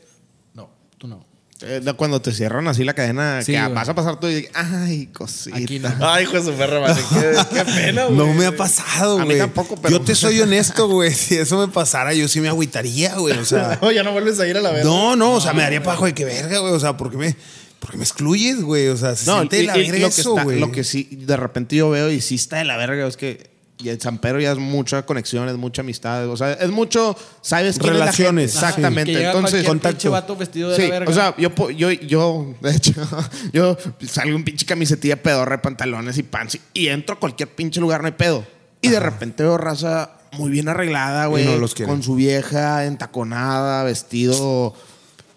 B: No, tú no.
E: Eh, cuando te cierran así la cadena,
B: Sí,
E: que
B: güey.
E: vas a pasar tú y ay, cosita.
B: Aquí no.
C: Ay, hijo de su
B: [LAUGHS]
C: perra, madre, Qué, qué pena, güey.
A: No me ha pasado,
E: A
A: güey.
E: mí tampoco, pero-
A: Yo te soy honesto, güey. [LAUGHS] Si eso me pasara, yo sí me agüitaría, güey. O sea.
C: No, ya no vuelves a ir a la verga.
A: No, no, o sea, me daría para de qué verga, güey. O sea, ¿por qué me, por qué me excluyes, güey? O sea, se
E: No,
A: siente
E: y-
A: la
E: y
A: verga
E: lo, que
A: eso,
E: está-
A: güey.
E: lo que sí, de repente yo veo y sí está de la verga, es que y en San Pedro ya es mucha conexión, es mucha amistad, o sea, es mucho, sabes quién es la gente?
A: Relaciones, sí.
E: exactamente.
B: Que llega
E: Entonces,
B: cualquier Contacto. pinche vato vestido de
E: Sí,
B: la verga.
E: o sea, yo, po- yo, yo, de hecho, [LAUGHS] yo salgo un pinche camisetilla pedorra, pantalones y pants y entro a cualquier pinche lugar, no hay pedo. Y de repente veo raza muy bien arreglada, güey,
A: no los quieren.
E: con su vieja entaconada, vestido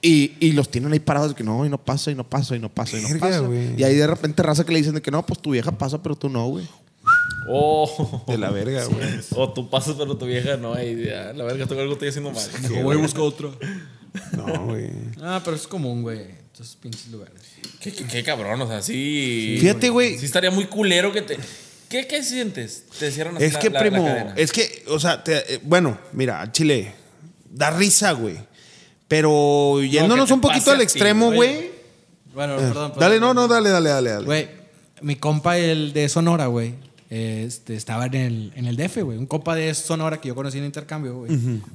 E: y, y los tienen ahí parados de que no, y no pasa, y no pasa, y no pasa, y no
A: Verga,
E: pasa.
A: güey.
E: Y ahí de repente raza que le dicen de que no, pues tu vieja pasa, pero tú no, güey.
C: Oh, [LAUGHS]
A: De la verga, güey.
C: o tú pasas, pero tu vieja no. Y ya, la verga, tengo algo estoy haciendo mal.
F: O voy a buscar otra.
A: No, güey.
B: Ah, pero es común, güey. Esos pinches lugares.
C: Qué, qué- qué cabrón, o sea, sí.
A: Fíjate, güey.
C: Sí estaría muy culero que te. ¿Qué, qué sientes? Te cierran así
A: Es
C: la-
A: que,
C: la- la
A: primo, eh,
C: cadena.
A: es que, o sea, te- eh, bueno, mira, al Chile, da risa, güey. Pero yéndonos
C: te
A: un poquito
C: pase
A: al
C: a ti,
A: extremo, güey.
E: Eh,
B: Bueno, perdón, perdón.
A: Dale, no, no, dale, dale, dale. dale.
B: Güey, mi compa, el de Sonora, güey, este, estaba en el, en el DF, güey. Un compa de Sonora que yo conocí en intercambio, güey.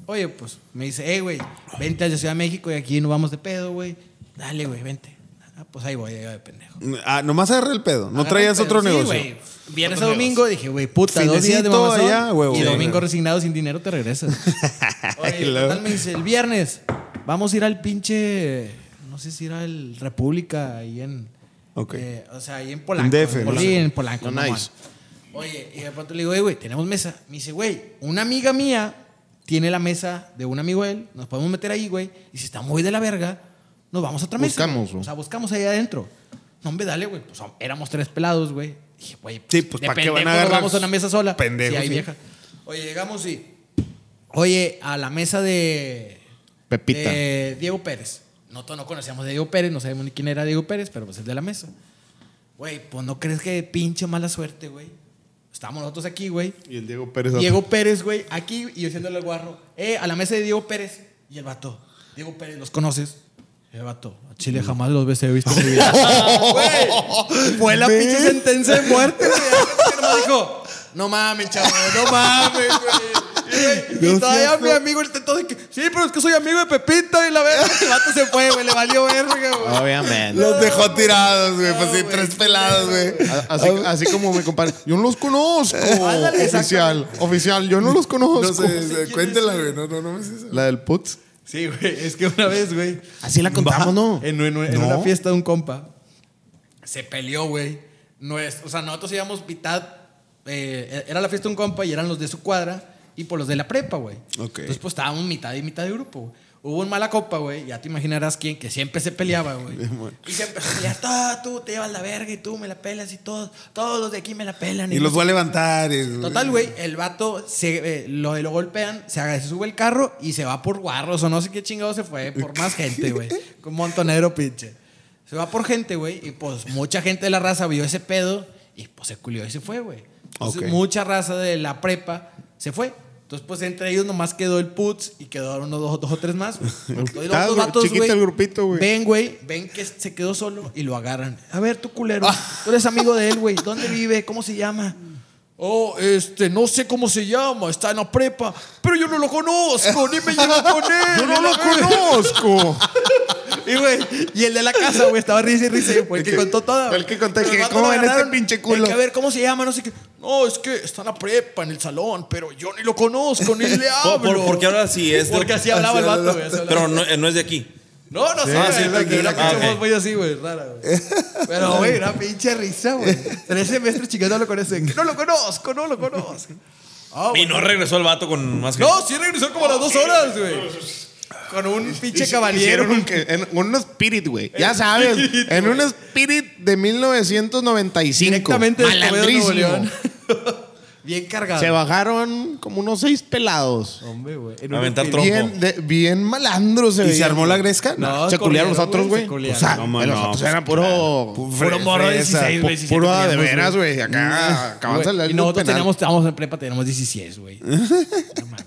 B: Oye, pues me dice, hey, güey, vente a la Ciudad de México y aquí nos vamos de pedo, güey. Dale, güey, vente. Ah, pues ahí voy, ahí voy de pendejo.
A: Ah, nomás agarra el pedo. No
B: Agarré
A: traías
B: el pedo.
A: otro
B: Sí,
A: negocio.
B: güey. Viernes a domingo dije, güey, puta, dos días de
A: Finecito
B: mamazón
A: allá, huevo.
B: y
A: Sí,
B: domingo
A: güey.
B: resignado sin dinero te
A: [LAUGHS]
B: regresas. Oye,
A: Y luego-
B: total, me dice, el viernes vamos a ir al pinche, no sé si era el República ahí en,
A: Ok.
B: eh, o sea, ahí en Polanco.
A: En DF,
B: en
A: ¿no?
B: Polanco. Sí, en Polanco.
E: No,
B: mamón.
E: nice.
B: Oye, y de pronto le digo, "Ey, güey, tenemos mesa. Me dice, güey, una amiga mía tiene la mesa de un amigo de él, nos podemos meter ahí, güey, y si está muy de la verga, nos vamos a otra mesa.
E: Buscamos,
B: güey.
E: güey.
B: O sea, buscamos ahí adentro. No, hombre, dale, güey. Pues éramos tres pelados, güey. Dije, güey,
A: Sí, pues,
B: de
A: ¿para qué van a
B: pendejo no
A: agarrar
B: Vamos a una mesa sola.
A: pendejos,
B: Sí, ahí
A: sí.
B: vieja. Oye, llegamos y. Oye, a la mesa de.
E: Pepita.
B: de Diego Pérez. Nosotros no conocíamos a Diego Pérez, no sabemos ni quién era Diego Pérez, pero pues es de la mesa. Güey, pues no crees que pinche mala suerte, güey. Estamos nosotros aquí, güey.
E: Y el Diego Pérez.
B: Diego Pérez, güey, aquí y yo siéndole al guarro. Eh, a la mesa de Diego Pérez. Y el vato. Diego Pérez, ¿los conoces? El vato. A Chile jamás los ves, he visto en mi vida. Güey, Fue la pinche sentencia de muerte, güey. Nomás dijo, no mames, chavo, no mames, güey. Y, güey. Y
A: No
B: todavía
A: seas-
B: mi amigo el tentó de que, sí, pero es que soy amigo de Pepita y la verga. El vato se fue, güey, le valió verga, güey.
E: Obviamente.
A: Los dejó tirados, güey. Pues sí, tres pelados, güey. Ah,
E: A- Así, así como mi compadre. Yo no
A: [LAUGHS]
E: los conozco.
B: Ándale,
E: oficial, oficial, yo no los conozco.
A: No sé, cuéntela, güey. No, no, no me sé eso.
E: La del Putz.
B: Sí, güey, es que una vez, güey.
E: Así la contamos, ¿no?
B: En, en- en una fiesta de un compa. Se peleó, güey. No es, o sea, nosotros íbamos mitad. eh, era la fiesta de un compa y eran los de su cuadra y por los de la prepa, güey.
A: Ok.
B: Entonces, pues estábamos mitad y mitad de grupo, güey. Hubo un mala copa, güey. Ya te imaginarás quién, que siempre se
E: [LAUGHS]
B: peleaba, güey. Y siempre se peleaba, "Ah, tú te llevas la verga y tú me la pelas y todos, todos los de aquí me la pelan.
A: Y los va a levantar. y-
B: Total, güey, el vato se, eh, lo, lo golpean, se, aga- se sube el carro y se va por guarros o no sé qué chingado se fue, por más gente, güey. Un montonero, pinche. Se va por gente, güey, y pues mucha gente de la raza vio ese pedo y pues se culió y se fue, güey. Entonces,
A: Ok.
B: mucha raza de la prepa se fue. Entonces, pues entre ellos nomás quedó el Putz y quedaron unos dos, dos o tres
E: [LAUGHS]
B: más. güey. Entonces, los
E: Estaba
B: otros vatos,
E: chiquito
B: güey,
E: el grupito, güey.
B: Ven, güey, ven que se quedó solo y lo agarran. A ver, tu culero,
E: Ah.
B: tú eres amigo de él, güey. ¿Dónde vive? ¿Cómo se llama?
F: Oh, este, no sé cómo se llama, está en la prepa, pero yo no lo conozco, ni me llevo con
E: [LAUGHS]
A: Ah,
F: él.
E: Yo no lo conozco.
B: Y, güey, y el de la casa, güey, estaba risa y risa, güey, fue el que contó toda.
E: Fue el que contó,
B: Los
E: que,
B: vatos
E: ¿cómo
B: lo
E: ven este
B: agarraron,
E: pinche
B: de
E: culo?
B: que, a ver, ¿cómo se llama? No sé qué.
F: No, es que está en la prepa, en el salón, pero yo ni lo conozco, ni
E: [LAUGHS]
F: le
C: ¿Por,
F: hablo.
C: Oh, por, por qué ahora sí es de-
B: Porque así hablaba el vato, güey. así hablaba.
C: Pero no, eh, no es de aquí.
B: No, no sé, güey.
C: ah, sí,
B: la-
C: tranquilo.
B: la pinche
C: Ah, ok.
B: voz muy así, güey, rara, güey. Pero, güey, una pinche risa, güey. Tres semestres chingándolo con ese. No lo conozco, no lo conozco. Ah, güey.
C: Y no regresó el vato con más gente.
B: No, sí regresó como a las dos horas, güey. Con un pinche caballero.
E: Hicieron un, que- en un Spirit, güey. Ya sabes. en un Spirit de 1995.
B: Directamente de Escobedo, Nuevo
E: Malandrísimo.
B: León. [LAUGHS] Bien cargado.
E: Se bajaron como unos seis pelados.
B: Hombre, güey. En
C: A Aventar trompo.
E: Bien, de- bien malandros se
A: ¿Y se
E: veían,
A: armó
E: güey.
A: la gresca?
B: No,
E: se culiaron los
B: corrieron,
E: otros,
B: güey,
E: güey.
B: se
E: O
B: culiaron.
E: sea,
A: No, man,
E: los
A: no,
E: otros
A: pues,
E: eran puro.
B: Puro morro de 16, güey.
E: pu-
B: 17
E: Puro de
B: teníamos,
E: veras,
B: güey.
E: güey. Acá acababan
B: Güey,
E: de salir
B: Y
E: de un
B: nosotros
E: penal.
B: teníamos, estábamos en prepa, teníamos 16, güey. No mames.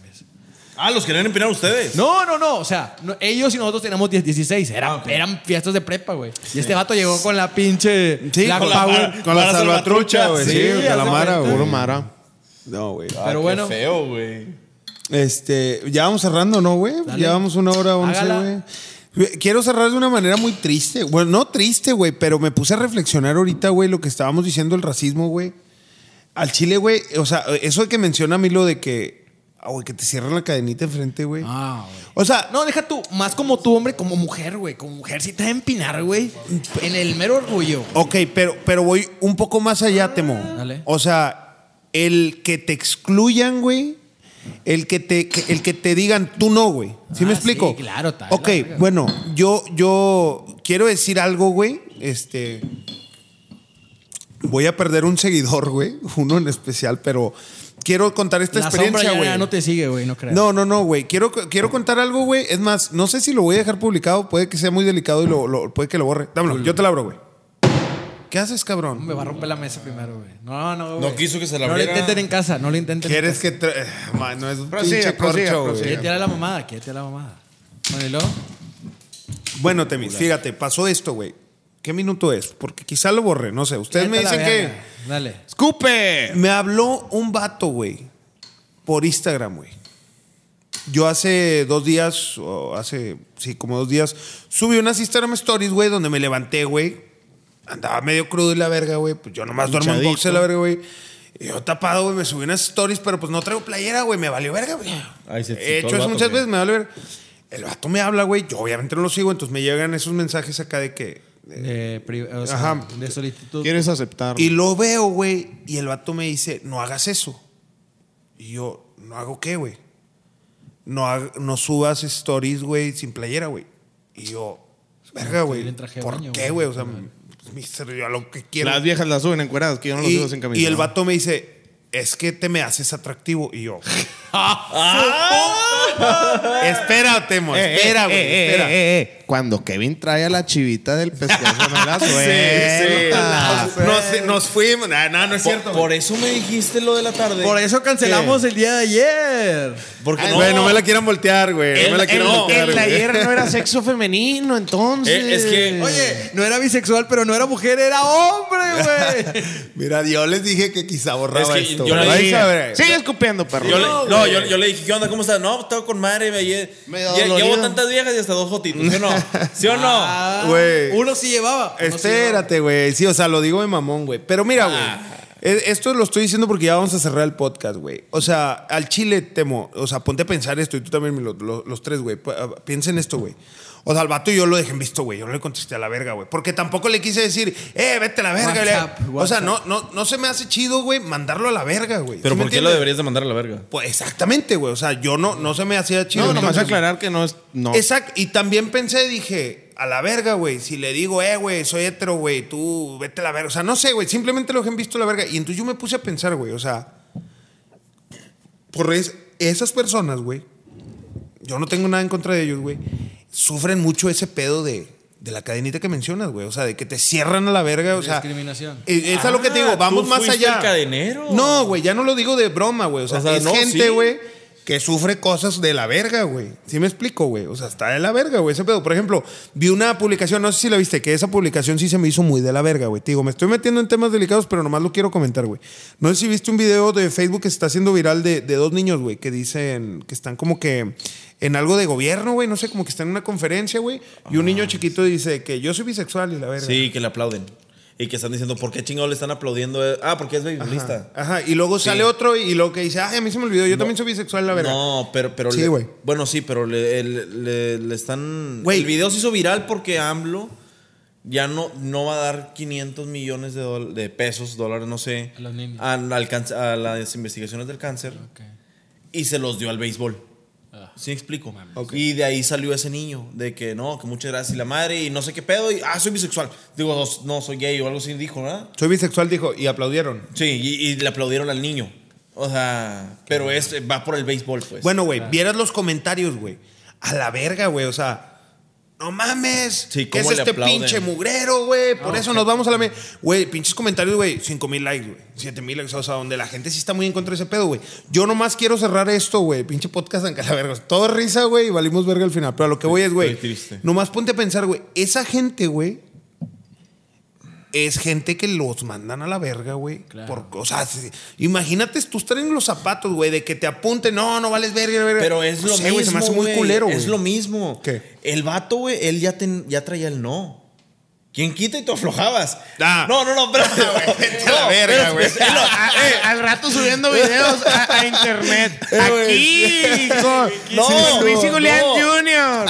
C: Ah, los querían empinar ustedes.
B: No, no, no. O sea, no- ellos y nosotros teníamos 10, 16. Eran, eran fiestas de prepa, güey. Y este vato llegó con la pinche
A: Sí,
B: Black
A: con la
B: Power.
A: Con la salvatrucha, güey. Sí,
B: Sí,
A: de la
B: hace
A: mara,
B: cuenta.
A: güey.
E: Puro mara.
A: No, güey.
C: Ah,
B: pero
C: qué
B: bueno.
C: feo, güey.
A: Este, ya vamos cerrando, ¿no, güey?
B: Dale.
A: Ya vamos una hora once,
B: Hágala.
A: güey. Güey, Quiero cerrar de una manera muy triste. Bueno, no triste, güey, pero me puse a reflexionar ahorita, güey, lo que estábamos diciendo, el racismo, güey. Al Chile, güey, o sea, eso de que menciona a mí lo de que, ah, güey, que te cierran la cadenita enfrente, güey.
B: Ah, güey.
A: O sea,
B: No, deja tú, más como tú, hombre, como mujer, güey. Como mujer sí te va a empinar, güey. En el mero orgullo.
A: Ok, pero, pero voy un poco más allá, Temo.
B: Ah, Dale.
A: O sea, el que te excluyan, güey. El que te, que- el que te digan tú no, güey. ¿Sí me
B: Ah,
A: explico?
B: sí, claro, está de
A: Ok,
B: la verga.
A: bueno, yo, yo quiero decir algo, güey. Este. Voy a perder un seguidor, güey. [LAUGHS] Uno en especial, pero quiero contar esta
B: la sombra
A: experiencia,
B: ya,
A: güey.
B: ya no te sigue, güey, no creas.
A: No, no, no, güey. Quiero, quiero contar algo, güey. Es más, no sé si lo voy a dejar publicado. Puede que sea muy delicado y lo, lo- puede que lo borre. Dámelo, yo te la abro, güey. ¿Qué haces, cabrón?
B: Me va a romper la mesa primero, güey. No, no, güey.
C: No quiso que se la
B: No lo
C: abriera.
B: intenten en casa, no lo intenten. en
A: ¿Quieres que... tra- Man, Eh, no es un
E: Prosiga,
A: pinche
E: prosiga,
A: corcho,
E: prosiga.
A: güey.
B: Quiere tirar la mamada, quiere tirar la mamada. Bueno, y luego,
A: Bueno, Temis, fíjate, pasó esto, güey. ¿Qué minuto es? Porque quizá lo borre, no sé. Ustedes me
B: tírate
A: dicen
B: la
A: que...
B: verga. Dale.
E: ¡Escupe!
A: Me habló un vato, güey, por Instagram, güey. Yo hace dos días, o hace, sí, como dos días, subí unas Instagram Stories, güey, donde me levanté, güey. Andaba medio crudo y la verga, güey. Pues yo nomás duermo en
E: Hinchadito.
A: boxe, la verga, güey. Y yo tapado, güey, me subí unas stories, pero pues no traigo playera, güey. Me valió verga, güey.
C: Ay, se excitó
A: He
C: el
A: hecho eso
C: vato,
A: muchas
C: güey.
A: veces, me valió verga. El vato me habla, güey. Yo obviamente no lo sigo, entonces me llegan esos mensajes acá de que...
B: De, Eh, pri- o sea,
A: Ajá.
B: de solicitud.
E: ¿Quieres aceptar?
A: Y lo veo, güey, y el vato me dice, no hagas eso. Y yo, ¿no hago qué, güey? No, ha- no subas stories, güey, sin playera, güey. Y yo, verga,
B: ir
A: güey,
B: en traje de
A: ¿por
B: baño,
A: qué,
B: güey?
A: güey? O sea, pues, mister, yo a lo que quiero.
E: Las viejas las suben encueradas, que yo no las
A: y,
E: sigo sin camisa.
A: y el vato me dice, es que te me haces atractivo. Y
E: [LAUGHS]
A: yo, espera, Temo,
E: Eh, eh,
A: espera, güey,
E: eh, eh,
A: espera.
E: eh, eh. Cuando Kevin trae a la chivita del pescuezo, no la suelta.
A: Sí, sí. Eh, Nos, nos fuimos. No, no, no es
C: Por,
A: cierto.
C: por eso me dijiste lo de la tarde.
B: Por eso cancelamos el día de ayer.
C: Porque
A: Ay,
C: no.
A: Ah, güey, no me la quieran voltear, güey. No me la
C: El-
A: quieran
C: el-
A: voltear.
C: el
A: güey.
E: ayer no era sexo femenino, entonces.
C: Eh, es que-
B: Oye, no era bisexual, pero no era mujer, era hombre,
C: [LAUGHS]
B: güey.
A: Mira, yo les dije que quizá borraba
C: Es que
A: esto.
C: yo
A: güey.
C: no
A: Vais
C: dije-
A: a ver.
E: Sigue escupiendo, perro.
C: Yo le- no, yo, yo le dije, ¿qué onda? ¿Cómo estás? No, estaba con madre. Me, lle-
E: Medio
C: lle-
E: dolorido.
C: llevo tantas viejas y hasta dos jotitos. ¿Sí o no? ¿Sí o no?
B: Ah,
A: Güey.
B: Uno sí llevaba. uno sí
A: Espérate, güey. Sí, o sea, lo digo de mamón, güey. Pero mira, güey.
C: Ah.
A: e- Esto lo estoy diciendo porque ya vamos a cerrar el podcast, güey. O sea, al chile temo. O sea, ponte a pensar esto y tú también, mi- lo- lo- los tres, güey. Pu- ah, Piensa en esto, güey. O sea, al vato yo lo dejé en visto, güey. Yo no le contesté a la verga, güey. Porque tampoco le quise decir, eh, vete a la verga.
B: WhatsApp,
A: le- O sea, no, no, no se me hace chido, güey, mandarlo a la verga, güey.
C: Pero
A: ¿Sí me
C: ¿por qué lo
A: entiendes?
C: deberías de mandar a la verga?
A: Pues exactamente, güey. O sea, yo no, no se me hacía chido.
E: No, nomás
A: Entonces-
E: aclarar que no es. No.
A: Exacto. Y también pensé, dije, a la verga, güey. Si le digo, eh, güey, soy hetero, güey, tú vete a la verga. O sea, no sé, güey. Simplemente lo que han visto a la verga. Y entonces yo me puse a pensar, güey. O sea, por es- esas personas, güey, yo no tengo nada en contra de ellos, güey, sufren mucho ese pedo de. De la cadenita que mencionas, güey. O sea, de que te cierran a la verga. O sea,
B: Discriminación.
A: Eh, Es a lo que te
C: Ah,
A: digo, vamos
C: tú
A: más
C: fuiste
A: allá.
C: el cadenero.
A: No, güey, ya no lo digo de broma, güey. O sea,
C: O sea,
A: es
C: no,
A: gente,
C: sí.
A: güey, que sufre cosas de la verga, güey. ¿Sí me explico, güey? O sea, está de la verga, güey, ese pedo. Por ejemplo, vi una publicación, no sé si la viste, que esa publicación sí se me hizo muy de la verga, güey. Te digo, me estoy metiendo en temas delicados, pero nomás lo quiero comentar, güey. No sé si viste un video de Facebook que se está haciendo viral de, de dos niños, güey, que dicen que están como que en algo de gobierno, güey, no sé, como que están en una conferencia, güey, y un niño chiquito dice que yo soy bisexual y la verga.
C: Sí, que le aplauden. Y que están diciendo, ¿por qué chingado le están aplaudiendo? Ah, porque es beisbolista.
A: Ajá, y luego sale otro y lo que dice, ay, a mí se me olvidó, yo también soy bisexual, la verdad.
C: No, pero. pero
A: Sí,
C: le-
A: güey.
C: Bueno, sí, pero le, le- le- le están.
A: Güey.
C: El video se hizo viral porque AMLO ya no, no va a dar 500 millones de, dol- de pesos, dólares, no sé.
B: A los niños.
C: al- al cáncer- a las investigaciones del cáncer. Y se los dio al béisbol.
B: Ah.
C: ¿Sí me explico? Y de ahí salió ese niño, de que no, que muchas gracias y la madre, y no sé qué pedo, y ah, soy bisexual. Digo, no, soy gay o algo así, dijo, ¿verdad?
A: Soy bisexual, dijo, y aplaudieron.
C: Sí, y, y le aplaudieron al niño. O sea, pero es, va por el béisbol, pues.
A: Bueno, güey, vieras los comentarios, güey. A la verga, güey, o sea, no mames.
C: Sí,
A: ¿Qué es
C: ¿cómo le
A: este
C: aplauden? Ah,
A: pinche mugrero, güey? Por eso nos vamos a la. me- Güey, pinches comentarios, güey, 5 mil likes, güey. 7 mil likes, o sea, donde la gente sí está muy en contra de ese pedo, güey. Yo nomás quiero cerrar esto, güey. Pinche podcast en la verga. Todo risa, güey, y valimos verga al final. Pero a lo que voy es, güey.
C: estoy triste.
A: Nomás ponte a pensar, güey. Esa gente, güey, es gente que los mandan a la verga, güey. Por, o sea, si- imagínate tú estar en los zapatos, güey, de que te apunten, no, no vales verga, verga.
C: Pero
A: [LAUGHS]
C: es
A: No
C: lo
A: sé,
C: mismo.
A: güey, se me hace muy
C: güey.
A: culero,
C: Es
A: güey.
C: lo mismo.
A: ¿Qué?
C: El vato, güey, él ya, ten- ya traía el no. ¿Quién quita y tú aflojabas?
A: Ah.
C: No, no, no,
A: [LAUGHS]
C: espérate.
A: [LAUGHS] A la verga, güey. [LAUGHS] Ah,
C: Ah,
E: al rato subiendo videos a, internet. Aquí,
C: No, Luis y Julián no.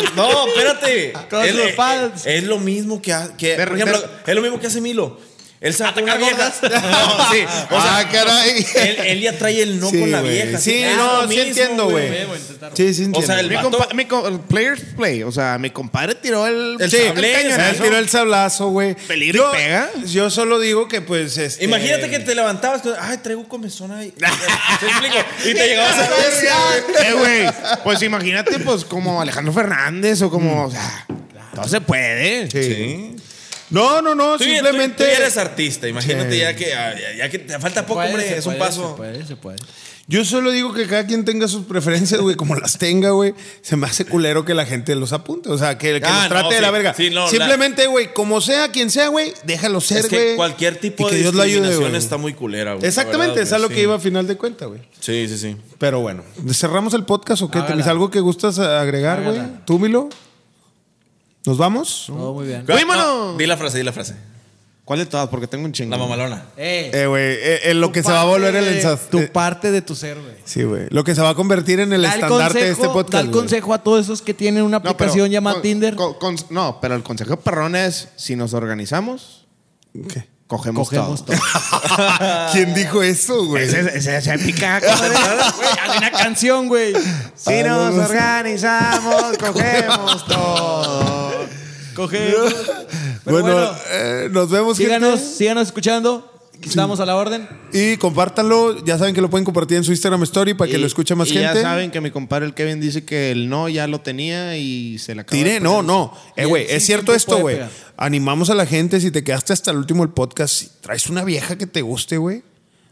E: Jr.
A: [LAUGHS]
C: No, espérate.
B: Con
C: es,
B: los pads.
C: es lo mismo que, ha- que
E: De-
C: por ejemplo, es lo mismo que hace Milo. Él se va con una gorda. [LAUGHS] No, sí. O sea,
E: ah, caray.
C: él, él ya trae el no
A: Sí,
C: con la
A: güey.
C: vieja.
A: Sí,
C: es
A: no,
C: lo
A: sí
C: mismo,
A: entiendo, güey. Sí, sí, entiendo.
C: O sea, el
E: Mi
C: vato-
E: compa- mi co- el players play. O sea, mi compadre tiró el,
A: el,
E: sí,
A: sable, él
E: cañonazo.
A: tiró el sablazo, güey.
E: Peligro y
A: Yo-
E: pega.
A: Yo solo digo que, pues, este...
C: Imagínate que te levantabas, con- ay, traigo comezón
A: [LAUGHS]
C: ahí. ¿Te explico? Y te llegabas a
E: Eh, güey. Pues imagínate, pues, como Alejandro Fernández o como. O sea, todo se puede.
A: Sí. No, no, no,
C: Tú ya- tú-
A: simplemente...
C: tú ya eres artista, imagínate
A: Sí.
C: ya que ah, ya, ya que te falta poco,
B: Puede,
C: hombre,
B: se
C: es
B: puede,
C: un paso.
B: Se puede, se puede.
A: Yo solo digo que cada quien tenga sus preferencias, güey, como las tenga, güey. Se me hace culero que la gente los apunte. O sea, que, que
C: Ah,
A: los trate
C: no,
A: de la
C: sí,
A: verga.
C: sí, no, la-
A: Simplemente, güey, como sea, quien sea, güey, déjalo ser,
C: Es
A: güey.
C: que cualquier tipo
A: Y que
C: de
A: Dios lo ayude,
C: discriminación
A: güey.
C: está muy culera, güey. la
A: Exactamente,
C: verdad,
A: es a lo
C: güey,
A: que
C: sí.
A: iba a final de cuenta, güey.
C: Sí, sí, sí.
A: Pero bueno, cerramos el podcast o qué?
B: Hágala.
A: ¿Tienes algo que gustas agregar, güey?
B: Hágala.
A: Tú, Milo. ¿Nos vamos?
B: Todo muy bien.
E: Güey,
C: No,
E: mano.
C: di la frase, di la frase.
E: ¿Cuál de todas? Porque tengo un chingo.
C: La mamalona.
B: Eh,
A: Eh, güey, eh, eh, lo
B: tu
A: que se va a
B: parte
A: volver el
B: de-
A: ensaz.
B: Tu
A: eh,
B: parte de tu ser, güey.
A: sí, güey. Lo que se va a convertir en el
B: Da el
A: estandarte de este podcast.
B: da el
A: güey.
B: consejo a todos esos que tienen una
E: No, pero
B: aplicación llamada
E: con-
B: Tinder.
E: con- con- no, pero el consejo perrón es: si nos organizamos,
A: ¿Qué?
E: cogemos,
B: cogemos
E: todo.
B: todo.
A: ¿Quién dijo eso, güey?
E: Esa es- esa es
B: [LAUGHS]
E: épica.
B: Güey, haz una canción, güey.
E: Si nos
A: Vamos.
B: [LAUGHS]
E: organizamos, cogemos todo.
B: Cogemos. Pero
A: Bueno,
B: bueno,
A: eh, nos vemos, gente.
B: síganos, síganos escuchando. Aquí estamos a la orden.
A: Y compártanlo. Ya saben que lo pueden compartir en su Instagram Story para que lo escuche más
E: y
A: gente.
E: Ya saben que mi compadre el Kevin dice que el no ya lo tenía y se la acaba de
A: Tiré, no,
E: poner.
A: no. Eh,
B: Y
A: güey,
B: él sí
A: es cierto
B: siempre
A: esto,
B: puede
A: güey.
B: pegar.
A: Animamos a la gente. Si te quedaste hasta el último del podcast, si traes una vieja que te guste, güey.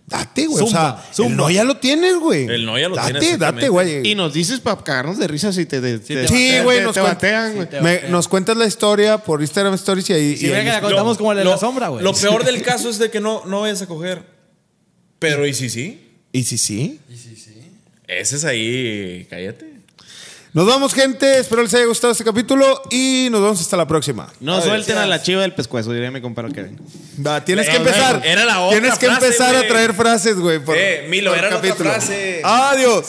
A: Date, güey. O sea,
B: Zumba, zumba.
A: el no ya lo tienes, güey.
C: El no ya lo
A: date,
C: tienes,
A: Date,
C: exactamente.
A: güey.
E: Y nos dices para cagarnos de risa si te. te- te-
A: Sí,
E: te-
A: güey,
E: te-
A: nos
E: te
A: cuen-
E: batean, güey.
B: te-
A: Me- nos cuentas la historia por Instagram Stories y ahí.
B: Si
A: y
B: ven
A: ahí
B: que la
A: nos-
B: contamos como la de la sombra, güey.
C: Lo peor
B: [LAUGHS]
C: del caso es de que no, no vayas a coger. Pero, ¿y si sí?
A: y si sí.
C: Ese es ahí, cállate.
A: Nos vamos, gente. Espero les haya gustado este capítulo y nos vemos hasta la próxima.
E: No suelten a la chiva del pescuezo, diría mi compadre Kevin.
A: Va, tienes
C: Eh,
A: que empezar.
C: güey, era la otra
A: Tienes que
C: frase,
A: empezar a
C: güey.
A: traer frases, güey. por- Ah,
C: Eh, Milo,
A: por
C: era la otra frase.
A: Adiós.